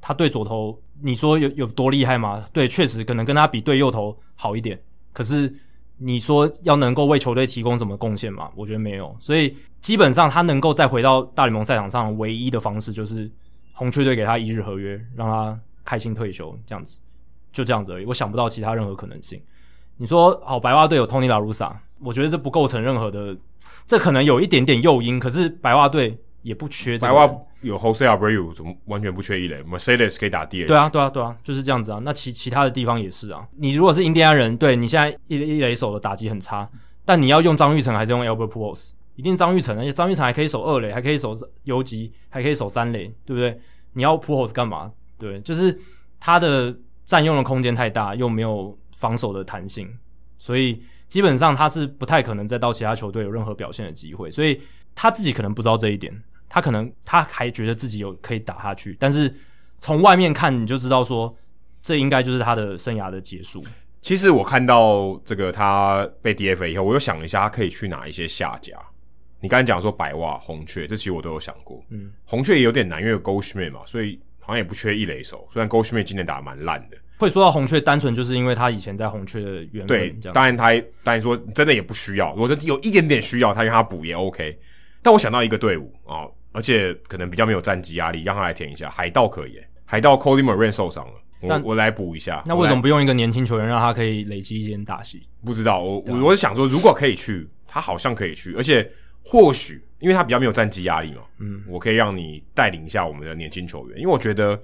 他对左投你说有有多厉害吗？对，确实可能跟他比对右投好一点，可是。你说要能够为球队提供什么贡献吗？我觉得没有，所以基本上他能够再回到大联盟赛场上，唯一的方式就是红雀队给他一日合约，让他开心退休，这样子，就这样子而已。我想不到其他任何可能性。你说好，白袜队有 Tony La Russa，我觉得这不构成任何的，这可能有一点点诱因，可是白袜队也不缺这白个袜人有 Jose Abreu，怎么完全不缺一垒？Mercedes 可以打 DH，对啊，对啊，对啊，就是这样子啊。那其其他的地方也是啊。你如果是印第安人，对你现在一一垒手的打击很差，但你要用张玉成还是用 Albert Pujols？一定张玉成啊，因为张玉成还可以守二垒，还可以守游击，还可以守三垒，对不对？你要 Pujols 干嘛？对，就是他的占用的空间太大，又没有防守的弹性，所以基本上他是不太可能再到其他球队有任何表现的机会。所以他自己可能不知道这一点，他可能他还觉得自己有可以打下去，但是从外面看你就知道说，这应该就是他的生涯的结束。其实我看到这个他被 DFA 以后，我又想了一下，他可以去哪一些下家。你刚才讲说白袜、红雀，这其实我都有想过。嗯，红雀也有点难，因为有 g o s h m a n 嘛，所以好像也不缺一垒手。虽然 g o s h m a n 今年打得蛮烂的，会说到红雀，单纯就是因为他以前在红雀的缘对分，这，样。当然他当然说真的也不需要，如果真有一点点需要，他让他补也 OK。但我想到一个队伍哦，而且可能比较没有战绩压力，让他来填一下。海盗可以，海盗 Cody Moran 受伤了，我但我来补一下。那我为来什么不用一个年轻球员，让他可以累积一点打戏？不知道，我我我是想说，如果可以去，他好像可以去，而且或许因为他比较没有战绩压力嘛，嗯，我可以让你带领一下我们的年轻球员，因为我觉得，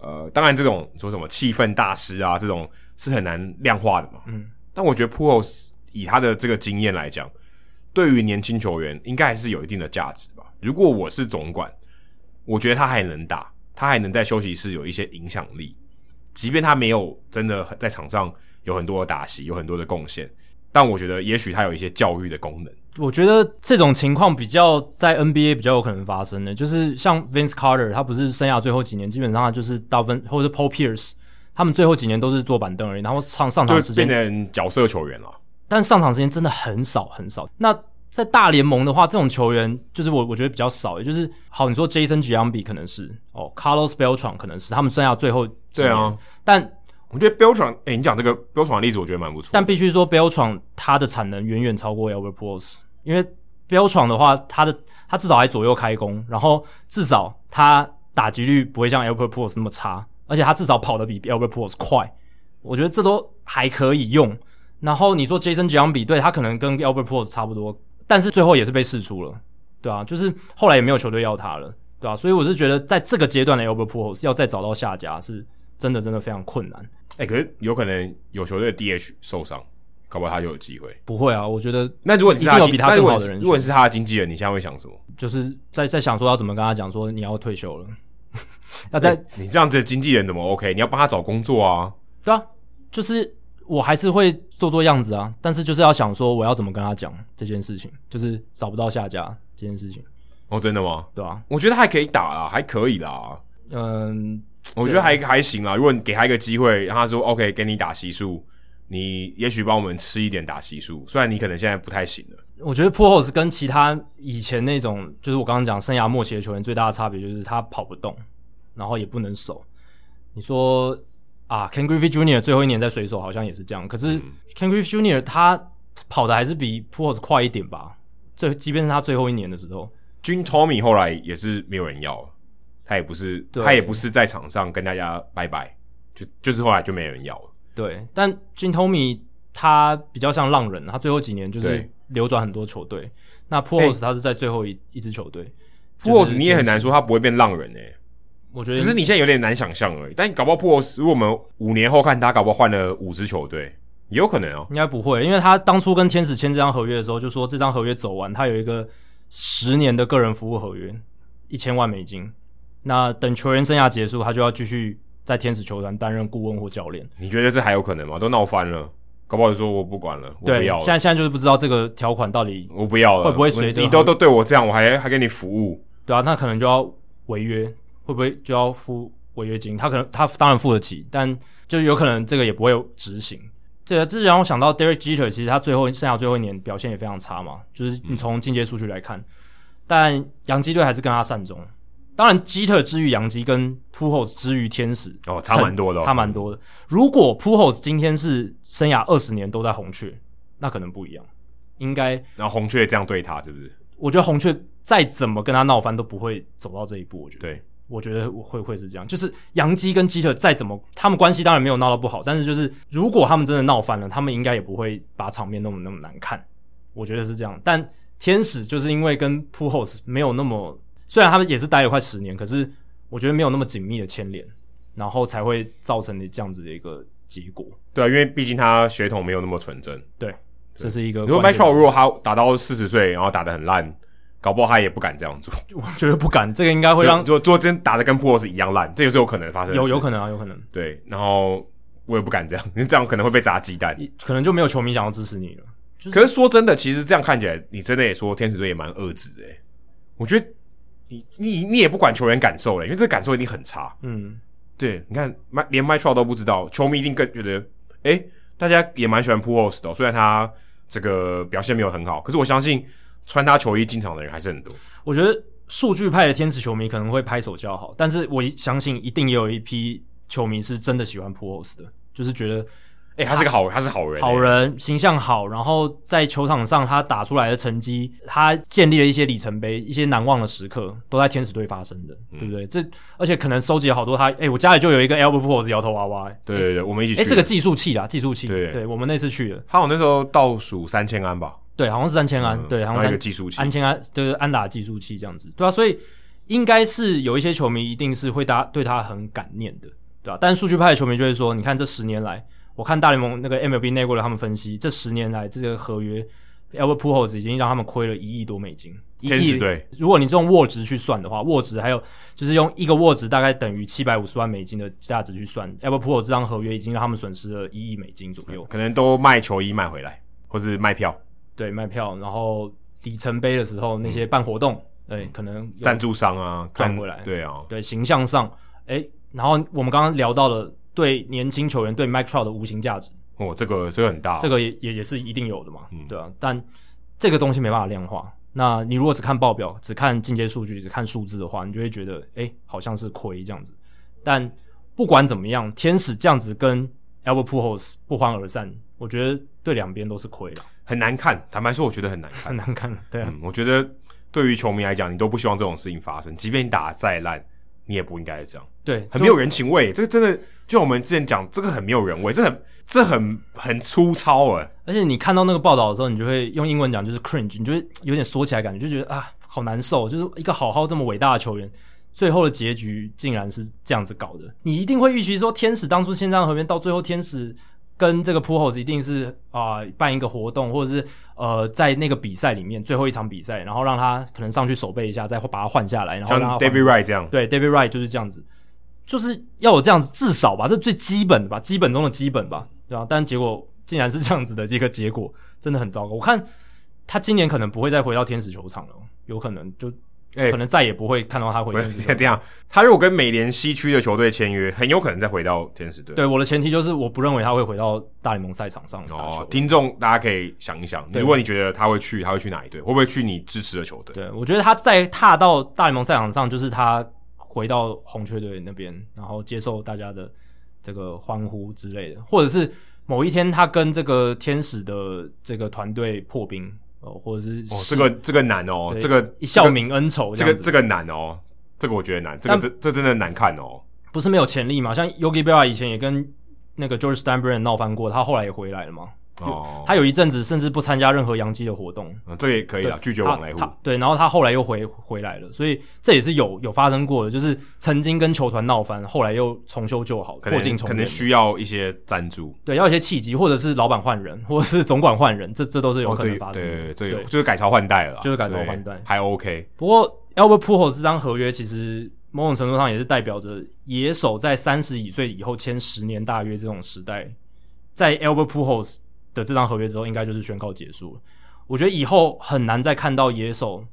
呃，当然这种说什么气氛大师啊，这种是很难量化的嘛，嗯，但我觉得 Pujols 以他的这个经验来讲，对于年轻球员应该还是有一定的价值吧。如果我是总管，我觉得他还能打，他还能在休息室有一些影响力，即便他没有真的在场上有很多的打席，有很多的贡献，但我觉得也许他有一些教育的功能。我觉得这种情况比较在 NBA 比较有可能发生的，就是像 Vince Carter，他不是生涯最后几年基本上他就是大部分或者是 Paul Pierce，他们最后几年都是坐板凳而已，然后上上场就时变间成角色球员了。但上场时间真的很少很少。那在大联盟的话，这种球员就是我我觉得比较少，也就是好，你说 Jason Giambi 可能是哦，Carlos Beltran 可能是他们生涯最后几对年啊，但我觉得标准，哎、你讲这个标准的例子，我觉得蛮不错。但必须说 Beltran 他的产能远远超过 Albert Pujols，因为 Beltran 的话，他的他至少还左右开弓，然后至少他打击率不会像 Albert Pujols 那么差，而且他至少跑得比 Albert Pujols 快，我觉得这都还可以用。然后你说 Jason Giambi，对他可能跟 Albert Pujols 差不多，但是最后也是被释出了，对啊，就是后来也没有球队要他了，对啊，所以我是觉得在这个阶段的 Albert Pujols 要再找到下家是真的真的非常困难。哎、可是有可能有球队的 DH 受伤，搞不好他就有机会。不会啊，我觉得那如果你是他一定的有经比他那如果更好你的人选是如果你是他的经纪人，你现在会想什么？就是在在想说要怎么跟他讲说你要退休了， 要在、哎你这样子的经纪人怎么 OK？你要帮他找工作啊。对啊，就是我还是会做做样子啊，但是就是要想说我要怎么跟他讲这件事情，就是找不到下家这件事情，哦，真的吗？对啊，我觉得还可以打啦，还可以啦。嗯，我觉得还还行啦。如果你给他一个机会，让他说 OK，给你打席数，你也许帮我们吃一点打席数。虽然你可能现在不太行了，我觉得 p u o l s 跟其他以前那种就是我刚刚讲生涯末期的球员最大的差别就是他跑不动，然后也不能守。你说啊，Ken Griffey Jr. 最后一年在水手好像也是这样，可是 Ken Griffey Jr. 他跑的还是比 p u o l s 快一点吧？最即便是他最后一年的时候，君 Tommy 后来也是没有人要了，他也不是对他也不是在场上跟大家拜拜，就就是后来就没人要了。对，但 Jim Tomey 他比较像浪人，他最后几年就是对流转很多球队。那 p u o l s 他是在最后一、一支球队 p o s 你也很难，说他不会变浪人诶、我觉得只是你现在有点难想象而已。但搞不好 p o s 如果我们五年后看他，搞不好换了五支球队，也有可能哦、应该不会，因为他当初跟天使签这张合约的时候，就说这张合约走完，他有一个十年的个人服务合约，一千万美金。那等球员生涯结束，他就要继续在天使球团担任顾问或教练。你觉得这还有可能吗？都闹翻了，搞不好就说我不管了，我不对，要现了。在现在就是不知道这个条款到底我不要了，会不会随着你都都对我这样，我还还给你服务？对啊，那可能就要违约，会不会就要付违约金？他可能他当然付得起，但就有可能这个也不会有执行。这个这让我想到 Derek Jeter，其实他最后剩下最后一年表现也非常差嘛，就是嗯你从进阶数据来看，但洋基队还是跟他善终。当然，Jeter 之于洋基跟 Pujols 之于天使哦，差蛮多的、哦，差蛮多的。如果 Pujols 今天是生涯二十年都在红雀，那可能不一样。应该然后红雀这样对他，是不是？我觉得红雀再怎么跟他闹翻都不会走到这一步，我觉得。对，我觉得会会是这样，就是杨基跟基特再怎么，他们关系当然没有闹到不好，但是就是如果他们真的闹翻了，他们应该也不会把场面弄得那么难看，我觉得是这样。但天使就是因为跟 p u h o s 没有那么，虽然他们也是待了快十年，可是我觉得没有那么紧密的牵连，然后才会造成你这样子的一个结果。对啊，因为毕竟他血统没有那么纯正。对，这是一个你说关 m i 键 c h a e l 如果他打到四十岁，然后打得很烂，搞不好他也不敢这样做， 我觉得不敢，这个应该会让就做真打得跟 p o s 一样烂，这也是有可能发生的事。有有可能啊，有可能，对，然后我也不敢这样，因 为这样可能会被砸鸡蛋。可能就没有球迷想要支持你了。可是说真的，其实这样看起来，你真的也说天使队也蛮恶质的欸。我觉得你你你也不管球员感受了，因为这个感受一定很差。嗯，对，你看，麦连麦 t r o 都不知道，球迷一定更觉得，哎、大家也蛮喜欢 Pujols 的哦、虽然他这个表现没有很好，可是我相信穿他球衣进场的人还是很多。我觉得数据派的天使球迷可能会拍手叫好，但是我相信一定也有一批球迷是真的喜欢 p u o s 的，就是觉得哎、他是个好，他是好人、好。人、形象好，然后在球场上他打出来的成绩，他建立了一些里程碑、一些难忘的时刻，都在天使队发生的，对不对？这而且可能收集了好多他，哎、我家里就有一个 Albert p o r s 摇头娃娃、欸，对对对，我们一起去。哎、这个技术器啊，技术器，对我们那次去的，他好像那时候倒数三千安吧，对，好像是三千安，嗯对，好像还有是一个技术器安千安就是安打技术器这样子，对啊，所以应该是有一些球迷一定是会大对他很感念的，对啊，但是数据派的球迷就会说，你看这十年来，我看大联盟那个 MLB 内部的他们分析，这十年来这个合约 Albert Pujols 已经让他们亏了一亿多美金。一亿天使队，如果你这用沃值去算的话，沃值还有就是用一个沃值大概等于七百五十万美金的价值去算，Albert Pujols 这张合约已经让他们损失了一亿美金左右。可能都卖球衣卖回来，或是卖票对，卖票，然后里程碑的时候那些办活动，对，可能有嗯赞助商啊赚赞回来对啊，对形象上，哎，然后我们刚刚聊到了对年轻球员对 Mike Trout 的无形价值，哦，这个这个很大，这个也也也是一定有的嘛，嗯对啊，但这个东西没办法量化。那你如果只看报表、只看进阶数据、只看数字的话，你就会觉得，哎，好像是亏这样子。但不管怎么样，天使这样子跟 Albert Pujols 不欢而散，我觉得对两边都是亏了，很难看。坦白说，我觉得很难看。很难看。对啊，哎嗯，我觉得对于球迷来讲，你都不希望这种事情发生，即便你打得再烂，你也不应该这样，对，很没有人情味。这个真的，就我们之前讲，这个很没有人味，这很这很很粗糙啊。而且你看到那个报道的时候，你就会用英文讲就是 cringe，你就会有点缩起来感觉，就觉得啊，好难受，就是一个好好这么伟大的球员，最后的结局竟然是这样子搞的。你一定会预期说，天使当初签上合约，到最后天使跟这个 p u o s 一定是啊、办一个活动，或者是呃在那个比赛里面最后一场比赛，然后让他可能上去守备一下，再把他换下来，然后像让他 David 换 Wright 这样，对 David Wright 就是这样子，就是要有这样子，至少吧，这最基本的吧，基本中的基本吧，对啊，但结果竟然是这样子的这个结果，真的很糟糕。我看他今年可能不会再回到天使球场了，有可能就、哎可能再也不会看到他回不天是使球场。这样。他如果跟美联西区的球队签约，很有可能再回到天使队。对我的前提就是，我不认为他会回到大联盟赛场上打球。哦，听众大家可以想一想，如果你觉得他会去，他会去哪一队？会不会去你支持的球队？对，我觉得他再踏到大联盟赛场上，就是他回到红雀队那边，然后接受大家的这个欢呼之类的，或者是某一天他跟这个天使的这个团队破冰，呃，或者是哦，这个这个难哦，对这个一笑泯恩仇这这个样子，这个难哦，这个我觉得难，这个但这这真的难看哦。不是没有潜力嘛？像 Yogi Berra 以前也跟那个 George Steinbrenner 闹翻过，他后来也回来了嘛。哦，他有一阵子甚至不参加任何洋基的活动，嗯这个也可以啦，拒绝他往来户他。对，然后他后来又回回来了，所以这也是有有发生过的，就是曾经跟球团闹翻，后来又重修旧好，可破镜能重可圆。能需要一些赞助，对，要一些契机，或者是老板换人，或者是总管换人，这这都是有哦可对能发生的。对，这有就是改朝换代了啦，啊就是改朝对换代还 OK。不过 Albert Pujols 这张合约其实某种程度上也是代表着野手在三十以岁以后签十年大约这种时代，在 Albert Pujols 的这张合约之后，应该就是宣告结束了。我觉得以后很难再看到野手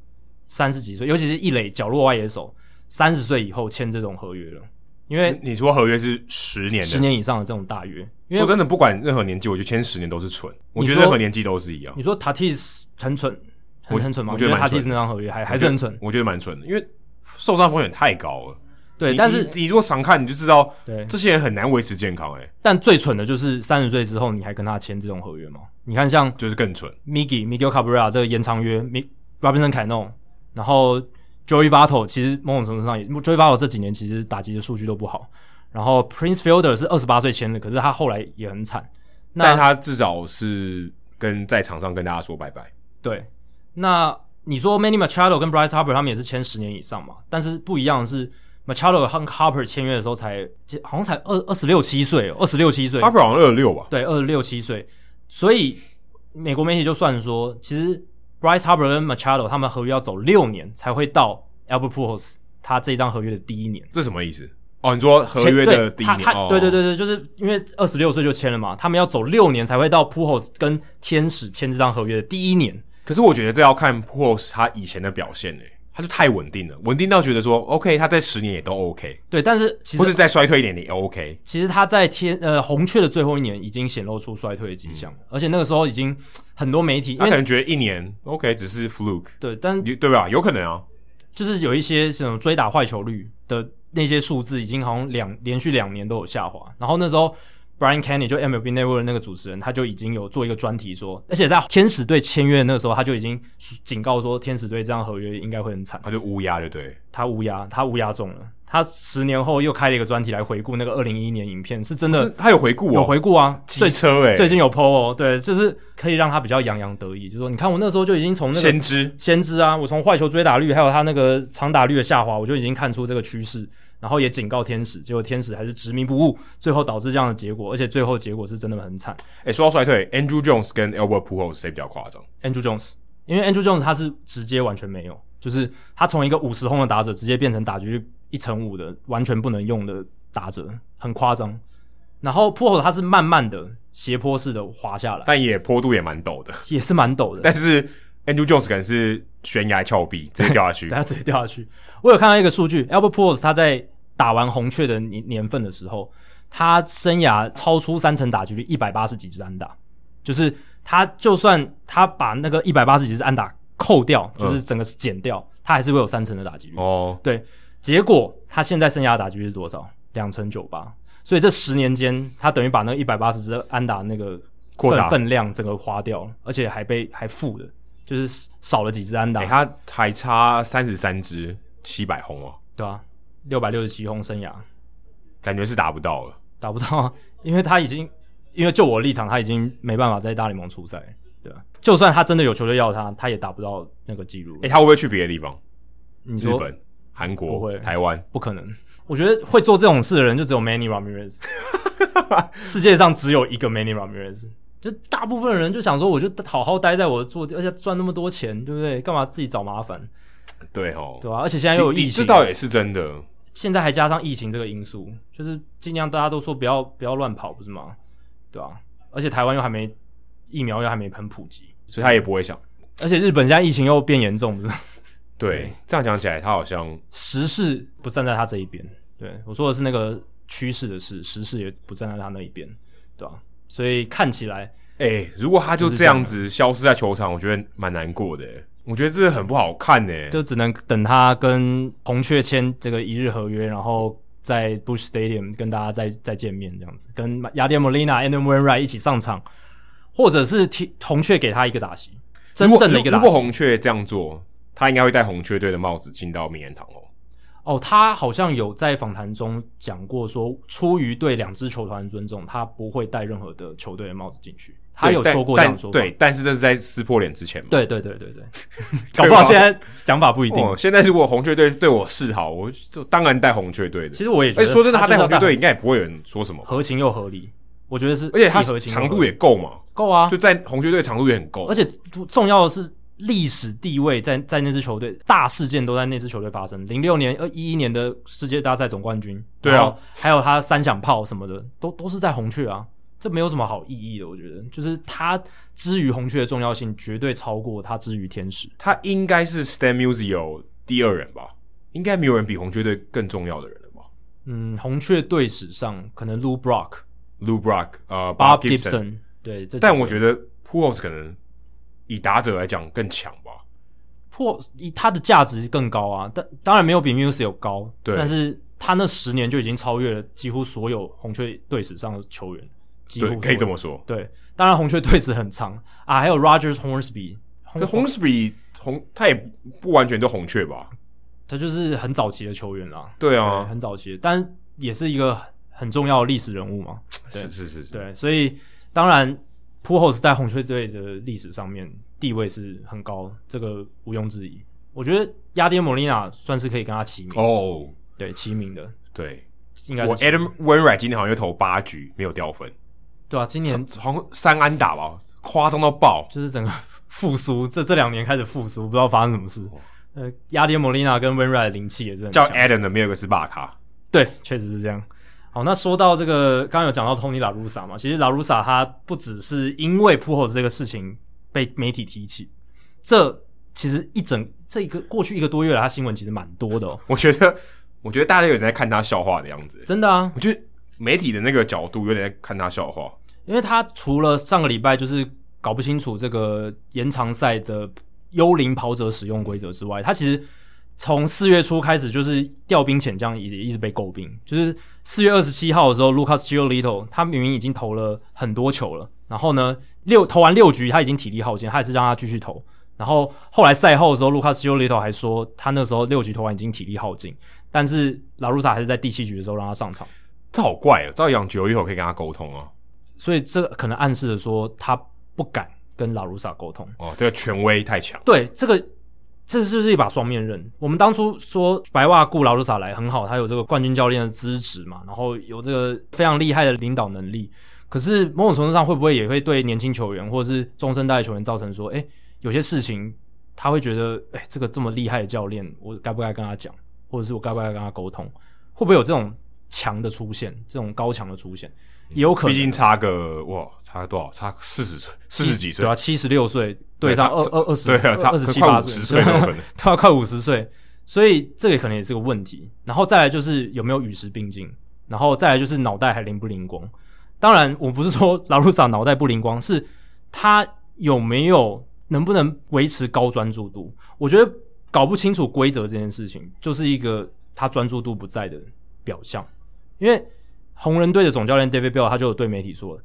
三十几岁，尤其是一垒角落外野手三十岁以后签这种合约了，因为你说合约是十年的，十年以上的这种大约，因为说真的，不管任何年纪，我觉得签十年都是蠢。我觉得说任何年纪都是一样你，说 Tatis 很蠢，很我很蠢吗？我觉得蛮 Tatis 蠢的那张合约还还是很蠢，我觉得蛮蠢的，因为受伤风险太高了。对，你但是你你如果常看，你就知道对，这些人很难维持健康、欸，哎，但最蠢的就是三十岁之后你还跟他签这种合约吗？你看像就是更蠢。 Miggy、Miguel Cabrera 这个延长约，Mi- Robinson Cano，然后 Joey Votto 其实某种程度上也，Joey Votto 这几年其实打击的数据都不好。然后 Prince Fielder 是二十八岁签的，可是他后来也很惨。那但他至少是跟在场上跟大家说拜拜。对，那你说 Manny Machado 跟 Bryce Harper 他们也是签十年以上嘛？但是不一样的是，Machado 和 Harper 签约的时候才好像才二二十六七岁哦，二十六七岁，他好像二六吧，对，二十六七岁，所以美国媒体就算说，其实 Bryce Harper 跟 Machado 他们合约要走六年才会到 Albert Pujols 他这张合约的第一年。这什么意思？哦，你说合约的第一对年他，哦他对对对对，就是因为二十六岁就签了嘛，他们要走六年才会到 Pujols 跟天使签这张合约的第一年。可是我觉得这要看 p o s 他以前的表现诶、欸他就太稳定了，稳定到觉得说 OK，他在十年也都 OK，对，但是其或者实再衰退一点也 OK。其实他在天呃红雀的最后一年已经显露出衰退的迹象了，而且那个时候已经很多媒体因他可为能觉得一年 OK 只是 fluke，对，但啊有对吧？有可能啊，就是有一些什么追打坏球率的那些数字，已经好像两连续两年都有下滑。然后那时候 Brian Kenny 就 MLB Network 的那个主持人，他就已经有做一个专题说，而且在天使队签约的那时候，他就已经警告说，天使队这样合约应该会很惨。他就乌鸦，对不对？他乌鸦，他乌鸦中了。他十年后又开了一个专题来回顾那个二零一一年影片，是真这的他有回顾有哦，回顾啊，最机车哎，最近有 PO 哦，对，就是可以让他比较洋洋得意，就说你看我那时候就已经从那个先知先知啊，我从坏球追打率还有他那个长打率的下滑，我就已经看出这个趋势，然后也警告天使，结果天使还是执迷不悟，最后导致这样的结果，而且最后结果是真的很惨。哎，说到衰退，Andrew Jones 跟 Albert Pujols 谁比较夸张？ Andrew Jones，因为 Andrew Jones 他是直接完全没有，就是他从一个五十轰的打者直接变成打局一乘五的完全不能用的打者，很夸张。然后 p o 他是慢慢的斜坡式的滑下来，但也坡度也蛮陡的。 也是蛮陡的。但是 Andrew Jones 可能是悬崖峭壁，直接掉下 去等。下直接掉下去。我有看到一个数据，Albert p o r s 他在打完红雀的年年份的时候，他生涯超出三成打击率一百八十几支安打，就是他就算他把那个一百八十几支安打扣掉，就是整个减掉，他还是会有三成的打击率。嗯哦，对，结果他现在生涯打击率是多少？两成九八。所以这十年间，他等于把那一百八十支安打那个扩大份分量整个花掉了，而且还被还负的，就是少了几支安打。哎、他还差三十三支七百轰哦，对啊，六百六十七轰生涯感觉是达不到了。打不到啊， 因为他已经，因为就我的立场，他已经没办法在大联盟出赛，对啊，就算他真的有球队要他，他也达不到那个记录。哎、他会不会去别的地方？你日说本、韩不国会、台湾？不可能？我觉得会做这种事的人就只有 Manny Ramirez，世界上只有一个 Manny Ramirez。就大部分的人就想说，我就好好待在我的坐地，而且赚那么多钱，对不对？干嘛自己找麻烦，对哦，对吧、啊而且现在又有你疫你情这，倒也是真的。现在还加上疫情这个因素，就是尽量大家都说不要不要乱跑，不是吗？对啊，而且台湾又还没疫苗又还没很普及，所以他也不会想。而且日本现在疫情又变严重，不是吗？对，这样讲起来，他好像时事不站在他这一边，对我说的是那个趋势的事，时事也不站在他那一边，对啊，所以看起来哎、如果他就就是这这样样子消失在球场，我觉得蛮难过的。欸我觉得这很不好看欸呢。就只能等他跟红雀签这个一日合约，然后在 Bush Stadium 跟大家再再见面，这样子跟雅典 Molina、Adam Wainwright 一起上场，或者是踢红雀给他一个打席，真如果正的一个如打果席。红雀这样做，他应该会戴红雀队的帽子进到名人堂哦。哦，他好像有在访谈中讲过说，出于对两支球团的尊重，他不会戴任何的球队的帽子进去。他对有但说过这但样说法，对，但是这是在撕破脸之前嘛。对对对对对，搞不好对吧现在讲法不一定。哦，现在如果红雀队对我示好，我就当然带红雀队的。其实我也觉而得，哎且说真的，他就是带要红戴雀队应该也不会有人说什么，合情又合理，我觉得是，而且他既合情又长合度理也够嘛，够啊，就在红雀队长度也很够而。且重要的是历史地位在在那支球队，大事件都在那支球队发生。零六年、呃一一年的世界大赛总冠军，对啊，还有他三响炮什么的，都都是在红雀啊，这没有什么好意义的。我觉得，就是他之于红雀的重要性，绝对超过他之于天使。他应该是 Stan Musial 第二人吧，应该没有人比红雀队更重要的人了吧嗯，红雀队史上可能 Lou Brock、 ？Lou Brock，呃 Bob ，Bob Gibson， Gibson，对，这但我觉得 Pujols 可能以打者来讲更强吧。破以他的价值更高啊，但当然没有比 Muse 有高，对但是他那十年就已经超越了几乎所有红雀队史上的球员，几乎对，所可以有这么说。对。当然红雀队史很长啊，还有 Rogers Hornsby，这红 Hornsby 红，他也不完全都红雀吧？他就是很早期的球员啦，对对啊，很早期的，但也是一个很重要的历史人物嘛，对是是是是。对，所以当然 p u h o s 在红雀队的历史上面地位是很高，这个毋庸置疑。我觉得亚迪莫利娜算是可以跟他齐名，哦，对齐名的，对，应该是我齐名 Adam Wainwright 今天好像又投八局，没有掉分，对啊，今年好像三安打吧，夸张到爆。就是整个 复苏，这这两年开始复苏，不知道发生什么事。呃，亚迪莫利娜跟温瑞的灵气也是很叫强， Adam 的没有一个是巴卡，对，确实是这样。好，那说到这个，刚刚有讲到 Tony La Russa 嘛，其实 La Russa 他不只是因为 p u h o 这个事情被媒体提起，这其实一整这一个过去一个多月来，他新闻其实蛮多的哦，我觉得，我觉得大家有点在看他笑话的样子。欸真的啊，我觉得媒体的那个角度有点在看他笑话。因为他除了上个礼拜就是搞不清楚这个延长赛的幽灵跑者使用规则之外，他其实从四月初开始就是调兵遣将，也一直被诟病。就是四月二十七号的时候，Lucas Giolito 他明明已经投了很多球了，然后呢六投完六局他已经体力耗尽，他还是让他继续投。然后后来赛后的时候，Lucas Giolito 还说他那时候六局投完已经体力耗尽，但是拉鲁萨还是在第七局的时候让他上场。这好怪哦，照养久以后可以跟他沟通哦。所以这可能暗示着说他不敢跟拉鲁萨沟通。哦，这个权威太强。对，这个这就是一把双面刃。我们当初说白袜雇劳鲁萨来很好，他有这个冠军教练的资质嘛，然后有这个非常厉害的领导能力。可是某种程度上，会不会也会对年轻球员或者是中生代的球员造成说，哎、有些事情他会觉得，哎、这个这么厉害的教练，我该不该跟他讲，或者是我该不该跟他沟通？会不会有这种强的出现，这种高强的出现，也有可能毕。竟差个哇，差多少？差四十岁，四十几岁对啊，，七十六岁对上差二二二十，对啊，差二十七快八啊五十岁了 可能。他快五十岁，所以这个可能也是个问题。然后再来就是有没有与时并进，然后再来就是脑袋还灵不灵光。当然，我不是说拉鲁萨脑袋不灵光，是他有没有能不能维持高专注度？我觉得搞不清楚规则这件事情，就是一个他专注度不在的表象。因为红人队的总教练 David Bell 他就有对媒体说了。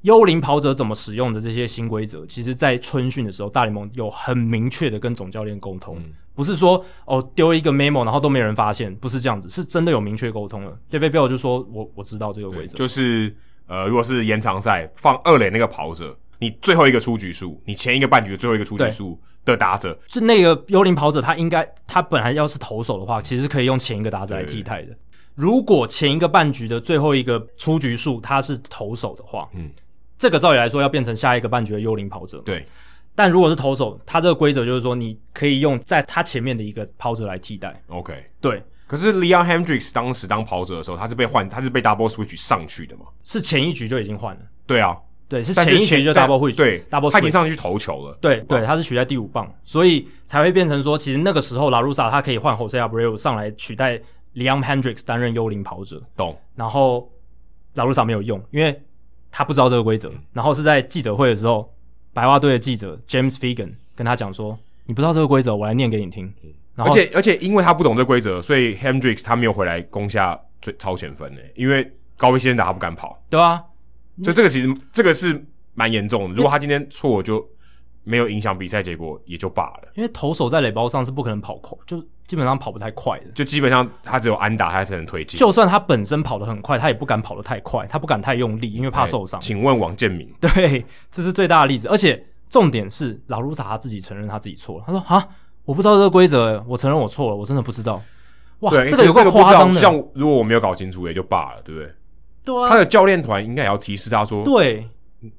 幽灵跑者怎么使用的这些新规则，其实，在春训的时候，大联盟有很明确的跟总教练沟通，不是说哦丢一个 memo 然后都没人发现，不是这样子，是真的有明确沟通了。David Bell 就说我我知道这个规则，就是呃，如果是延长赛放二垒那个跑者，你最后一个出局数，你前一个半局的最后一个出局数的打者，就那个幽灵跑者，他应该他本来要是投手的话，其实是可以用前一个打者来替代的。如果前一个半局的最后一个出局数他是投手的话，嗯嗯，这个照理来说要变成下一个半局的幽灵跑者嘛，对，但如果是投手，他这个规则就是说，你可以用在他前面的一个抛者来替代。 OK。对，可是 Leon Hendricks 当时当跑者的时候，他是被换，他是被 Double Switch 上去的嘛？是前一局就已经换了。对啊，对，是但前是一局就 double 会对 double 他已经 switch 上去嗯投球了。对对，他是取代第五棒，所以才会变成说，其实那个时候拉鲁萨他可以换 Jose Abreu 上来取代 Leon Hendricks 担任幽灵跑者，懂，然后拉鲁萨没有用，因为他不知道这个规嗯则。然后是在记者会的时候，白袜队的记者 James Fegan 跟他讲说：“你不知道这个规则，我来念给你听。”然嗯而后且而且因为他不懂这规则，所以 Hendricks 他没有回来攻下最超前分诶、欸因为高威先生打他不敢跑，对啊，所以这个其实这个是蛮严重的。如果他今天错，就没有影响比赛结果也就罢了。因为投手在垒包上是不可能跑快，就基本上跑不太快的。就基本上他只有安打，他才能推进，就算他本身跑得很快，他也不敢跑得太快，他不敢太用力，因为怕受伤。欸请问王建民， 对，这是最大的例子。而且重点是，老卢塔他自己承认他自己错了。他说：“啊，我不知道这个规则，我承认我错了，我真的不知道。”哇，对，个有可够是这不夸知道张的。像如果我没有搞清楚也就罢了，对不对？对啊，他的教练团应该也要提示他说，对，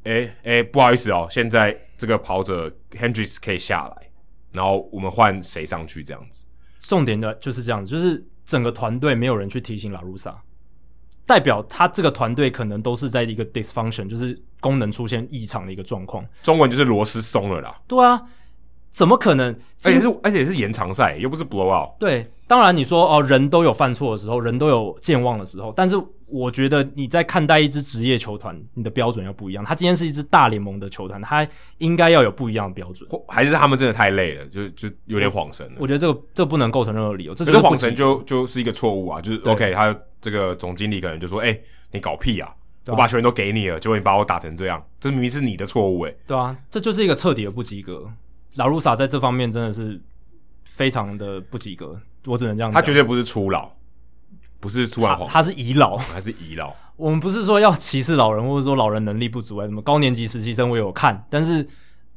哎哎、诶不好意思哦，现在这个跑者 Hendricks 可以下来，然后我们换谁上去这样子。重点的就是这样子，就是整个团队没有人去提醒拉鲁萨，代表他这个团队可能都是在一个 dysfunction，就是功能出现异常的一个状况。中文就是螺丝松了啦，对啊，怎么可能？而且是而且是延长赛，又不是 blowout。对，当然你说哦，人都有犯错的时候，人都有健忘的时候，但是我觉得你在看待一支职业球团，你的标准要不一样。他今天是一支大联盟的球团，他应该要有不一样的标准。或还是他们真的太累了，就就有点晃神了。我觉得这个这不能构成任何理由，这可就是是不晃神及就就是一个错误啊，就是对 OK，他这个总经理可能就说：“哎、你搞屁啊！对我啊把球员都给你了，结果你把我打成这样，这明明是你的错误哎。对啊，这就是一个彻底的不及格。拉鲁萨在这方面真的是非常的不及格，我只能这样他讲。绝对不是初老，不是突然他晃，他是遗老，还是遗老。我们不是说要歧视老人，或者说老人能力不足啊，什么高年级实习生我有看，但是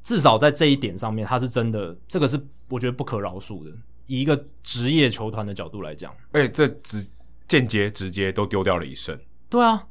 至少在这一点上面，他是真的，这个是我觉得不可饶恕的。以一个职业球团的角度来讲，而且哎这直间接直接都丢掉了一胜，对啊，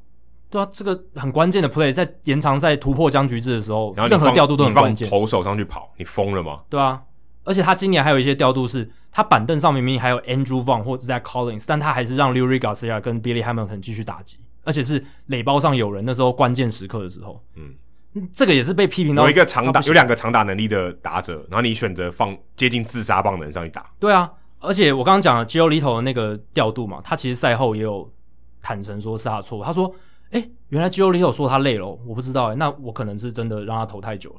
对啊，这个很关键的 play 在延长赛突破僵局制的时候，然后你任何放调度都很你放关键，投手上去跑，你疯了吗？对啊。而且他今年还有一些调度是，他板凳上明明还有 Andrew Vaughn 或 Zach Collins，但他还是让 Lurie Garcia 跟 Billy Hamilton 继续打击，而且是垒包上有人，那时候关键时刻的时候，嗯，嗯这个也是被批评到有一个到长不打行有两个长打能力的打者，然后你选择放接近自杀棒的人上去打，对啊，而且我刚刚讲了 Gio 里头的那个调度嘛，他其实赛后也有坦诚说是他的错误。他说：“哎、原来 Gio 里头说他累了哦，我不知道哎、那我可能是真的让他投太久了。”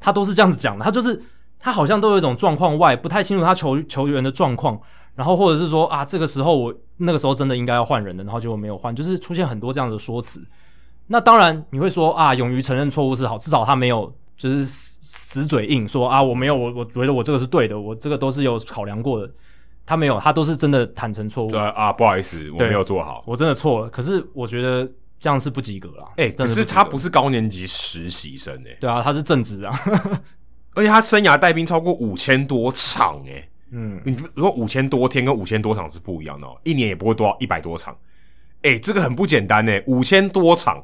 他都是这样子讲的，他就是他好像都有一种状况外，不太清楚他球球员的状况，然后或者是说啊，这个时候我那个时候真的应该要换人的，然后结果没有换，就是出现很多这样的说辞。那当然你会说啊，勇于承认错误是好，至少他没有就是死死嘴硬说啊，我没有，我我觉得我这个是对的，我这个都是有考量过的。他没有，他都是真的坦诚错误对，啊啊，不好意思，我对没有做好。我真的错了。可是我觉得这样是不及格啦。哎、真可的是及他格不是高年级实习生哎、对啊，他是正直啊。而且他生涯带兵超过五千多场哎、嗯，你如果五千多天跟五千多场是不一样的哦，一年也不会多到一百多场。哎、这个很不简单呢、哎五千多场，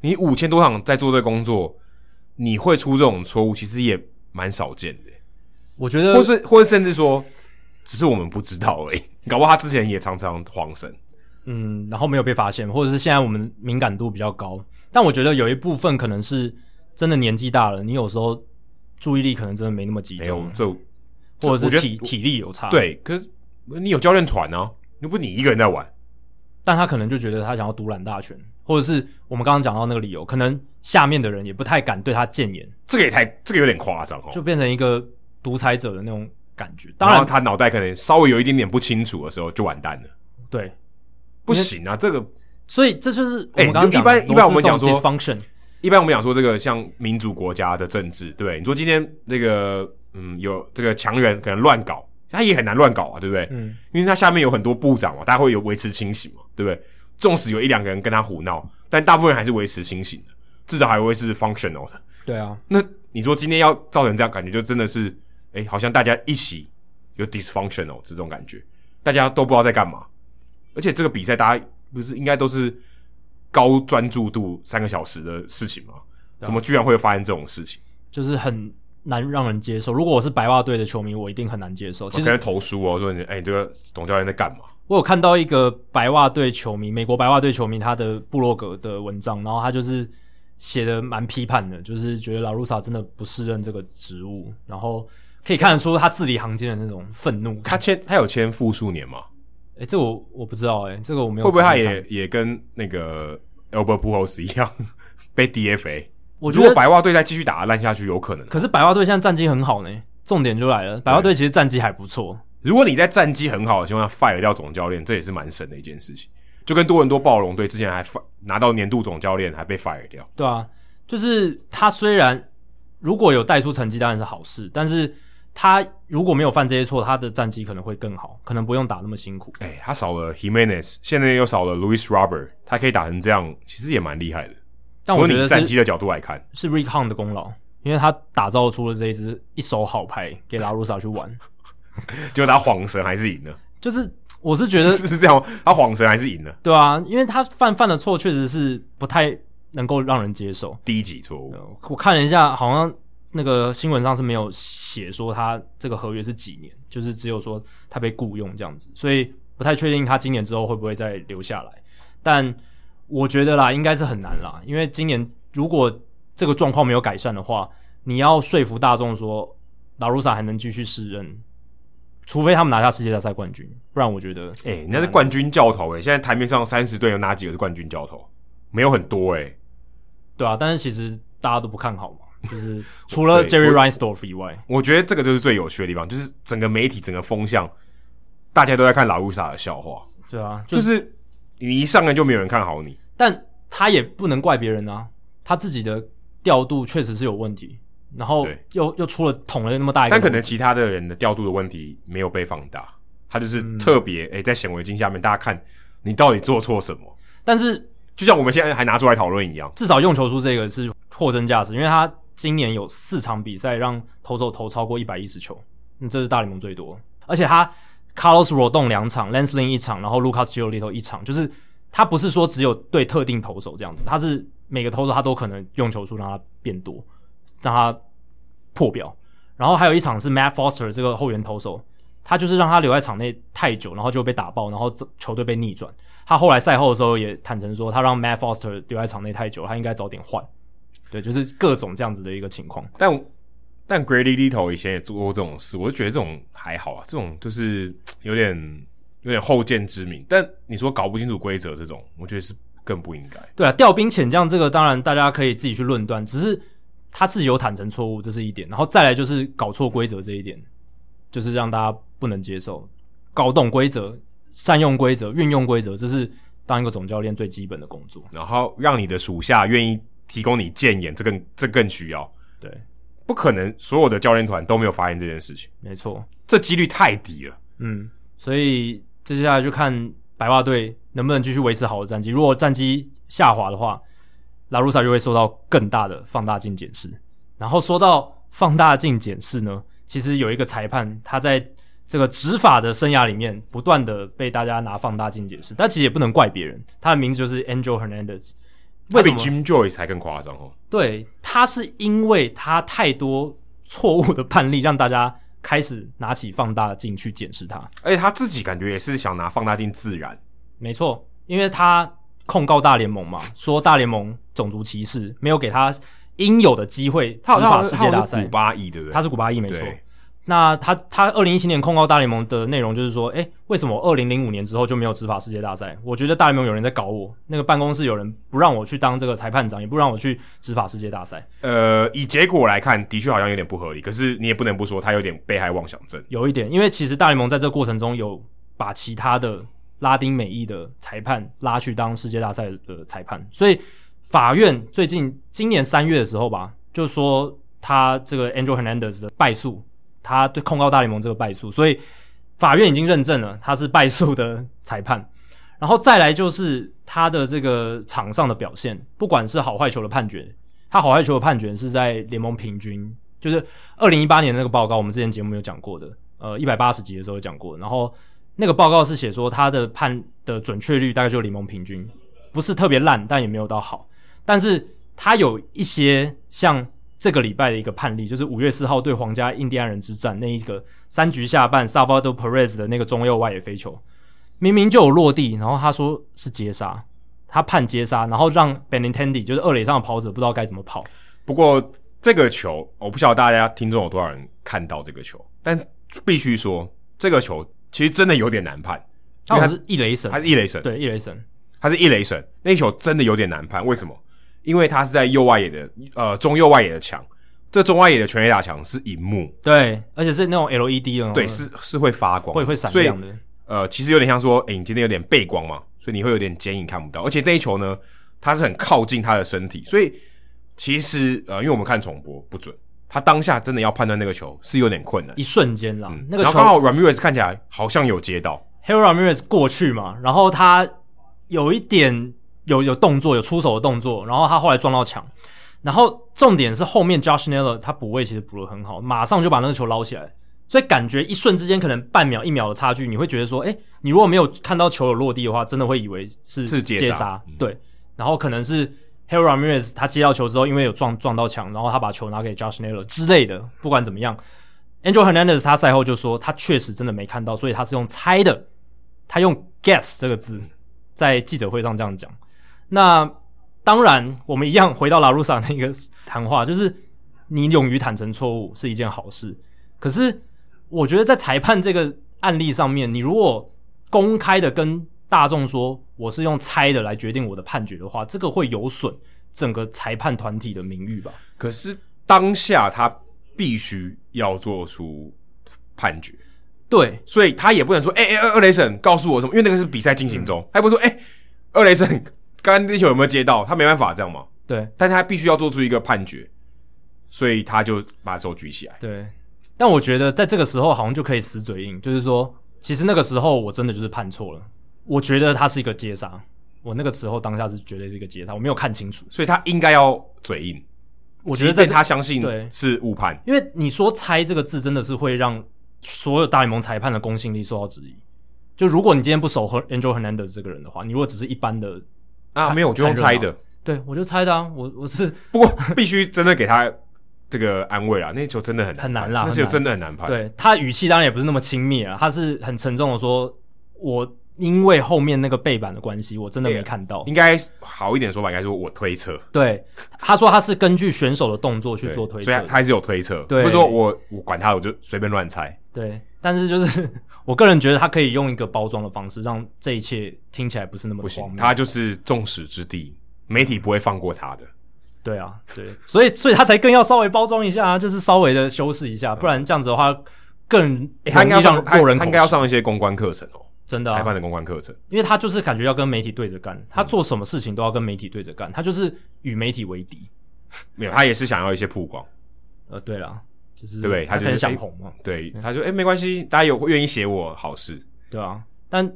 你五千多场在做这个工作，你会出这种错误，其实也蛮少见的、我觉得或是或是甚至说，只是我们不知道而已。搞不好他之前也常常慌神，嗯，然后没有被发现，或者是现在我们敏感度比较高。但我觉得有一部分可能是真的年纪大了，你有时候注意力可能真的没那么集没有中，这，这或者是我觉得体体力有差。，对。可是你有教练团啊，又不是你一个人在玩。但他可能就觉得他想要独揽大权，或者是我们刚刚讲到那个理由，可能下面的人也不太敢对他谏言，这个也太，这个有点夸张哦。就变成一个独裁者的那种感觉。当然后然，他脑袋可能稍微有一点点不清楚的时候，就完蛋了。对，不行啊，这个所以这就是我哎们刚刚讲的、就一般一般我们讲说 dysfunction，一般我们讲说这个像民主国家的政治，对不对？你说今天那个嗯，有这个强人可能乱搞，他也很难乱搞啊，对不对？嗯，因为他下面有很多部长嘛，大家会有维持清醒嘛，对不对？纵使有一两个人跟他胡闹，但大部分人还是维持清醒的，至少还会是 functional 的。对啊，那你说今天要造成这样感觉，就真的是，哎、好像大家一起有 dysfunctional 这种感觉，大家都不知道在干嘛。而且这个比赛大家不是应该都是高专注度三个小时的事情吗？怎么居然会发生这种事情？就是很难让人接受。如果我是白袜队的球迷，我一定很难接受。我其现实在投诉哦，说你哎、你这个董教练在干嘛？我有看到一个白袜队球迷，美国白袜队球迷他的部落格的文章，然后他就是写的蛮批判的，就是觉得拉鲁萨真的不适任这个职务，然后可以看得出他字里行间的那种愤怒。他签他有签复数年吗？哎、这我我不知道、诶哎，这个我没有。 会不会他看也也跟那个 Albert Pujols 一样 被 DFA？哎我觉如果得，白袜队再继续打烂下去，有可能。可是白袜队现在战绩很好呢、重点就来了，白袜队其实战绩还不错，如果你在战绩很好的情况下 fire 掉总教练，这也是蛮神的一件事情。就跟多伦多暴龙队之前还 fi- 拿到年度总教练，还被 fire 掉。对啊，就是他虽然如果有带出成绩当然是好事，但是他如果没有犯这些错，他的战绩可能会更好，可能不用打那么辛苦。哎、他少了 Jimenez，现在又少了 Louis Robert，他可以打成这样，其实也蛮厉害的。但我如觉果你得战是绩的角度来看，是 Rick Hunt 的功劳，因为他打造出了这一支一手好牌给拉鲁萨去玩。结果他晃神还是赢了， 就是我是觉得是是这样吗？他晃神还是赢了，对啊，因为他犯犯的错确实是不太能够让人接受。第一级错误。呃我看了一下，好像那个新闻上是没有写说他这个合约是几年，就是只有说他被雇佣这样子，所以不太确定他今年之后会不会再留下来。但我觉得啦，应该是很难啦，因为今年如果这个状况没有改善的话，你要说服大众说拉鲁萨还能继续适任，除非他们拿下世界大赛冠军，不然我觉得哎、人家是冠军教头哎、现在台面上三十队有哪几个是冠军教头？没有很多哎、对啊。但是其实大家都不看好嘛，就是除了对 Jerry 我 Reinsdorf 以外，我觉得这个就是最有趣的地方，就是整个媒体、整个风向，大家都在看拉乌萨的笑话。对啊，就。就是是你一上来就没有人看好你，但他也不能怪别人啊，他自己的调度确实是有问题，然后对又又出了捅了那么大一个但篓子，可能其他的人的调度的问题没有被放大，他就是特别诶、在显微镜下面大家看你到底做错什么，但是就像我们现在还拿出来讨论一样。至少用球数这个是货真价实，因为他今年有四场比赛让投手投超过一百一十球，嗯，这是大联盟最多，而且他 Carlos Rodon 两场，Lance Lynn 一场，然后 Lucas Giolito 一场，就是他不是说只有对特定投手这样子，他是每个投手他都可能用球数让他变多，让他破表。然后还有一场是 Matt Foster 这个后援投手，他就是让他留在场内太久，然后就被打爆，然后这球队被逆转。他后来赛后的时候也坦诚说，他让 Matt Foster 留在场内太久，他应该早点换。对，就是各种这样子的一个情况。但但 Grady Little 以前也做过这种事，我就觉得这种还好啊，这种就是有点有点后见之明。但你说搞不清楚规则这种，我觉得是更不应该。对啊，调兵遣将这个当然大家可以自己去论断，只是他自己有坦诚错误，这是一点。然后再来就是搞错规则这一点，就是让大家不能接受。搞懂规则、善用规则、运用规则，这是当一个总教练最基本的工作。然后让你的属下愿意提供你谏言，这更这更需要。对，不可能所有的教练团都没有发现这件事情，没错。这几率太低了。嗯，所以接下来就看白袜队能不能继续维持好的战绩。如果战绩下滑的话，拉鲁萨就会受到更大的放大镜检视。然后说到放大镜检视呢，其实有一个裁判，他在这个执法的生涯里面不断的被大家拿放大镜检视，但其实也不能怪别人，他的名字就是 Angel Hernandez。为他什比么？ Jim Joyce 还更夸张哦。对，他是因为他太多错误的判例，让大家开始拿起放大镜去检视他。而且他自己感觉也是想拿放大镜自然，没错，因为他控告大联盟嘛，说大联盟种族歧视，没有给他应有的机会执他好法像世他界大好像是赛古。巴裔，对不对？他是古巴裔，没错对。那他他二零一七年控告大联盟的内容就是说，诶，为什么二零零五年之后就没有执法世界大赛？我觉得大联盟有人在搞我，那个办公室有人不让我去当这个裁判长，也不让我去执法世界大赛。呃，以结果来看，的确好像有点不合理。可是你也不能不说，他有点被害妄想症。有一点，因为其实大联盟在这个过程中有把其他的拉丁美裔的裁判拉去当世界大赛的裁判，所以法院最近今年三月的时候吧，就说他这个 Angel Hernandez 的败诉，他对控告大联盟这个败诉，所以法院已经认证了他是败诉的裁判。然后再来就是他的这个场上的表现，不管是好坏球的判决，他好坏球的判决是在联盟平均，就是二零一八年那个报告，我们之前节目有讲过的，呃，一百八十集的时候有讲过。然后那个报告是写说他的判的准确率大概就是联盟平均，不是特别烂，但也没有到好。但是他有一些像这个礼拜的一个判例，就是五月四号对皇家印第安人之战那一个三局下半萨巴多 Perez 的那个中右外野飞球，明明就有落地，然后他说是接杀。他判接杀，然后让 Benintendi 就是二垒上的跑者不知道该怎么跑，不过这个球，我不晓得大家听众有多少人看到这个球，但必须说，这个球其实真的有点难判。他好像是一雷神他，是一雷神，对一雷神，他是一雷神，那球真的有点难判。为什么？因为他是在右外野的呃中右外野的墙，这中外野的全垒打墙是银幕，对，而且是那种 LED 的，对，是是会发光的，哦会会闪所以亮的，呃，其实有点像说，诶、你今天有点背光嘛，所以你会有点剪影看不到。而且那一球呢，它是很靠近他的身体，所以其实呃，因为我们看重播不准，他当下真的要判断那个球是有点困难。一瞬间啦，嗯那个嗯然球后刚好 Ramirez 看起来好像有接到， h e r o Ramirez 过去嘛，然后他有一点有有动作，有出手的动作，然后他后来撞到墙，然后重点是后面 Josh Naylor 他补位其实补的很好，马上就把那个球捞起来，所以感觉一瞬之间可能半秒一秒的差距，你会觉得说，哎、你如果没有看到球有落地的话，真的会嗯以为是是接杀接对，然后可能是 h e r o Ramirez 他接到球之后，因为有撞撞到墙，然后他把球拿给 Josh Naylor 之类的，不管怎么样。Angel Hernandez 他赛后就说，他确实真的没看到，所以他是用猜的，他用 guess 这个字在记者会上这样讲。那当然，我们一样回到拉鲁萨那个谈话，就是你勇于坦诚错误是一件好事。可是我觉得在裁判这个案例上面，你如果公开的跟大众说我是用猜的来决定我的判决的话，这个会有损整个裁判团体的名誉吧？可是当下他必须要做出判决，对，所以他也不能说，哎、哎、二二雷神告诉我什么，因为那个是比赛进行中，嗯他也不能说，哎、二雷神刚刚那球有没有接到，他没办法这样嘛。对，但他必须要做出一个判决，所以他就把手举起来。对，但我觉得在这个时候好像就可以死嘴硬，就是说，其实那个时候我真的就是判错了，我觉得他是一个接杀，我那个时候当下是绝对是一个接杀，我没有看清楚。所以他应该要嘴硬，我我觉得在这他相信对是误判，因为你说“猜”这个字，真的是会让所有大联盟裁判的公信力受到质疑。就如果你今天不熟和 Angel Hernandez 这个人的话，你如果只是一般的，啊，看没有，我就用猜的。对我就猜的啊，我我是不过必须真的给他这个安慰啦，那球真的很难很难判啦那很球难真的很难判。，对他语气当然也不是那么轻蔑啊，他是很沉重的说，我因为后面那个背板的关系，我真的没看到。应该好一点说法，应该说我推测，对，他说他是根据选手的动作去做推所以测他，他还是有推测，对不是说我我管他，我就随便乱猜。对，但是就是 我个人觉得他可以用一个包装的方式，让这一切听起来不是那么不不行，他就是众矢之的，媒体不会放过他的。对啊，对，所以所以他才更要稍微包装一下、啊，就是稍微的修饰一下，不然这样子的话更欸他应该容要易让上，他过人他口应该要实，上一些公关课程哦，真的、裁啊判，的嗯公关课程。因为他就是感觉要跟媒体对着干，他做什么事情都要跟媒体对着干，他就是与媒体为敌。没有，他也是想要一些曝光。呃，对啦，就是对他他就可是能想哎红嘛，对，他说：“哎、没关系，大家有愿意写我好事。对啊，但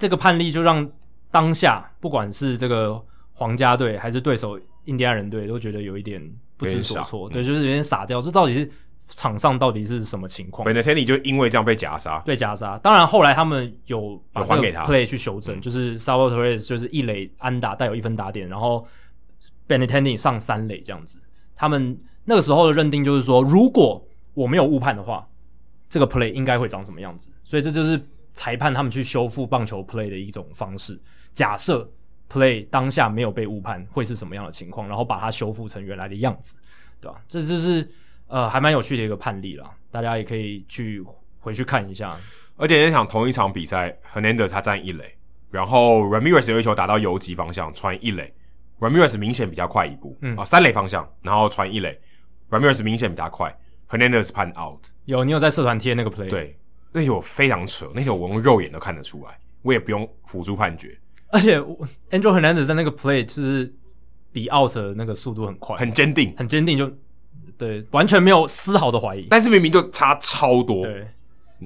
这个判例就让当下不管是这个皇家队还是对手印第安人队都觉得有一点不知所措，有对，就是有点傻掉，这到底是场上到底是什么情况？本 e n t 就因为这样被夹杀，对夹杀，当然后来他们有把有还这个给他嗯 play 去修正，就是 s a b a t o r e s 就是一垒安打带有一分打点，然后 Benetendi 上三垒这样子。他们那个时候的认定就是说，如果我没有误判的话，这个 play 应该会长什么样子。所以这就是裁判他们去修复棒球 play 的一种方式。假设 play 当下没有被误判，会是什么样的情况？然后把它修复成原来的样子，对吧、这就是呃还蛮有趣的一个判例啦，大家也可以去回去看一下。而且那场同一场比赛，Hernandez 他站一垒，然后 Ramirez 有一球打到游击方向传一垒，Ramirez 明显比较快一步，嗯啊，三垒方向，然后传一垒，Ramirez 明显比较快，Hernandez 判 out。有，你有在社团贴那个 play，，对，那球非常扯，那球我用肉眼都看得出来，我也不用辅助判决，而且我 Andrew 很难得在那个 play 就是比 out 的那个速度很快，很很坚定。很坚定就，对，完全没有丝毫的怀疑。但是明明就差超多，对，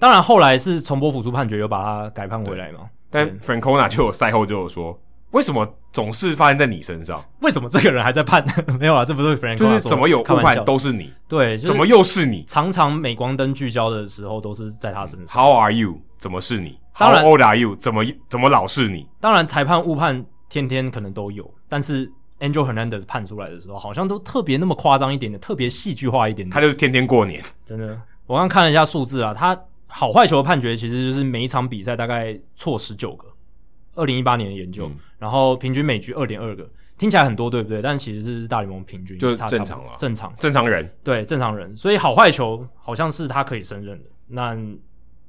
当然后来是重播辅助判决，有把它改判回来嘛？但 Francona 就有赛后就有说，为什么总是发生在你身上？为什么这个人还在判？ 没有啊，这不是 Frank，就是怎么有误开玩笑判都是你，对，就是怎么又是你常常镁光灯聚焦的时候都是在他身上。 ？How are you？怎么是你？How 当然 old are you？怎么怎么老是你？当然，裁判误判天天可能都有，但是 Angel Hernandez 判出来的时候，好像都特别那么夸张一点点，特别戏剧化一点点他。就是天天过年，真的，我刚看了一下数字啊，他好坏球的判决其实就是每一场比赛大概错十九个，二零一八年的研究，嗯然后平均每局二点二个，听起来很多，对不对？但其实是大联盟平均，就是差正常了正常正常人对正常人，所以好坏球好像是他可以胜任的。那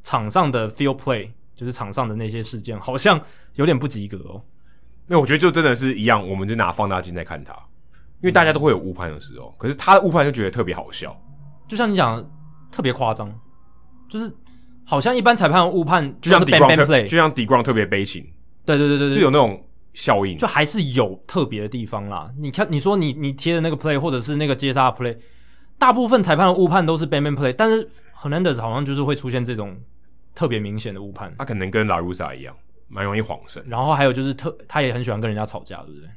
场上的 field play 就是场上的那些事件，好像有点不及格哦。那我觉得就真的是一样，我们就拿放大镜在看他，因为大家都会有误判的时候，可是他的误判就觉得特别好笑，就像你讲的，特别夸张，就是好像一般裁判误判就像是 d ban e g r o ban n 特， play，就像 d e g r o n 特别悲情，对对对对对，就有那种效应就。还是有特别的地方啦。你看，你说你你贴的那个 play 或者是那个接杀的 play，大部分裁判的误判都是 Batman play，但是 Hernandez 好像就是会出现这种特别明显的误判。他可能跟 La Russa 一样，蛮容易晃神。然后还有就是特，他也很喜欢跟人家吵架，对不对？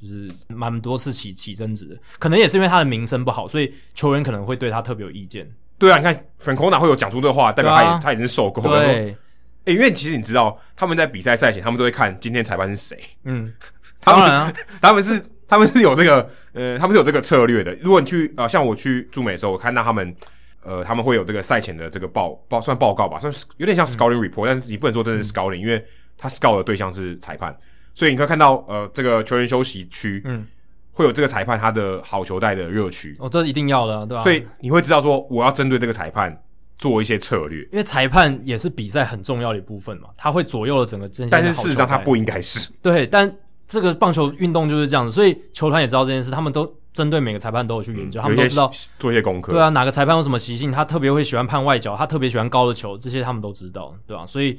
就是蛮多次起起争执的，可能也是因为他的名声不好，所以球员可能会对他特别有意见。对啊，你看 Francona 会有讲出这话，代表他也、对啊他已经受够了。对，诶因为其实你知道，他们在比赛赛前，他们都会看今天裁判是谁。嗯，他当们然啊，他们是他们是有这个呃，他们是有这个策略的。如果你去呃，像我去驻美的时候，我看到他们呃，他们会有这个赛前的这个报报算报告吧，算是有点像嗯 scouting report，、但是你不能说真的是 scouting，、因为他 scout 的对象是裁判，所以你可以看到呃，这个球员休息区嗯会有这个裁判他的好球带的热区，哦，这一定要的啊、对吧、所以你会知道说我要针对这个裁判做一些策略。因为裁判也是比赛很重要的一部分嘛，他会左右了整个真。但是事实上，他不。不应该是。对，但这个棒球运动就是这样子，所以球团也知道这件事，他们都针对每个裁判都有去研嗯究，他们嗯有都一知些道，做一些功课。对啊，哪个裁判有什么习性，他特别会喜欢判外角，他特别喜欢高的球，这些他们都知道，对吧、所以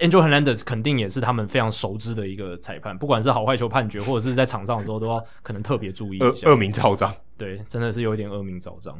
Angel Hernandez 肯定也是他们非常熟知的一个裁判，不管是好坏球判决，或者是在场上的时候，都要可能特别注意恶一下。恶名昭彰，对，真的是有一点恶名昭彰。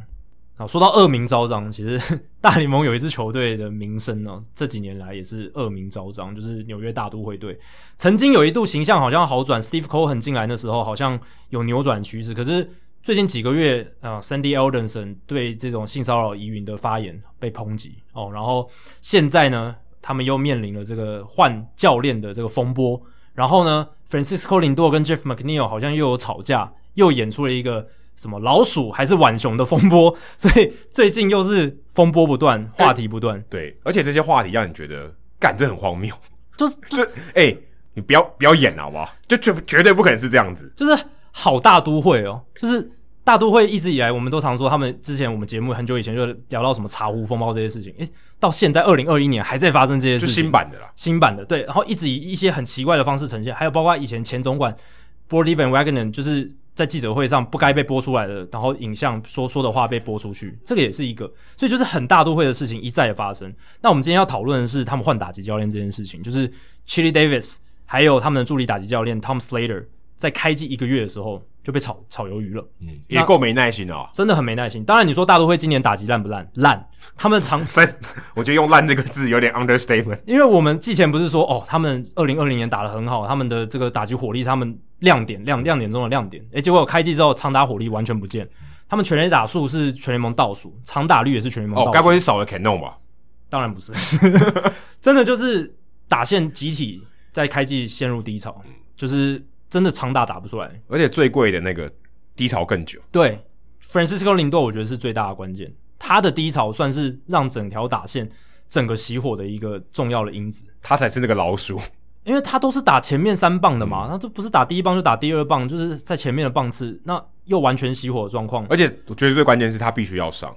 好，说到恶名昭彰，其实大联盟有一支球队的名声呢、这几年来也是恶名昭彰，就是纽约大都会队。曾经有一度形象好像好转，Steve Cohen 进来的时候好像有扭转趋势，可是最近几个月，呃，Sandy Aldenson 对这种性骚扰疑云的发言被抨击哦，然后现在呢，他们又面临了这个换教练的这个风波，然后呢，Francisco Lindor 跟 Jeff McNeil 好像又有吵架，又演出了一个什么老鼠还是浣熊的风波，所以最近又是风波不断，话题不断。对，而且这些话题让你觉得，干这很荒谬，就是 就哎、你不要不要演了好不好？就绝绝对不可能是这样子。就是好大都会哦，就是大都会一直以来我们都常说，他们之前我们节目很久以前就聊到什么茶壶风暴这些事情，诶、到现在二零二一年还在发生这些就事新情，版的啦，新版的对，然后一直以一些很奇怪的方式呈现，还有包括以前前总管 b o r d y Van Wagner 就是在记者会上不该被播出来的，然后影像说说的话被播出去，这个也是一个，所以就是很大都会的事情一再的发生。那我们今天要讨论的是他们换打击教练这件事情，就是 Chili Davis 还有他们的助理打击教练 Tom Slater 在开季一个月的时候就被炒炒鱿鱼了。嗯，也够没耐心了、哦。 真的很没耐心。当然，你说大都会今年打击烂不烂？烂，他们常在，我觉得用“烂”这个字有点 understatement。因为我们季前不是说哦，他们二零二零年打得很好，他们的这个打击火力，他们亮点亮亮点中的亮点，诶，结果开季之后长打火力完全不见，他们全垒打数是全联盟倒数，长打率也是全联盟哦，倒该数。不会是少了 Canon 吧？当然不是， 真的就是打线集体在开季陷入低潮，就是真的长打打不出来。而且最贵的那个低潮更久。对，Francisco Lindor 我觉得是最大的关键，他的低潮算是让整条打线整个熄火的一个重要的因子。他才是那个老鼠，因为他都是打前面三棒的嘛，他都不是打第一棒就打第二棒，就是在前面的棒次，那又完全熄火的状况。而且我觉得最关键是他必须要上，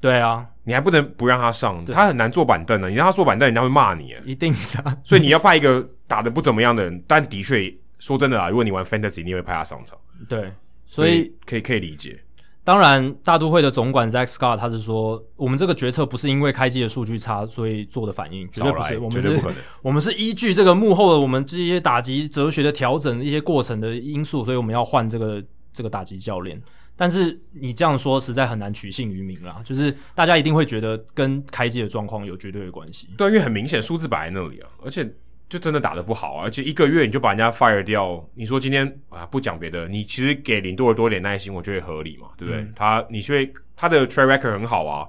对啊，你还不能不让他上，他很难坐板凳的。你让他坐板凳，人家会骂你。一定的啊。所以你要派一个打的不怎么样的人，但的确说真的啊，如果你玩 fantasy，你也会派他上场， 对，所以可以可以理解。当然大都会的总管 Zack Scott 他是说，我们这个决策不是因为开机的数据差所以做的反应，绝对少不来是，我，绝们对是不可能。我们是依据这个幕后的我们这些打击哲学的调整一些过程的因素，所以我们要换这个这个打击教练。但是你这样说实在很难取信于民啦，就是大家一定会觉得跟开机的状况有绝对的关系。对，因为很明显数字摆在那里啊，而且就真的打得不好啊，而且一个月你就把人家 fire 掉，你说今天啊不讲别的，你其实给林多尔多一点耐心，我觉得也合理嘛，对不对？嗯他你就会他的 track record 很好啊，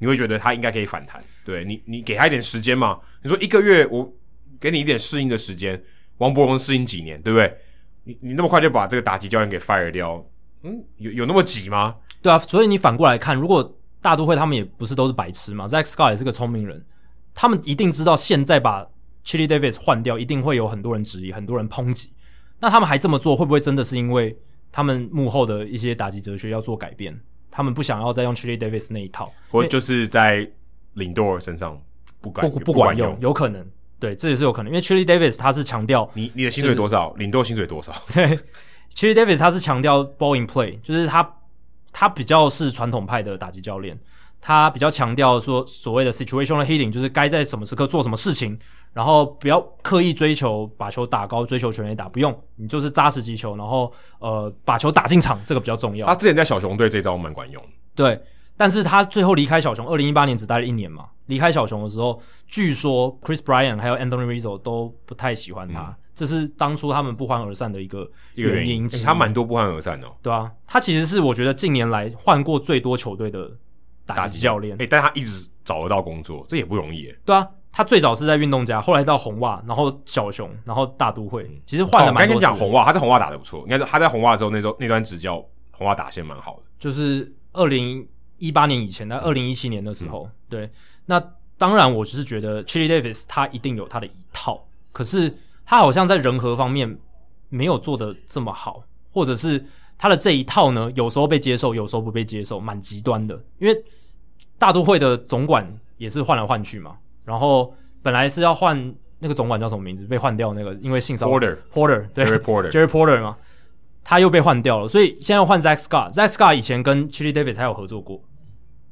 你会觉得他应该可以反弹，对你你给他一点时间嘛，你说一个月我给你一点适应的时间，王博龙适应几年，对不对？你你那么快就把这个打击教练给 fire 掉，嗯，有有那么急吗？对啊，所以你反过来看，如果大都会他们也不是都是白痴嘛，Zack Scott 也是个聪明人，他们一定知道现在把 Chili Davis 换掉，一定会有很多人质疑，很多人抨击。那他们还这么做，会不会真的是因为他们幕后的一些打击哲学要做改变？他们不想要再用 Chili Davis 那一套，或就是在林多尔身上不管不不管用，有可能。对，这也是有可能，因为 Chili Davis 他是强调你你的薪水多少？领多薪水多少？对，其实 Davis 他是强调 ball in play，就是他他比较是传统派的打击教练，他比较强调说所谓的 situational hitting，就是该在什么时刻做什么事情，然后不要刻意追求把球打高，追求全垒打，不用，你就是扎实击球，然后呃把球打进场，这个比较重他要。啊之前在小熊队这招蛮管用的，对，但是他最后离开小熊，二零一八年只待了一年嘛，离开小熊的时候，据说 Chris Bryan 还有 Anthony Rizzo 都不太喜欢他，这是当初他们不欢而散的一个嗯一个原因，之一欸他蛮多不欢而散哦，对啊，他其实是我觉得近年来换过最多球队的打击教练哎、。但他一直找得到工作，这也不容易耶。对啊，他最早是在运动家，后来到红袜，然后小熊，然后大都会，其实换哦了我刚蛮跟多次你的。讲红袜，他在红袜打得不错，应该说他在红袜之后那周那段执教红袜打线蛮好的。就是二零一八年以前，在二零一七年的时候，对。那当然，我只是觉得 Chili Davis 他一定有他的一套，可是他好像在人和方面没有做的这么好，或者是他的这一套呢，有时候被接受，有时候不被接受，蛮极端的。因为大都会的总管也是换来换去嘛，然后本来是要换那个总管叫什么名字，被换掉那个，因为性骚扰 Porter Porter 对 Jerry Porter Jerry Porter 嘛，他又被换掉了，所以现在换 Zack Scott。Zack Scott 以前跟 Chili Davis 还有合作过，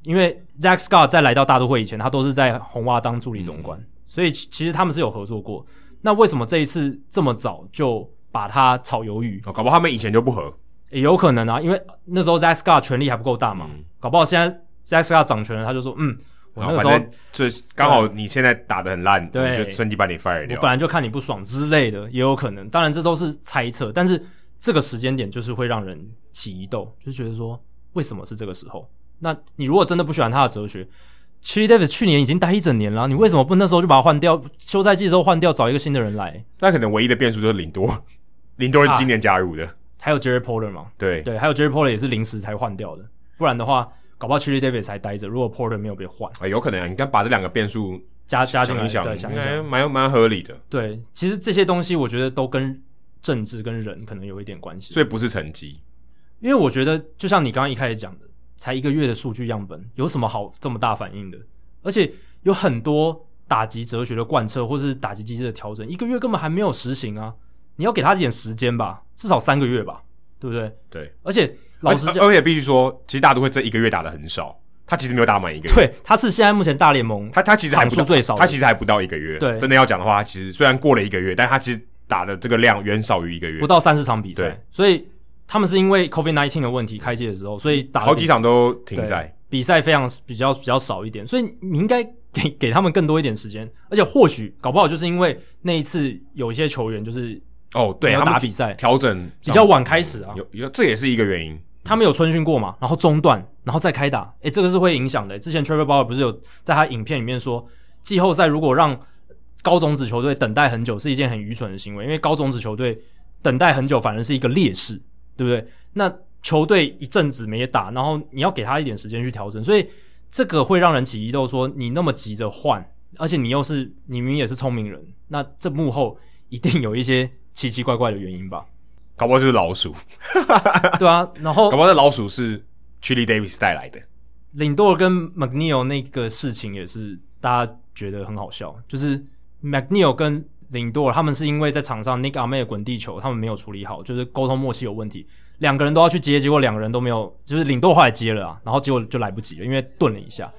因为 Zack Scott 在来到大都会以前，他都是在红袜当助理总管，嗯所以其其实他们是有合作过。那为什么这一次这么早就把他炒鱿鱼？哦，搞不好他们以前就不合，也有可能啊，因为那时候 Zack Scott 权力还不够大嘛，搞不好现在 Zack Scott 掌权了，他就说，嗯，我嗯那然后个反时候正这刚好你现在打得很烂，对你就趁机把你 fire 我掉本。来就看你不爽之类的，也有可能。当然这都是猜测，但是这个时间点就是会让人起疑窦，就是觉得说为什么是这个时候？那你如果真的不喜欢他的哲学，Chili Davis 去年已经待一整年了，你为什么不那时候就把他换掉？休赛季的时候换掉，找一个新的人来？那可能唯一的变数就是林多， 林多是今年加入的，还有 Jerry Porter 嘛？对，啊对，还有 Jerry Porter 也是临时才换掉哎的，不然的话，搞不好 Chili Davis 才待着。如果 Porter 没有被换，啊，有可能啊，你看把这两个变数加加进来，想一想，对，想应一该想，蛮蛮合理的，对，其实这些东西我觉得都跟政治跟人可能有一点关系，所以不是成绩。因为我觉得就像你刚刚一开始讲的，才一个月的数据样本，有什么好这么大反应的？而且有很多打击哲学的贯彻或是打击机制的调整，一个月根本还没有实行啊！你要给他一点时间吧，至少三个月吧，对不对？对，而且老实而讲，而且必须说，其实大都会这一个月打的很少，他其实没有打满一个月。对，他是现在目前大联盟他他其实还不到场数最少的他其实还不到一个月。对真的要讲的话，他其实虽然过了一个月，但他其实打的这个量远少于一个月不，到三十场比赛对，所以他们是因为 COVID nineteen 的问题开季的时候，所以打得好比几场都停对赛。比赛非常比较比较少一点，所以你应该给给他们更多一点时间，而且或许搞不好就是因为那一次有一些球员就是哦，没对，有他打们比赛调整比较晚开始啊，有有，这也是一个原因。他们有春训过嘛，然后中断，然后再开打，诶、这个是会影响的、之前 Trevor Bauer 不是有在他影片里面说，季后赛如果让高种子球队等待很久是一件很愚蠢的行为，因为高种子球队等待很久反而是一个劣势，对不对？那球队一阵子没打，然后你要给他一点时间去调整，所以这个会让人起疑窦说，你那么急着换，而且你又是你明明也是聪明人，那这幕后一定有一些奇奇怪怪的原因吧？ 搞不好就是老鼠，对啊，然后搞不好这老鼠是 Chili Davis 带来的。领舵跟 McNeil 那个事情也是大家觉得很好笑，就是 McNeil 跟领舵他们是因为在场上 Nick a m e 滚地球，他们没有处理好，就是沟通默契有问题，两个人都要去接，结果两个人都没有，就是领舵后来接了啊，然后结果就来不及了，因为顿了一下，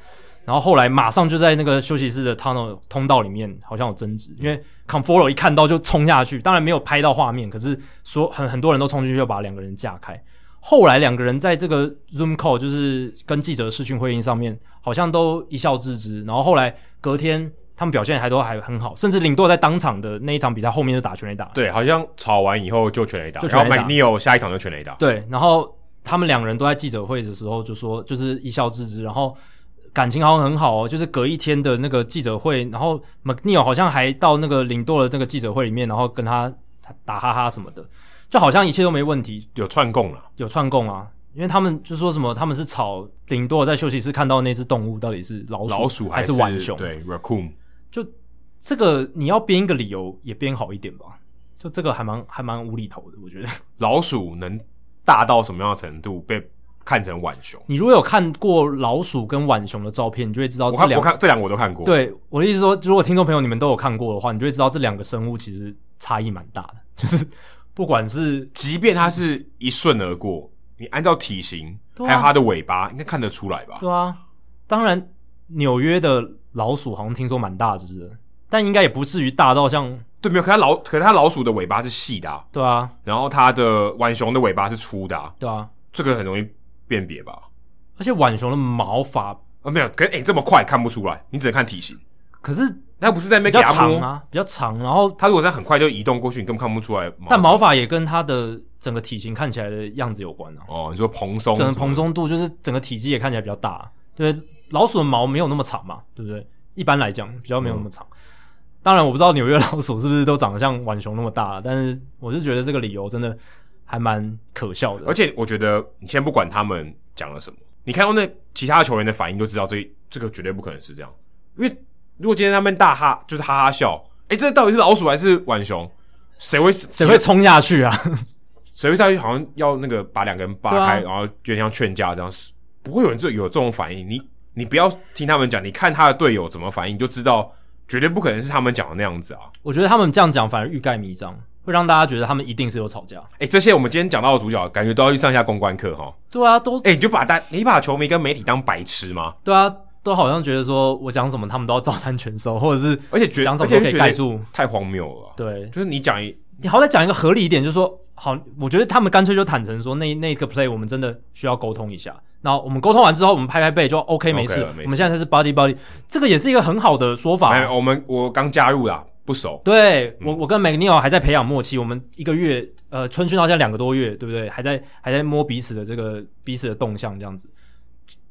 然后后来马上就在那个休息室的 tunnel 通道里面好像有争执，因为 Conforo 一看到就冲下去，当然没有拍到画面，可是说很很多人都冲进去要把两个人架开，后来两个人在这个 Zoom call，就是跟记者视讯会议上面，好像都一笑置之。然后后来隔天，他们表现还都还很好，甚至领舵在当场的那一场比赛后面就打全垒打。对，好像吵完以后就全垒打，就然全后垒打 McNeil 下一场就全垒打。对，然后他们两个人都在记者会的时候就说，就是一笑置之，然后感情好像很好哦，就是隔一天的那个记者会，然后 McNeil 好像还到那个领舵的那个记者会里面，然后跟他打哈哈什么的，就好像一切都没问题，有串供了，有串供啊，因为他们就说什么他们是吵领舵在休息室看到那只动物到底是老鼠老鼠还是浣熊，，对，raccoon。就这个你要编一个理由也编好一点吧，就这个还蛮还蛮无厘头的，我觉得。老鼠能大到什么样的程度被看成浣熊？你如果有看过老鼠跟浣熊的照片，你就会知道我哦这看两我看这两个我都看过。，对我的意思说，如果听众朋友你们都有看过的话，你就会知道这两个生物其实差异蛮大的， 就是不管是即便它是一瞬而过，你按照体型、对啊还有它的尾巴，应该看得出来吧？对啊，当然纽约的老鼠好像听说蛮大只的，但应该也不至于大到像对，没有。可它老，可它老鼠的尾巴是细的啊、对啊，然后它的浣熊的尾巴是粗的啊、对啊，这个很容易辨别吧？而且浣熊的毛发啊，没有，可是诶、这么快看不出来，你只能看体型。可是那不是在那比边较给它长摸，啊，比较长，然后它如果是很快就移动过去，你根本看不出来毛。但毛发也跟它的整个体型看起来的样子有关啊，哦，你说蓬松，整个蓬，松度就是整个体积也看起来比较大、对，老鼠的毛没有那么长嘛，对不对？一般来讲比较没有那么长。当然我不知道纽约老鼠是不是都长得像浣熊那么大了，但是我是觉得这个理由真的还蛮可笑的而。且我觉得你先不管他们讲了什么，你看到那其他球员的反应就知道这这个绝对不可能是这样，因为如果今天他们大哈就是哈哈笑，哎、这到底是老鼠还是浣熊？谁会谁会冲下去啊？ 谁会上去？好像要那个把两个人扒对啊开，然后就像劝架这样，是不会有人这有这种反应。你你不要听他们讲，你看他的队友怎么反应，你就知道绝对不可能是他们讲的那样子啊。我觉得他们这样讲反而欲盖弥彰，会让大家觉得他们一定是有吵架。哎、这些我们今天讲到的主角，感觉都要去上一下公关课哈。对啊，都哎、你就把大你把球迷跟媒体当白痴吗？对啊，都好像觉得说我讲什么他们都要照单全收，或者是而且觉讲什而么都且可就以觉盖得住。太荒谬了啊。对就是你讲一，你好歹讲一个合理一点，就是说好，我觉得他们干脆就坦诚说那那个 play 我们真的需要沟通一下。那我们沟通完之后，我们拍拍背就 OK 没事。了没事我们现在才是 body body，这个也是一个很好的说法哎、。我们我刚加入啦，不熟，对我，我跟 McNeil 还在培养默契，我们一个月，呃，春训到现在两个多月，对不对？还在还在摸彼此的这个彼此的动向，这样子，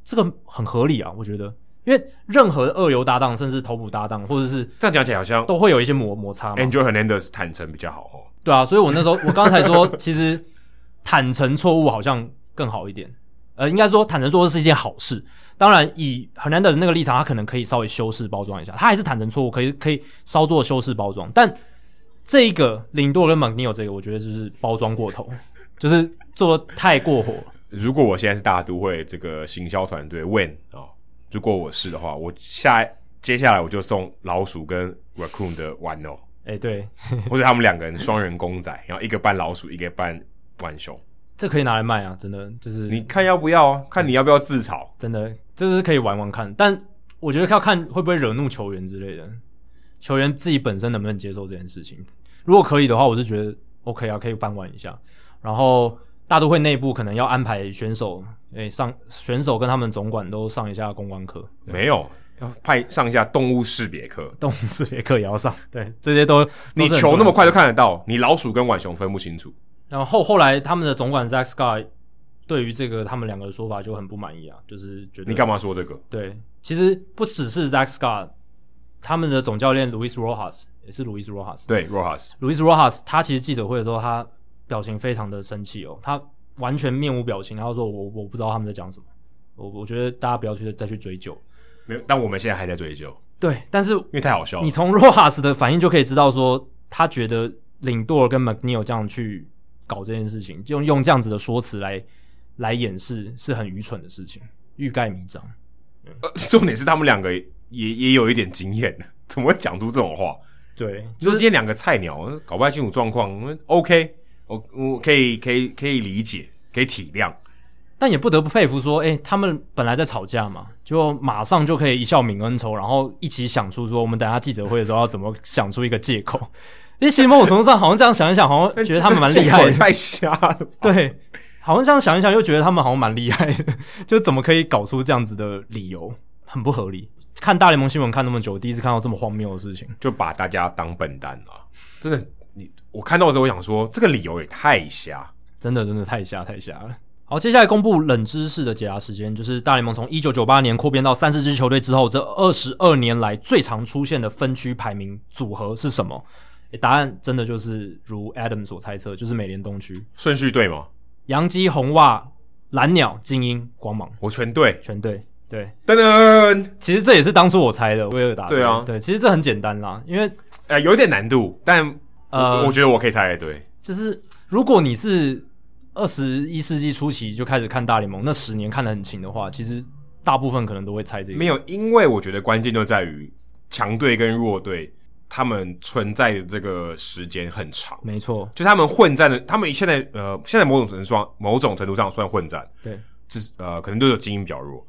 这个很合理啊，我觉得，因为任何二游搭档，甚至头捕搭档，或者是这样讲起来好像都会有一些摩摩擦嘛， Angel Hernandez 坦诚比较好哦。对啊，所以我那时候我刚才说，其实坦诚错误好像更好一点，呃，应该说坦诚说是一件好事。当然，以 Hernandez 那个立场，他可能可以稍微修饰包装一下，他还是坦诚错误，可以可以稍作修饰包装。但这一个领舵跟 m a g n i o 这个，我觉得就是包装过头，就是做得太过火。如果我现在是大都会这个行销团队 Win 啊、哦，如果我是的话，我下接下来我就送老鼠跟 Raccoon 的玩 偶，哎、对，或者他们两个人双人公仔，然后一个扮老鼠，一个扮浣熊，这可以拿来卖啊，真的就是你看要不要啊？看你要不要自嘲。真的，这是可以玩玩看，但我觉得要看会不会惹怒球员之类的，球员自己本身能不能接受这件事情。如果可以的话，我是觉得 OK 啊，可以翻玩一下。然后大都会内部可能要安排选手，诶、上选手跟他们总管都上一下公关课，没有，要派上一下动物识别课。动物识别课也要上，对，这些都你球那么快就。看得到，你老鼠跟浣熊分不清楚。然后后来他们的总管 Zack Scott 对于这个他们两个的说法就很不满意啊，就是觉得你干嘛说这个？对，其实不只是 Zack Scott，他们的总教练 Luis Rojas 也是 Luis Rojas。对，Rojas， Luis Rojas 他其实记者会的时候，他表情非常的生气哦，他完全面无表情，然后说我我不知道他们在讲什么，我我觉得大家不要去再去追究。没有，但我们现在还在追究，对，但是因为太好笑了你。从 Rojas 的反应就可以知道说，他觉得领舵跟 McNeil 这样去搞这件事情，用用这样子的说辞来来掩饰是很愚蠢的事情，欲盖弥彰。呃 重点是他们两个也也有一点经验， 怎么会讲出这种话？对，就是今天两个菜鸟搞不太清楚状况嗯，OK，我我可以可以可以理解，可以体谅。但也不得不佩服说，哎、他们本来在吵架嘛，就马上就可以一笑泯恩仇，然后一起想出说，我们等下记者会的时候要怎么想出一个借口。 你其实某种程度上，好像这样想一想，好像觉得他们蛮厉害这个借口也的，太瞎了。 对，好像这样想一想，又觉得他们好像蛮厉害的， 就怎么可以搞出这样子的理由，很不合理。看大联盟新闻看那么久，第一次看到这么荒谬的事情。就把大家当笨蛋了。真的，你我看到的时候，我想说这个理由也太瞎。真的真的太瞎太瞎了。好，接下来公布冷知识的解答时间，就是大联盟从一九九八年扩编到三十支球队之后，这二十二年来最常出现的分区排名组合是什么？诶答案真的就是如 Adam 所猜测，就是美联东区，顺序对吗？洋基、红袜、蓝鸟、精英、光芒我全对。全队。对，噔噔，其实这也是当初我猜的，威尔达。对啊对，其实这很简单啦，因为呃，有一点难度，但呃我我觉得我可以猜得对。就是如果你是二十一世纪初期就开始看大联盟，那十年看得很勤的话，其实大部分可能都会猜这个。没有，因为我觉得关键就在于强队跟弱队，他们存在的这个时间很长，没错，就他们混战的，他们现在呃，现在某种程度上，某种程度上算混战，对就是呃，可能都有精英比较弱，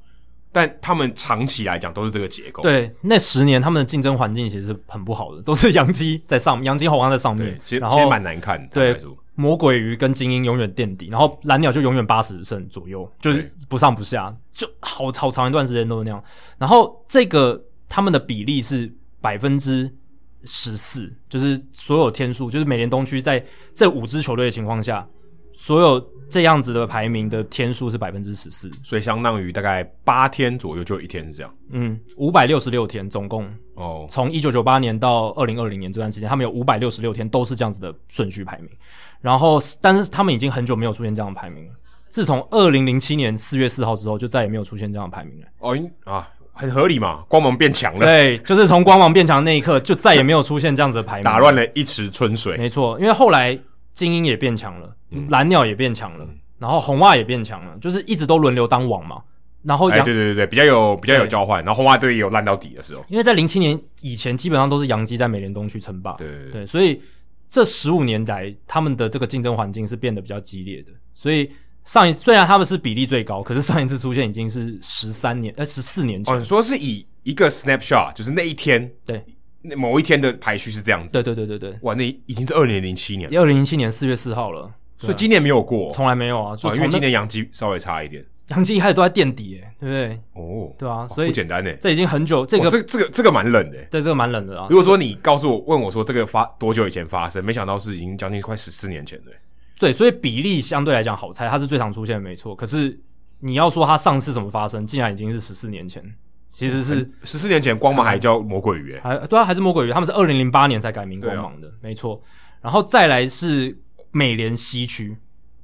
但他们长期来讲都是这个结构。对，那十年他们的竞争环境其实是很不好的，都是洋基在上，洋基红像在上对面，其实然其实后蛮难看的。对坦白说魔鬼鱼跟精英永远垫底，然后蓝鸟就永远八十胜左右，就是对不上不下，就好好长一段时间都是那样。然后这个他们的比例是百分之十四，就是所有天数，就是美联东区在这五支球队的情况下，所有这样子的排名的天数是百分之十四，所以相当于大概八天左右就有一天是这样。嗯，五百六十六天总共哦，从一九九八年到二零二零年这段时间，他们有五百六十六天都是这样子的顺序排名。然后，但是他们已经很久没有出现这样的排名了。自从二零零七年四月四号之后，就再也没有出现这样的排名了。哦因啊，很合理嘛，光芒变强了，对，就是从光芒变强那一刻，就再也没有出现这样子的排名。打乱了一池春水。没错，因为后来精英也变强了，嗯蓝鸟也变强了，然后红袜也变强了，就是一直都轮流当王嘛。然后哎，杨对对对对，比较有比较有对交换，然后红袜队也有烂到底的时候。因为在零七年以前，基本上都是杨基在美联东区称霸。对对对对，所以这十五年来，他们的这个竞争环境是变得比较激烈的。所以上一虽然他们是比例最高，可是上一次出现已经是十三年呃十四年前。哦，你说是以一个 snapshot，就是那一天，对，那某一天的排序是这样子。对对对对对，哇，那已经是二零零七年了，二零零七年四月四号了，所以今年没有过。从来没有啊，就哦，因从为今那年洋基稍微差一点。杨基一开始都在垫底、欸，对不对？哦，对啊，所不以简单呢。哦这已经很久，这个这个这个这个这个蛮冷的。对这个蛮冷的啊如。果说你告诉我问我说这个发多久以前发生，没想到是已经将近快十四年前了。欸对，所以比例相对来讲好猜，它是最常出现的，没错。可是你要说它上次怎么发生，竟然已经是十四年前，其实是十四年前，光芒还叫魔鬼鱼，欸还对啊，还是魔鬼鱼，他们是二零零八年才改名啊光芒的，没错。然后再来是美联西区，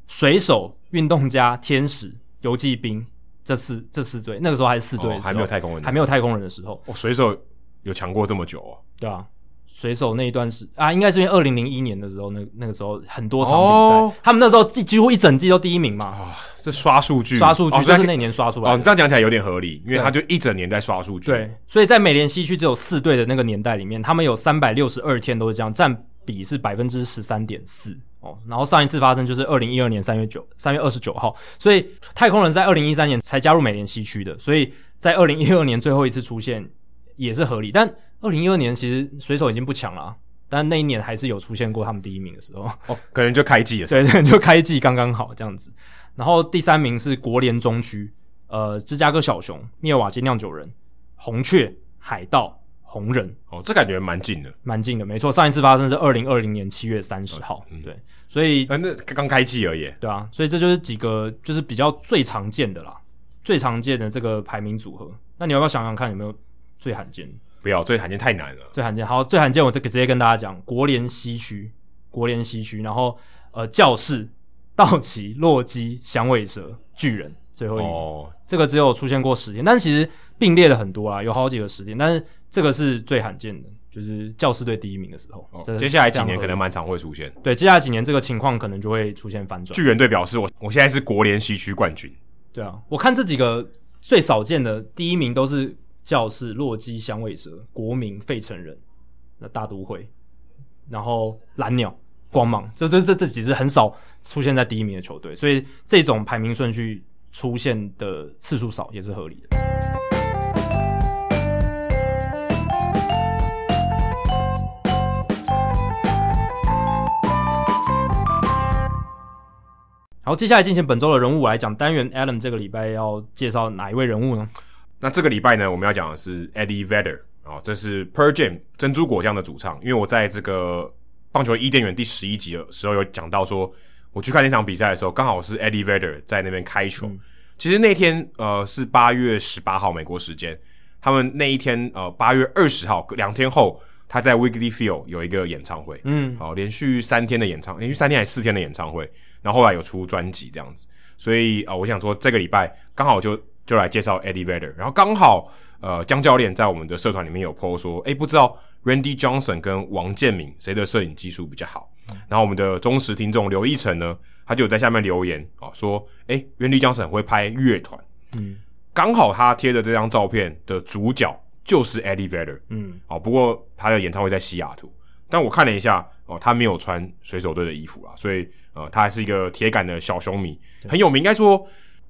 水手、运动家、天使、游击兵这四这四队，那个时候还是四队的时候、哦还没有太空人的时候还没有太空人的时候，我、水手有强过这么久哦。对啊，水手那一段是啊，应该是因为二零零一年的时候，那那个时候很多场比赛，哦他们那时候几几乎一整季都第一名嘛，是刷数据，刷数据、哦所就以是他那年刷出来哦，的。你这样讲起来有点合理，因为他就一整年在刷数据。对，，所以在美联西区只有四队的那个年代里面，他们有三百六十二天都是这样，占比是百分之十三点四哦。然后上一次发生就是二零一二年三月九三月二十九号，所以太空人在二零一三年才加入美联西区的，所以在二零一二年最后一次出现也是合理。但二零一二年其实水手已经不强了啊、但那一年还是有出现过他们第一名的时候。哦，可能就开季了。对对， 就开季刚刚好这样子。然后第三名是国联中区，呃，芝加哥小熊、密尔瓦基酿酒人、红雀、海盗、红人，哦，这感觉蛮近的。蛮近的，没错。上一次发生是二零二零年七月三十号，对，所以呃，那刚开季而已。对啊，所以这就是几个就是比较最常见的啦，最常见的这个排名组合。那你要不要想想看有没有最罕见？不要，这罕见太难了。最罕见，好，最罕见，我这个直接跟大家讲，国联西区，国联西区，然后呃，教室、道奇、洛基、响尾蛇、巨人，最后一名，哦，这个只有出现过十天，但是其实并列的很多啊，有好几个十天，但是这个是最罕见的，就是教师队第一名的时候，哦这是接下来这几样年合可能蛮常会出现。对，接下来几年这个情况可能就会出现反转，巨人队表示我，我现在是国联西区冠军。对啊，我看这几个最少见的第一名都是教室、洛基、响尾蛇、国民、费城人、那大都会，然后蓝鸟、光芒，这这这这几支很少出现在第一名的球队，所以这种排名顺序出现的次数少也是合理的。好，接下来进行本周的人物我来讲单元，Adam 这个礼拜要介绍哪一位人物呢？那这个礼拜呢，我们要讲的是 Eddie Vedder 哦，这是 Per Jam 珍珠果酱的主唱。因为我在这个棒球伊甸园第十一集的时候有讲到说，我去看那场比赛的时候，刚好是 Eddie Vedder 在那边开球。其实那天呃是八月十八号美国时间，他们那一天呃八月二十号两天后，他在 Wrigley Field 有一个演唱会。嗯，好，连续三天的演唱，连续三天还是四天的演唱会，然后后来有出专辑这样子，所以啊、呃我想说这个礼拜刚好就就来介绍 Eddie Vedder，然后刚好呃，江教练在我们的社团里面有 PO 说，诶，不知道 Randy Johnson 跟王建民谁的摄影技术比较好，然后我们的忠实听众刘一成呢，他就有在下面留言啊、哦说，诶 r a n d y Johnson 会拍乐团，嗯刚好他贴的这张照片的主角就是 Eddie Vedder，嗯，哦，不过他的演唱会在西雅图，但我看了一下，哦，他没有穿水手队的衣服啦，所以呃，他还是一个铁杆的小熊迷，很有名，应该说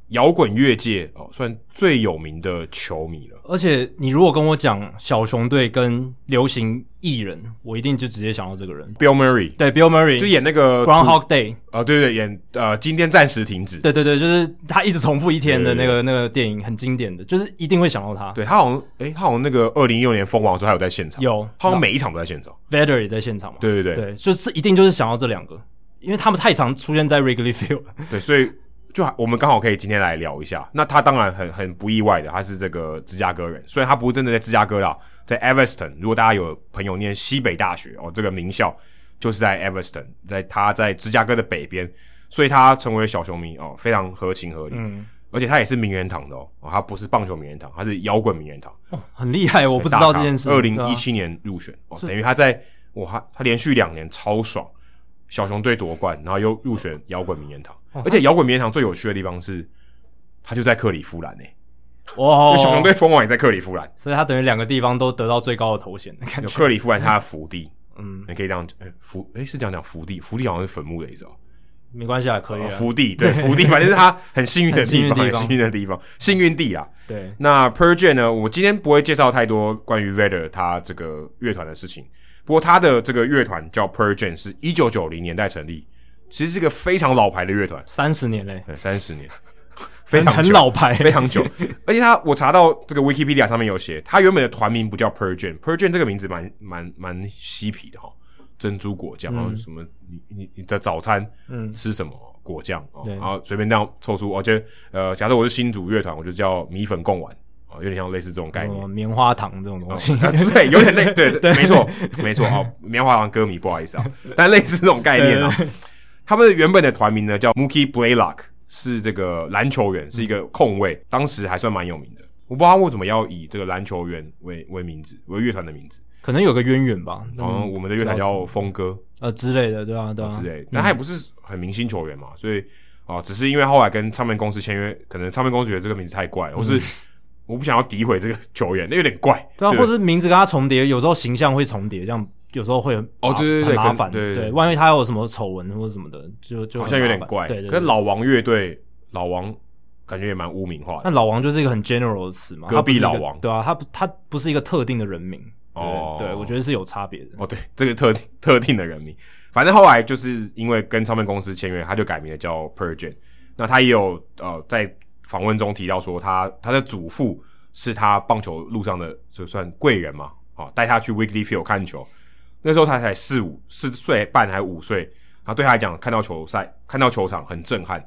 摇滚乐界哦算最有名的球迷了。而且你如果跟我讲小熊队跟流行艺人，我一定就直接想到这个人， Bill Murray 对，Bill Murray 就演那个 Groundhog Day，呃，对对，演呃今天暂时停止，对对对，就是他一直重复一天的对对那个那个电影，很经典的，就是一定会想到他。对他好像诶、他好像那个二零一六年封王的时候，他有在现场，有他好像每一场都在现场， Vader 也在现场嘛？对对对对，就是一定就是想到这两个，因为他们太常出现在 Wrigley Field 了。对，所以就还我们刚好可以今天来聊一下。那他当然很很不意外的，他是这个芝加哥人，虽然他不是真的在芝加哥啦，在 Evanston。如果大家有朋友念西北大学哦，这个名校就是在 Evanston，在他在芝加哥的北边，所以他成为小熊迷哦，非常合情合理。嗯，而且他也是名人堂的哦，哦他不是棒球名人堂，他是摇滚名人堂。很厉害，我不知道这件事。二零一对啊七年入选、哦，等于他在哇，他他连续两年超爽，小熊队夺冠，然后又入选摇滚名人堂，哦而且摇滚名人堂最有趣的地方是，他就在克利夫兰诶、因啊哇， 为小熊队封王也在克利夫兰，所以他等于两个地方都得到最高的头 衔，感有觉。克利夫兰他的福地， 嗯，你可以这样讲，诶福诶、是这样讲福地，福地好像是坟墓的意思哦，没关系啊，可以哦啊。福地对福地，反正是他很幸运的地 方，很幸运的地方很幸运的地方，幸运地啊，对，那 Per J 呢？我今天不会介绍太多关于 Vader 他这个乐团的事情。不过他的这个乐团叫 Per J，是一九九零年代成立，其实是一个非常老牌的乐团，三十年嘞，三十年，非常很久老牌。非常久。 而且他我查到这个 Wikipedia 上面有写，他原本的团名不叫 Per J，Per J 这个名字蛮蛮蛮嬉皮的哈、珍珠果酱，然后什么你你你的早餐嗯吃什么果酱哦，对然后随便这样凑出，而且呃，假设我是新竹乐团，我就叫米粉贡丸哦，有点像类似这种概什念。哦么棉花糖这种东西， 对，有点类对，没错，没错哦，棉花糖歌 迷，不好意思啊，但类似这种概念啊。他们原本的团名呢叫 Mookie Blaylock，是这个篮球员，是嗯一个控卫，当时还算蛮有名的。我不知道他为什么要以这个篮球员为为名字，为乐团的名字。 可能有个渊源吧，嗯好像哦我们的乐团叫峰哥呃之类的，对啊，对啊，之类的，但他也不是很明星球员嘛，所以啊、只是因为后来跟唱片公司签约，可能唱片公司觉得这个名字太怪了，我是我不想要诋毁这个球员，那有点怪。嗯对啊，对或者名字跟他重叠，有时候形象会重叠，这样有时候会很哦麻对对对很可麻能烦，对对对万一他有什么丑闻或者什么的，就就好很像有点麻烦怪。对对可对是老王乐队，老王感觉也蛮污名化的。但老王就是一个很 general 的词嘛，隔他不是壁一个老王对啊，他不他不是一个特定的人名，对哦对，我觉得是有差别的。哦，对，这个特定 特定的人名，反正后来就是因为跟唱片公司签约，他就改名了叫 p e r g e n 那他也有呃在访问中提到说他，他的祖父是他棒球路上的就算贵人嘛，哦，带他去 Weekly Field 看球。那时候他才四五四岁半还五岁，然后对他来讲，看到球赛、看到球场很震撼。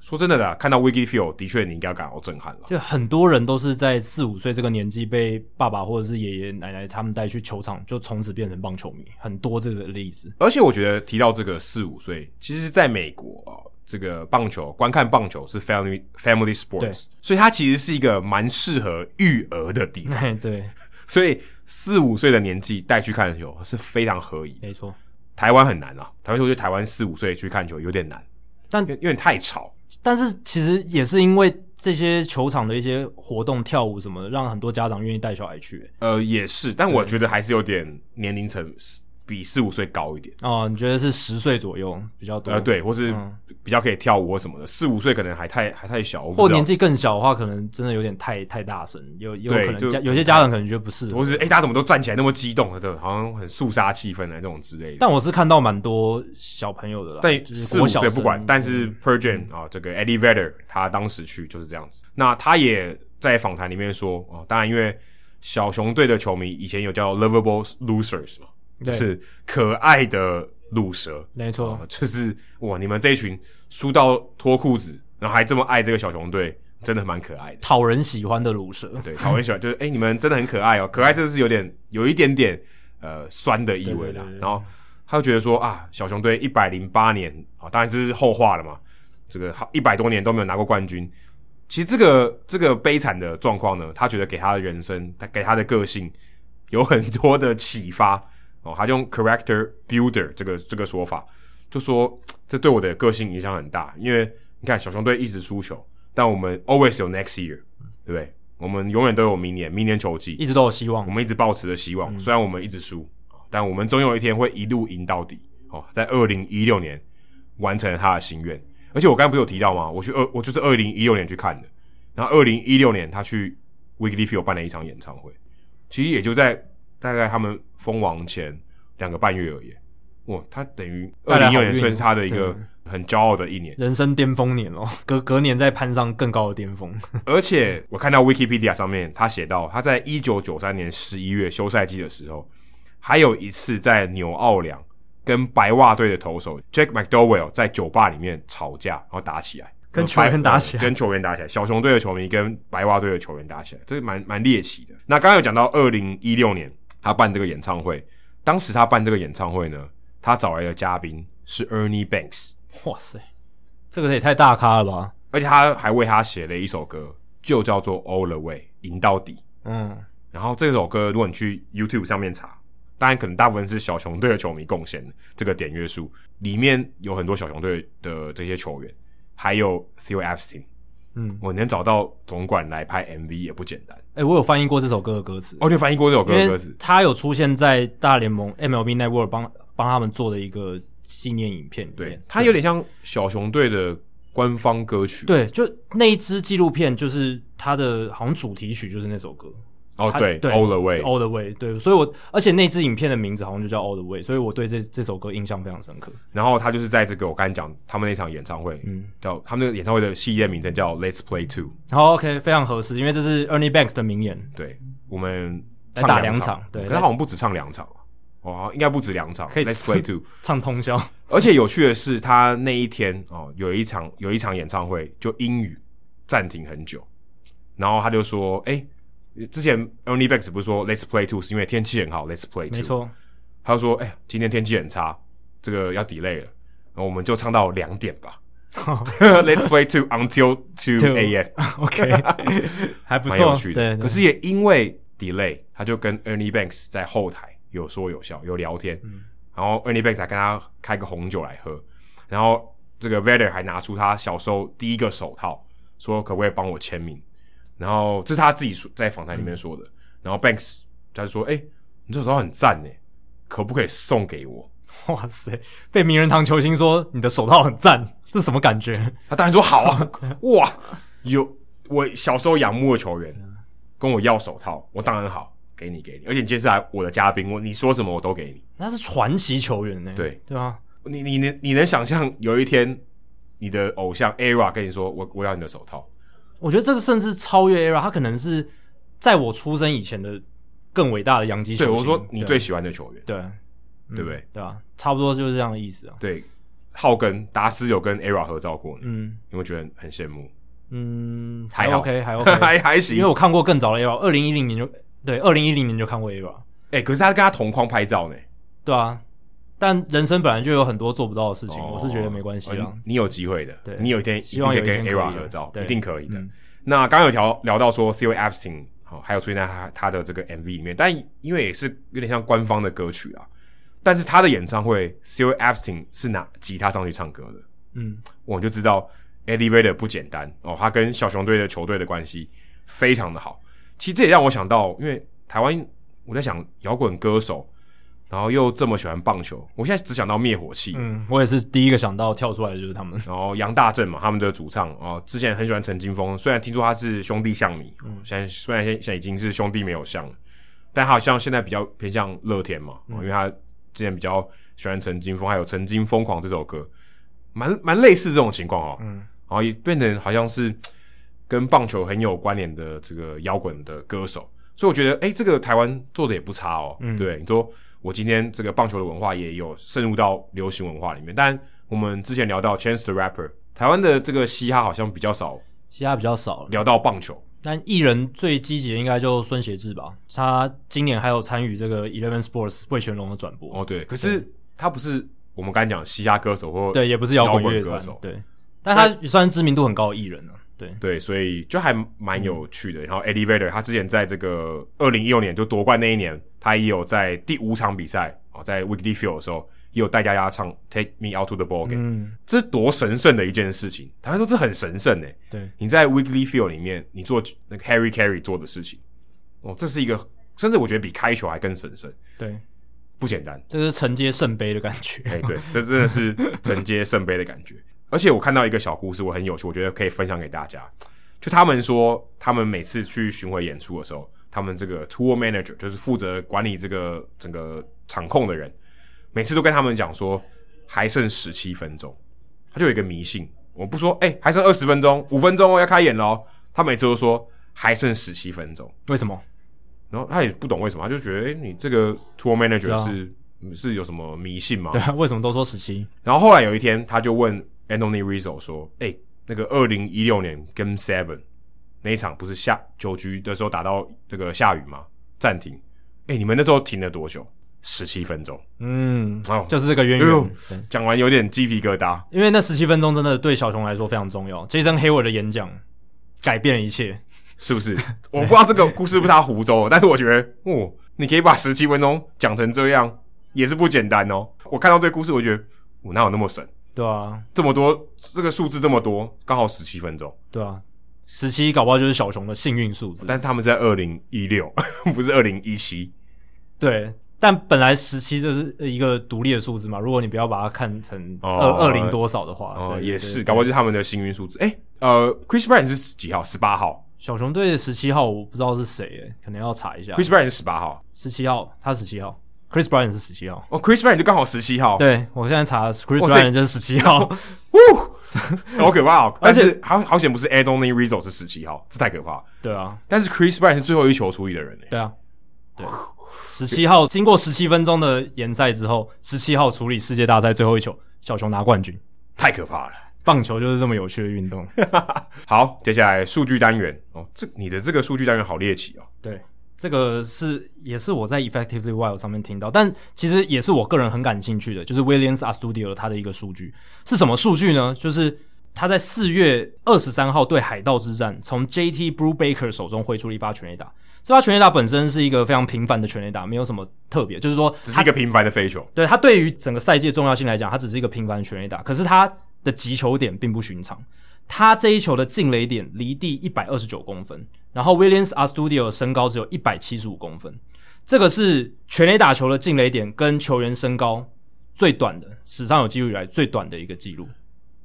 说真的啦，看到 Weekly Field 的确你应该感到震撼了。就很多人都是在四五岁这个年纪被爸爸或者是爷爷奶奶他们带去球场，就从此变成棒球迷，很多这个例子。 而且我觉得提到这个四五岁，其实在美国啊、哦这个棒球观看棒球是 family family 对 sports，所以它其实是一个蛮适合育儿的地方。嘿对，所以四五岁的年纪带去看球是非常合宜的。没错。台湾很难啊，台湾我觉得台湾四五岁去看球有点难，但因为因为太吵。但是其实也是因为这些球场的一些活动、跳舞什么的，让很多家长愿意带小孩去。呃，也是，但我觉得还是有点年龄层比四五岁高一点。哦，你觉得是十岁左右比较多？呃，，对，或是嗯比较可以跳舞或什么的，四五岁可能还太还太小，我或不知道年纪更小的话，可能真的有点太太大声，有有对可能就家有些家长可能觉得不适合。或是哎、诶大家怎么都站起来那么激动对，好像很肃杀气氛的那种之类的。但我是看到蛮多小朋友的啦，但就是四国五小岁不管生，嗯但是 p e r g e n 啊、这个 Eddie Vedder 他当时去就是这样子。那他也在访谈里面说啊、当然因为小熊队的球迷以前有叫 Lovable Losers 嘛，就对哦是可爱的卤蛇，没错啊，就是哇，你们这一群输到脱裤子，然后还这么爱这个小熊队，真的蛮可爱的。讨人喜欢的乳蛇，对，讨厌喜欢就是哎、诶你们真的很可爱哦，可爱真的是有点有一点点呃酸的意味对对啦。对对然后他就觉得说啊，小熊队一百零八年啊，当然这是后话了嘛，这个一百多年都没有拿过冠军。其实这个这个悲惨的状况呢，他觉得给他的人生，他给他的个性有很多的启发哦。他就用 character builder 这个这个说法，就说这对我的个性影响很大，因为你看小熊队一直输球，但我们 always 有 next year，对不对？我们永远都有明年，明年球季一，直嗯都有希望我。们一直抱持着希望，虽然我们一直输，但我们总有一天会一路赢到底。哦，在二零一六年完成了他的心愿，而且我刚才不是有提到吗？我去二，我就是二零一六年去看的，然后二零一六年他去 Weekly Field 办了一场演唱会，其实也就在大概他们封王前两个半月而已。哇，他等于二带来零一好六运年算是他的一对个很骄傲的一年，人生巅峰年哦，隔隔年再攀上更高的巅峰。而且我看到 Wikipedia 上面，他写到他在一九九三年十一月休赛季的时候，还有一次在纽奥良跟白袜队的投手 Jack McDowell 在酒吧里面吵架，然后打起来，跟球员打起来呃跟球员打起来，小熊队的球迷跟白袜队的球员打起来，这蛮蛮猎奇的。那刚刚有讲到二零一六年他办这个演唱会，当时他办这个演唱会呢，他找来的嘉宾是 Ernie Banks，哇塞，这个也太大咖了吧？而且他还为他写了一首歌，就叫做《All the Way》，赢到底。嗯，然后这首歌，如果你去 YouTube 上面查，当然可能大部分是小熊队的球迷贡献的这个点阅数，里面有很多小熊队的这些球员，还有 Theo Epstein。嗯，我能找到总管来拍 MV 也不简单。哎、我有翻译过这首歌的歌词，哦，你有翻译过这首歌因的为歌词？他有出现在大联盟 MLB Network 帮帮他们做的一个纪念影片里面。对，它有点像小熊队的官方歌曲。，对，就那一支纪录片，就是它的好像主题曲就是那首歌。哦它对对，All the Way。 All the Way，对，所以我而且那支影片的名字好像就叫 All the Way，所以我对这这首歌印象非常深刻。然后他就是在这个我刚才讲他们那场演唱会，嗯，叫他们那个演唱会的系列名称叫 Let's Play Two。好，OK，非常合适，因为这是 Ernie Banks 的名言。对，我们来唱打两两场对可是好像不止唱两场，哦，应该不止两场。可以 Let's play two。唱通宵，而且有趣的是，他那一天哦，有一场有一场演唱会就英语暂停很久，然后他就说：“哎、之前 Only Banks 不是说 Let's play two 是因为天气很好，Let's play two。没，错， 他就说：哎、今天天气很差，这个要 delay 了，然后我们就唱到两点吧。 Let's play two until two Two a.m. OK，还不蛮错有趣，的。对，可是也因为 delay，他就跟 Ernie Banks 在后台有说有笑，有聊天，嗯然后 Ernie Banks 还跟他开个红酒来喝，然后这个 Vader 还拿出他小时候第一个手套，说可不可以帮我签名？然后这是他自己说在访谈里面说嗯的。然后 Banks 他就说：“哎、你这手套很赞呢，可不可以送给我对哇塞，被名人堂球星说你的手套很赞，这什么感觉？？”他当然说好 啊，哇，有我小时候仰慕的球员嗯跟我要手套，我当然好，给你给你，而且你接下来我的嘉宾，我你说什么我都给你。他是传奇球员呢、对对啊，你你能你能想象有一天你的偶像 ERA 跟你说我我要你的手套，我觉得这个甚至超越 ERA，他可能是在我出生以前的更伟大的洋基球对星。我说你对最喜欢的球员，对对不对？对啊，差不多就是这样的意思啊。对，浩根达斯有跟 ERA 合照过呢，嗯你会觉得很羡慕，嗯，还还好 OK 还 OK，还还因为行。我看过更早的 ERA，二零一零年就对，二零一零年就看过 ERA，哎，可是他跟他同框拍照呢，对啊。但人生本来就有很多做不到的事情，哦我是觉得没关系啦。呃你有机会的对，你有一天一希定望可以有一跟天 ERA 可以的啊合照，对一定可以的嗯。那刚刚有聊聊到说 Theo Epstein 好、还有出现在他他的这个 MV 里面，但因为也是有点像官方的歌曲啊，但是他的演唱会 Theo Epstein 是拿吉他上去唱歌的，嗯，我就知道 Eddie Vedder 不简单哦，他跟小熊队的球队的关系非常的好。其实这也让我想到，因为台湾我在想摇滚歌手，然后又这么喜欢棒球，我现在只想到灭火器，嗯，我也是第一个想到跳出来的就是他们。然后杨大正嘛，他们的主唱哦，之前很喜欢陈金峰，虽然听说他是兄弟象迷，哦现在虽然现现在已经是兄弟没有象了，但他好像现在比较偏向乐天嘛、哦因为他之前比较喜欢陈金峰，还有《曾经疯狂》这首歌，蛮蛮类似这种情况哦，嗯，然后也变成好像是跟棒球很有关联的这个摇滚的歌手，所以我觉得，哎，这个台湾做的也不差哦。嗯对，你说我今天这个棒球的文化也有渗入到流行文化里面，但我们之前聊到 Chance the Rapper，台湾的这个嘻哈好像比较少其他比较少了，聊到棒球。但艺人最积极的应该就孙协志吧，他今年还有参与这个 Eleven Sports 魏全龙的转播，哦，对，可是他不是我们刚才讲的嘻哈歌手或对，也不是摇摇滚滚乐歌团手，对，但他也算是知名度很高的艺人了、啊对，对，所以就还蛮有趣的。然后 Eddie Vedder 他之前在这个二零一六年就夺冠那一年，他也有在第五场比赛哦，在 Weekly Field 的时候，也有带大家唱 Take Me Out to the Ball Game，、嗯，这多神圣的一件事情。坦白说，这很神圣诶、对，你在 Weekly Field 里面，你做那个 Harry Carey 做的事情，哦，这是一个，甚至我觉得比开球还更神圣，对，不简单。这是承接圣杯的感觉， 哎、对，这真的是承接圣杯的感觉。而且我看到一个小故事，我很有趣，我觉得可以分享给大家。就他们说，他们每次去巡回演出的时候，他们这个 tour manager 就是负责管理这个整个场控的人，每次都跟他们讲说还剩十七分钟，他就有一个迷信，我不说哎、还剩二十分钟，五分钟哦要开演喽，他每次都说还剩十七分钟。为什么？然后他也不懂为什么，他就觉得，哎、你这个 tour manager 对啊是、是有什么迷信吗？对啊，为什么都说十七？然后后来有一天，他就问 Anthony Rizzo 说：“哎、那个二零一六年 Game Seven 那一场不是下九局的时候打到那个下雨吗？暂停。哎、你们那时候停了多久？十七分钟。嗯，哦就是这个渊哎呦源。对，讲完有点鸡皮疙瘩。因为那十七分钟真的对小熊来说非常重要。Jason Hayward 的演讲改变了一切，是不是？ 我不知道这个故事是不是他胡诌，但是我觉得，哦，你可以把十七分钟讲成这样，也是不简单哦。我看到这个故事，我觉得，我哪有那么神？对啊，这么多，这个数字这么多，刚好十七分钟。对啊，十七搞不好就是小熊的幸运数字。但他们是在二零一六， 不是二零一七。对，但本来十七就是一个独立的数字嘛，如果你不要把它看成哦二二零多少的话，哦，对也对是，对搞不好就是他们的幸运数字。哎、呃，Chris Brown 是几号？十八号。小熊队十七号我不知道是谁耶，可能要查一下。 Chris Brown 是十八号。十七号，他十七号，Chris Bryant 是十七号。哦，Chris Brown 就刚好十七号。，对我现在查 Chris 哇 Bryant 就是十七号， 好可怕哦！而但且是好好险不是 Anthony Rizzo 是十七号，这太可怕了。对啊，但是 Chris Brown 是最后一球出力的人欸诶、对啊，对。十七号经过十七分钟的延赛之后，十七号处理世界大赛最后一球，小熊拿冠军。太可怕了。棒球就是这么有趣的运动。好，接下来数据单元哦，这你的这个数据单元好猎奇哦。对，这个是也是我在 Effectively Wild 上面听到，但其实也是我个人很感兴趣的，就是 Williams Astudio 他的一个数据是什么数据呢？就是他在四月二十三号对海盗之战，从 J.T. Brubaker 手中挥出了一发全垒打。这发全垒打本身是一个非常平凡的全垒打，没有什么特别，就是说只是一个平凡的飞球。对他对于整个赛季的重要性来讲，他只是一个平凡的全垒打，可是他的击球点并不寻常。他这一球的进垒点离地一百二十九公分，然后 Williams Astudio 身高只有一百七十五公分，这个是全垒打球的进垒点跟球员身高最短的，史上有记录以来最短的一个记录，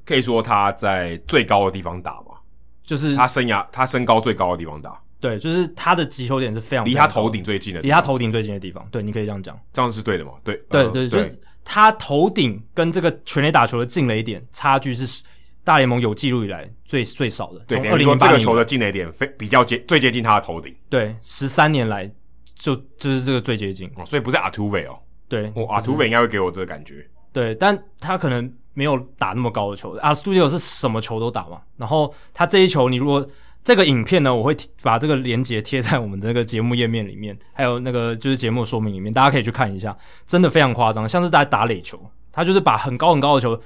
可以说他在最高的地方打嘛，就是他生涯他身高最高的地方打，对，就是他的击球点是非常离他头顶最近的地离方，他头顶最近的地方，对，你可以这样讲。这样是对的嘛？对，对呃对，就是他头顶跟这个全垒打球的进垒点差距是大联盟有记录以来最最少的，对，从等二于零说零这八个年球的进垒点非比较接最接近他的头顶对十三年来就就是这个最接近，哦，所以不是阿图伟哦，对我阿图伟应该会给我这个感觉，对，但他可能没有打那么高的球啊，Studio 是什么球都打嘛，然后他这一球你如果这个影片呢，我会贴把这个连接贴在我们的那个节目页面里面，还有那个就是节目说明里面，大家可以去看一下，真的非常夸张，像是在打垒球，他就是把很高很高的球，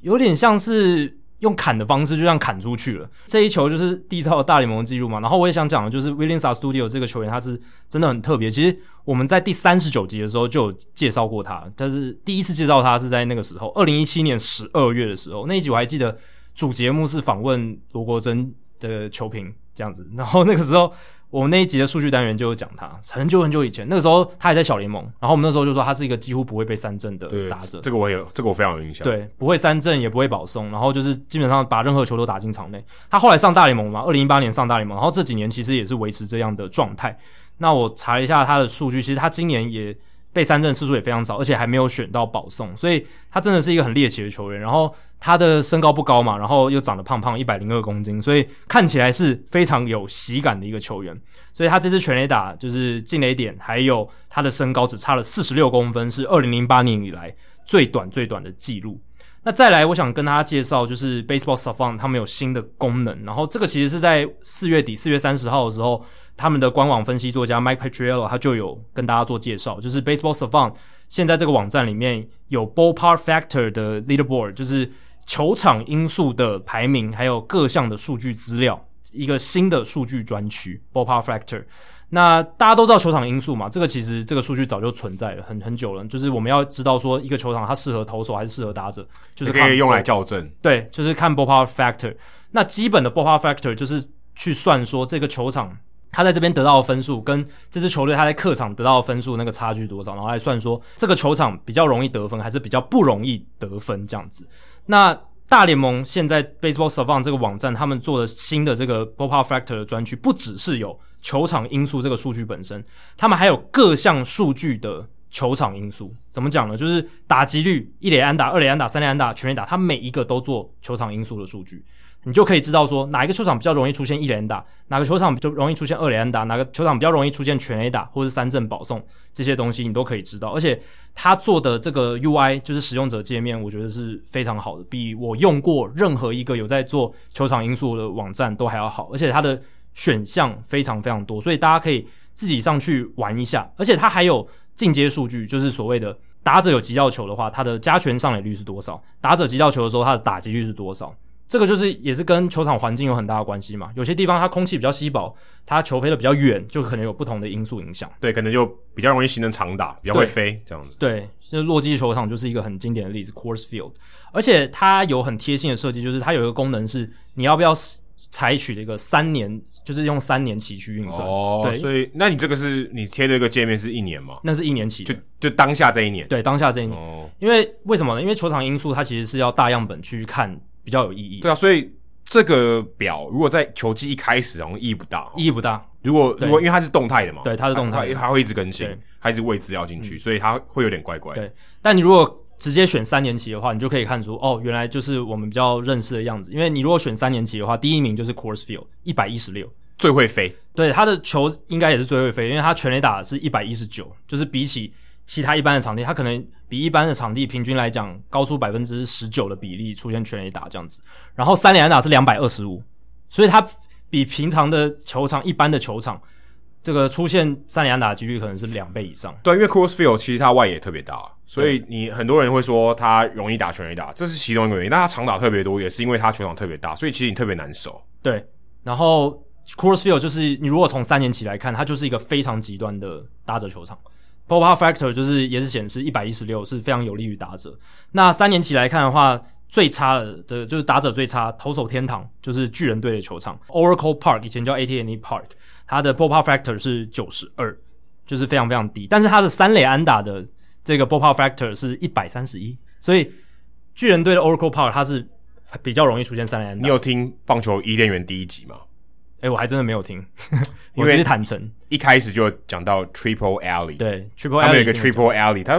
有点像是用砍的方式，就这样砍出去了。这一球就是缔造了大联盟纪录嘛。然后我也想讲的就是 w i l l i a m s a Studio 这个球员，他是真的很特别。其实我们在第三十九集的时候就有介绍过他，但是第一次介绍他是在那个时候，二零一七年十二月的时候，那一集我还记得主节目是访问罗国珍的球评这样子，然后那个时候。我们那一集的数据单元就有讲他，很久很久以前，那个时候他还在小联盟，然后我们那时候就说他是一个几乎不会被三振的对呃打者，，这个我有，这个我非常有印象，，对，不会三振，也不会保送，然后就是基本上把任何球都打进场内。他后来上大联盟嘛，二零一八年上大联盟，然后这几年其实也是维持这样的状态。那我查了一下他的数据，其实他今年也被三振次数也非常少，而且还没有选到保送，所以他真的是一个很猎奇的球员。然后他的身高不高嘛，然后又长得胖胖，一百零二公斤，所以看起来是非常有喜感的一个球员。所以他这支全垒打就是进垒点，还有他的身高只差了四十六公分，是二零零八年以来最短最短的记录。那再来，我想跟大家介绍，就是 Baseball Savant 他们有新的功能，然后这个其实是在四月底，四月三十号的时候，他们的官网分析作家 Mike Petriello 他就有跟大家做介绍，就是 Baseball Savant 现在这个网站里面有 Ballpark Factor 的 Leaderboard，就是球场因素的排名，还有各项的数据资料，一个新的数据专区 Ballpark Factor。那大家都知道球场因素嘛，这个其实这个数据早就存在了，很很久了。就是我们要知道说一个球场它适合投手还是适合打者，就你是哦可以用看来校正，对，就是看 ballpark factor。那基本的 ballpark factor 就是去算说这个球场他在这边得到的分数跟这支球队他在客场得到的分数那个差距多少，然后来算说这个球场比较容易得分还是比较不容易得分这样子。那大联盟现在 Baseball Savant 这个网站，他们做的新的这个 Ballpark Factor 的专区，不只是有球场因素这个数据本身，他们还有各项数据的球场因素。怎么讲呢？就是打击率、一垒安打、二垒安打、三垒安打、全垒打，它每一个都做球场因素的数据。你就可以知道说哪一个球场比较容易出现一垒安打，哪个球场就容易出现二垒安打，哪个球场比较容易出现全垒打或是三振保送这些东西，你都可以知道。而且他做的这个 UI 就是使用者界面，我觉得是非常好的，比我用过任何一个有在做球场因素的网站都还要好。而且它的选项非常非常多，所以大家可以自己上去玩一下。而且它还有进阶数据，就是所谓的打者有击到球的话，他的加权上垒率是多少？打者击到球的时候，他的打击率是多少？这个就是也是跟球场环境有很大的关系嘛。有些地方它空气比较稀薄，它球飞得比较远，就可能有不同的因素影响。对，可能就比较容易形成长打，比较会对飞这样子。对，就是洛基球场就是一个很经典的例子，Coors Field。而且它有很贴心的设计，就是它有一个功能是你要不要采取这个三年，就是用三年期去运算。哦，对，所以那你这个是你贴的一个界面是一年嘛？那是一年期的就就当下这一年。对，当下这一年。哦，因为为什么呢？因为球场因素它其实是要大样本去看比较有意义，对啊，所以这个表如果在球季一开始好像意义不大哦，意义不大。如果对如果因为它是动态的嘛，对它是动态的它它会一直更新对，嗯它一直喂资料进去，所以它会有点怪怪的。对但你如果直接选三年期的话，你就可以看出哦，原来就是我们比较认识的样子。因为你如果选三年期的话，第一名就是 Coors Field 一百一十六，最会飞，对他的球应该也是最会飞，因为他全垒打是一百一十九，就是比起其他一般的场地，他可能比一般的场地平均来讲高出百分之十九的比例出现全垒打这样子。然后三垒安打是两百二十五，所以他比平常的球场一般的球场，这个出现三垒安打的几率可能是两倍以上。对，因为 Crossfield 其实它外野特别大，所以你很多人会说他容易打全垒打，这是其中一个原因。但他长打特别多，也是因为他球场特别大，所以其实你特别难守。对，然后 Crossfield 就是你如果从三年期来看，它就是一个非常极端的打者球场。p o p a Factor 就是也是显示一百一十六是非常有利于打者。那三年期来看的话，最差的这就是打者最差，投手天堂就是巨人队的球场 Oracle Park，以前叫 AT&T E Park，它的 p o p a Factor 是九十二，就是非常非常低。但是它的三垒安打的这个 p o p a Factor 是一百三十一，所以巨人队的 Oracle Park 它是比较容易出现三垒安打你。有听棒球伊甸园第一集吗？哎、我还真的没有 听，因我为只是坦诚。一开始就讲到 Triple Alley，，对，Triple 他 L 们有一个 Triple Alley，他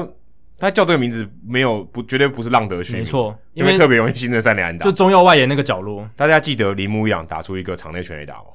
他叫这个名字没有不绝对不是浪得虚名，没，错，因因为为特别容易形成三连安打就。中右外野那个角落，大家记得铃木一朗打出一个场内全垒打哦，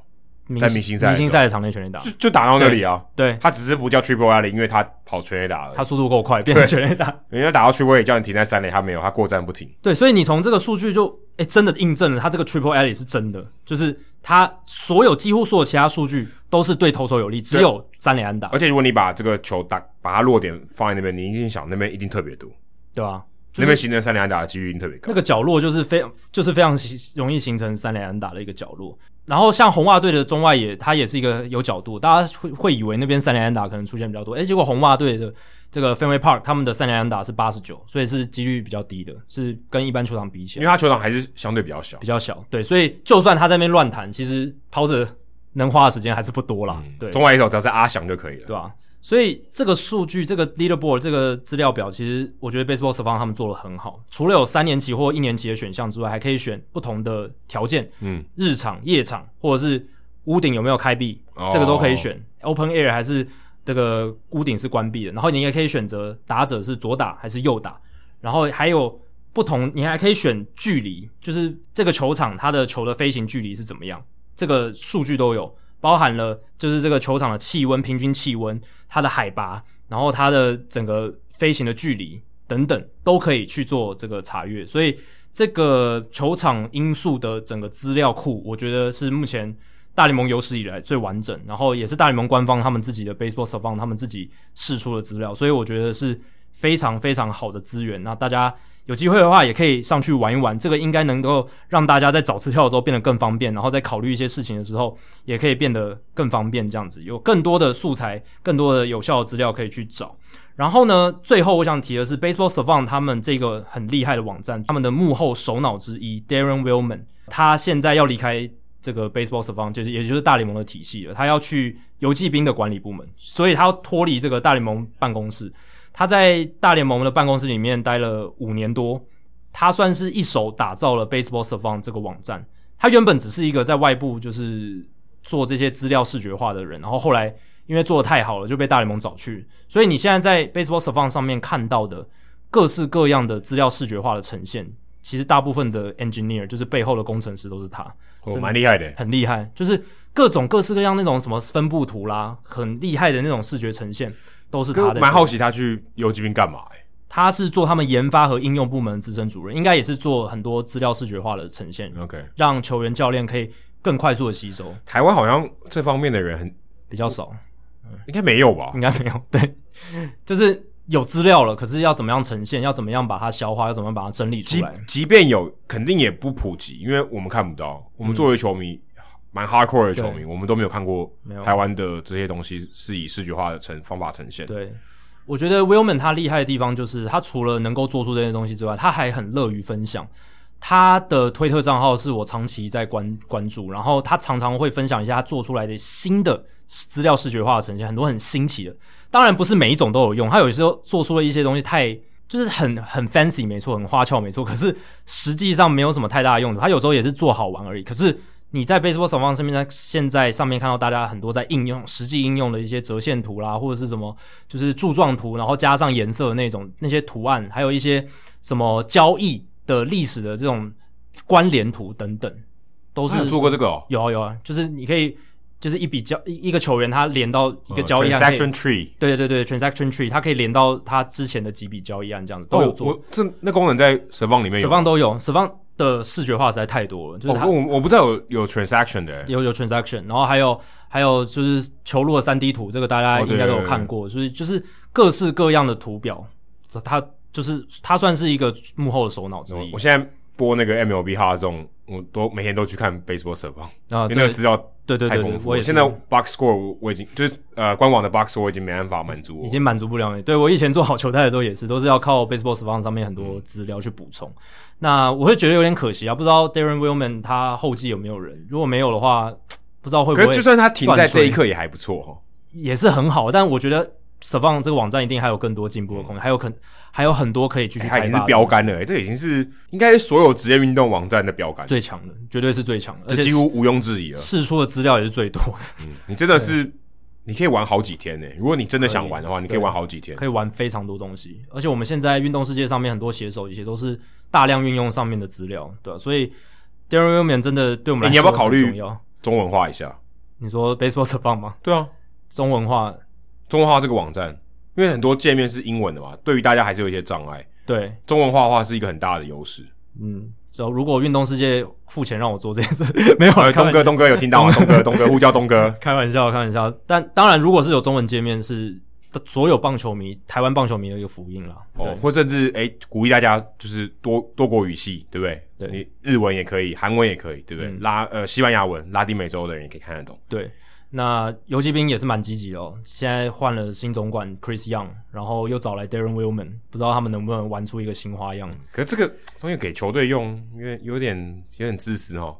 明在明星赛的明星时候赛的场内全垒打，就就打到那里啊，对他只是不叫 Triple Alley，因为他跑全垒打了他，速度够快，变成全垒打。人家打到 Triple 也叫你停在三垒，他没有，他过站不停。对，所以你从这个数据就哎、真的印证了他这个 Triple L 是真的，就是他所有几乎所有其他数据都是对投手有利，只有三连安打而，且如果你把这个球打把它落点放在那边，你一定想那边一定特别多，对吧、那边形成三连安打的几率一定特别高那。个角落就是非就是非常形容易形成三连安打的一个角落。然后像红袜队的中外野，它也是一个有角度，大家会会以为那边三连安打可能出现比较多，诶，结果红袜队的这个 Fenway Park 他们的三连安打是八十九，所以是几率比较低的，是跟一般球场比起因来为他球场还是相对比较小比，较小。对，所以就算他在那边乱弹，其实跑者能花的时间还是不多啦。对，嗯中外一手只要是阿翔就可以了。对吧、所以这个数据、这个 leaderboard、这个资料表，其实我觉得 Baseball s a v a n 他们做的很好。除了有三年级或一年级的选项之外，还可以选不同的条件，嗯，日场、夜场，或者是屋顶有没有开闭，哦这个都可以选。Open air 还是这个屋顶是关闭的，然后你也可以选择打者是左打还是右打，然后还有不同，你还可以选距离，就是这个球场它的球的飞行距离是怎么样，这个数据都有，包含了就是这个球场的气温、平均气温、它的海拔，然后它的整个飞行的距离等等，都可以去做这个查阅。所以这个球场因素的整个资料库，我觉得是目前大联盟有史以来最完整，然后也是大联盟官方他们自己的 Baseball Savant 他们自己释出的资料，所以我觉得是非常非常好的资源。那大家有机会的话，也可以上去玩一玩，这个应该能够让大家在找资料的时候变得更方便，然后在考虑一些事情的时候，也可以变得更方便，这样子有更多的素材、更多的有效的资料可以去找。然后呢，最后我想提的是，Baseball Savant 他们这个很厉害的网站，他们的幕后首脑之一 Darren Willman，他现在要离开这个 Baseball Savant，就是也就是大联盟的体系了，他要去游骑兵的管理部门，所以他要脱离这个大联盟办公室。他在大联盟的办公室里面待了五年多，他算是一手打造了 Baseball Savant 这个网站。他原本只是一个在外部就是做这些资料视觉化的人，然后后来因为做的太好了，就被大联盟找去。所以你现在在 Baseball Savant 上面看到的各式各样的资料视觉化的呈现，其实大部分的 engineer 就是背后的工程师都是他。哦，蛮厉害的。很厉害，就是各种各式各样那种什么分布图啦，很厉害的那种视觉呈现，都是可他我的。蛮好奇他去游击兵干嘛、欸？他是做他们研发和应用部门的资深主任，应该也是做很多资料视觉化的呈现， OK，让球员教练可以更快速的吸收，台湾好像这方面的人很比较少，应该没有吧应？该没有。对， 就是有资料了，可是要怎么样呈现，要怎么样把它消化，要怎么样把它整理出即来，即便有，肯定也不普及，因为我们看不到。嗯我们作为球迷，蛮 hardcore 的球迷，我们都没有看过没有台湾的这些东西是以视觉化的呈方法呈现。对，我觉得 Willman 他厉害的地方就是，他除了能够做出这些东西之外，他还很乐于分享。他的推特账号是我长期在关关注，然后他常常会分享一下他做出来的新的资料视觉化的呈现，很多很新奇的。当然不是每一种都有用，他有时候做出了一些东西太就是很很 fancy 没错，很花俏没错，可是实际上没有什么太大的用途。他有时候也是做好玩而已。可是你在 Baseball 守望上面，在现在上面看到大家很多在应用实际应用的一些折线图啦，或者是什么就是柱状图，然后加上颜色的那种那些图案，还有一些什么交易的历史的这种关联图等等，都我是是做过这个哦，有啊有啊，就是你可以就是一笔交一一个球员他连到一个交易啊案可以哦呃 transaction tree。对对对，transaction tree，它可以连到它之前的几笔交易案，这样子都有哦，做，我这那功能在蛇方里面十有。方都有，十方的视觉化实在太多了，就哦，是它我我我不知道有有 transaction 的、欸，有有 transaction，然后还有还有就是球路的三 D 图，这个大家哦对应该都有看过，所以就是各式各样的图表他就是他算是一个幕后的首脑之我一我现在播那个 MLB 哈这种，我都每天都去看 baseball 社报，啊。因为那对个资料对对太对丰对，富我了。也是现在 box score 我我已经就是呃官网的 box score 我已经没办法满足已我。经满足不了你。对我以前做好球赛的时候也是，都是要靠 Baseball s 方上面很嗯多资料去补充。那我会觉得有点可惜啊，不知道 Darren Willman 他后继有没有人？如果没有的话，不知道会不可会是就算他停在断水这一刻也还不错哦。也是很好，但我觉得 s 方这个网站一定还有更多进步的空间，还有可还有很多可以继续他开发的已嗯经是标杆了、欸，这已经是应该是所有职业运动网站的标杆，最强的，绝对是最强的，而这且几乎毋庸置疑了。试出的资料也是最多的，你真的是，你可以玩好几天呢、欸如果你真的想玩的话，你可以玩好几天。可以玩非常多东西。而且我们现在运动世界上面很多写手也都是大量运用上面的资料，对、啊、所以 Darren Willman 真的对我们来说欸你要不要考虑很重要？中文化一下，你说 Baseball 是放吗？对啊，中文化中文化这个网站，因为很多界面是英文的嘛，对于大家还是有一些障碍。对，中文化的话是一个很大的 优势。嗯，就如果运动世界付钱让我做这件事， 没有啊呃，开东玩哥，东哥有 听到吗？东哥，东哥，呼叫东哥。开玩笑，开玩笑。但当然，如果是有中文界面，是所有棒球迷、台湾棒球迷的一个福音啦。哦哦，，或甚至哎、鼓励大家就是多多国语系，对不对？对你日文也可以，韩文也可以，对不对？嗯拉呃西班牙文、拉丁美洲的人也可以看得懂。对。那游击兵也是蛮积极的哦，现在换了新总管 Chris Young，然后又找来 Darren Willman，不知道他们能不能玩出一个新花样。可是这个东西给球队用，有点有点有点自私哦。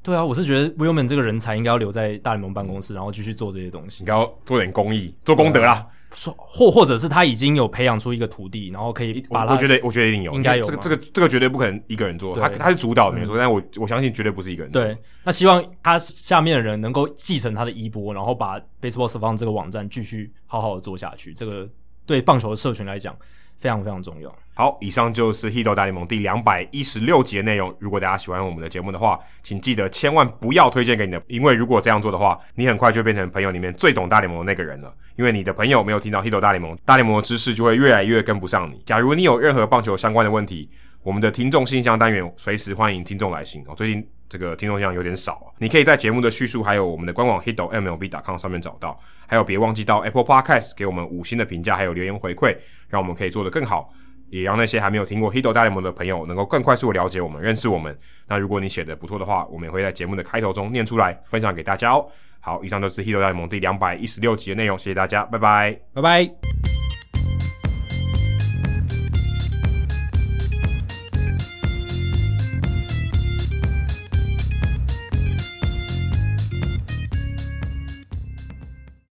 对啊，我是觉得 Willman 这个人才应该要留在大联盟办公室，然后继续做这些东西你。该要做点公益，做功德啦。说或或者是他已经有培养出一个徒弟，然后可以我把他我觉得我觉得一定有，应该有这个嘛这个这个绝对不可能一个人做，对嗯他他是主导没有错，但我我相信绝对不是一个人做。对，那希望他下面的人能够继承他的衣钵，然后把 Baseball s 方这个网站继续好好的做下去。这个对棒球的社群来讲非常非常重要。好，以上就是《h i t o 大联盟》第两百一十六集的内容。如果大家喜欢我们的节目的话，请记得千万不要推荐给你的，因为如果这样做的话，你很快就变成朋友里面最懂大联盟的那个人了。因为你的朋友没有听到《h i t o 大联盟》，大联盟的知识就会越来越跟不上你。假如你有任何棒球相关的问题，我们的听众信箱单元随时欢迎听众来信哦。最近这个听众信箱有点少、啊，你可以在节目的叙述还有我们的官网 hito mlb.com 上面找到。还有别忘记到 Apple Podcast 给我们五星的评价，还有留言回馈，让我们可以做得更好。也让那些还没有听过《Hito 大联盟》的朋友能够更快速的了解我们、认识我们。那如果你写的不错的话，我们也会在节目的开头中念出来，分享给大家哦。好，以上就是《Hito 大联盟》第两百一十六集的内容，谢谢大家，拜拜。拜拜。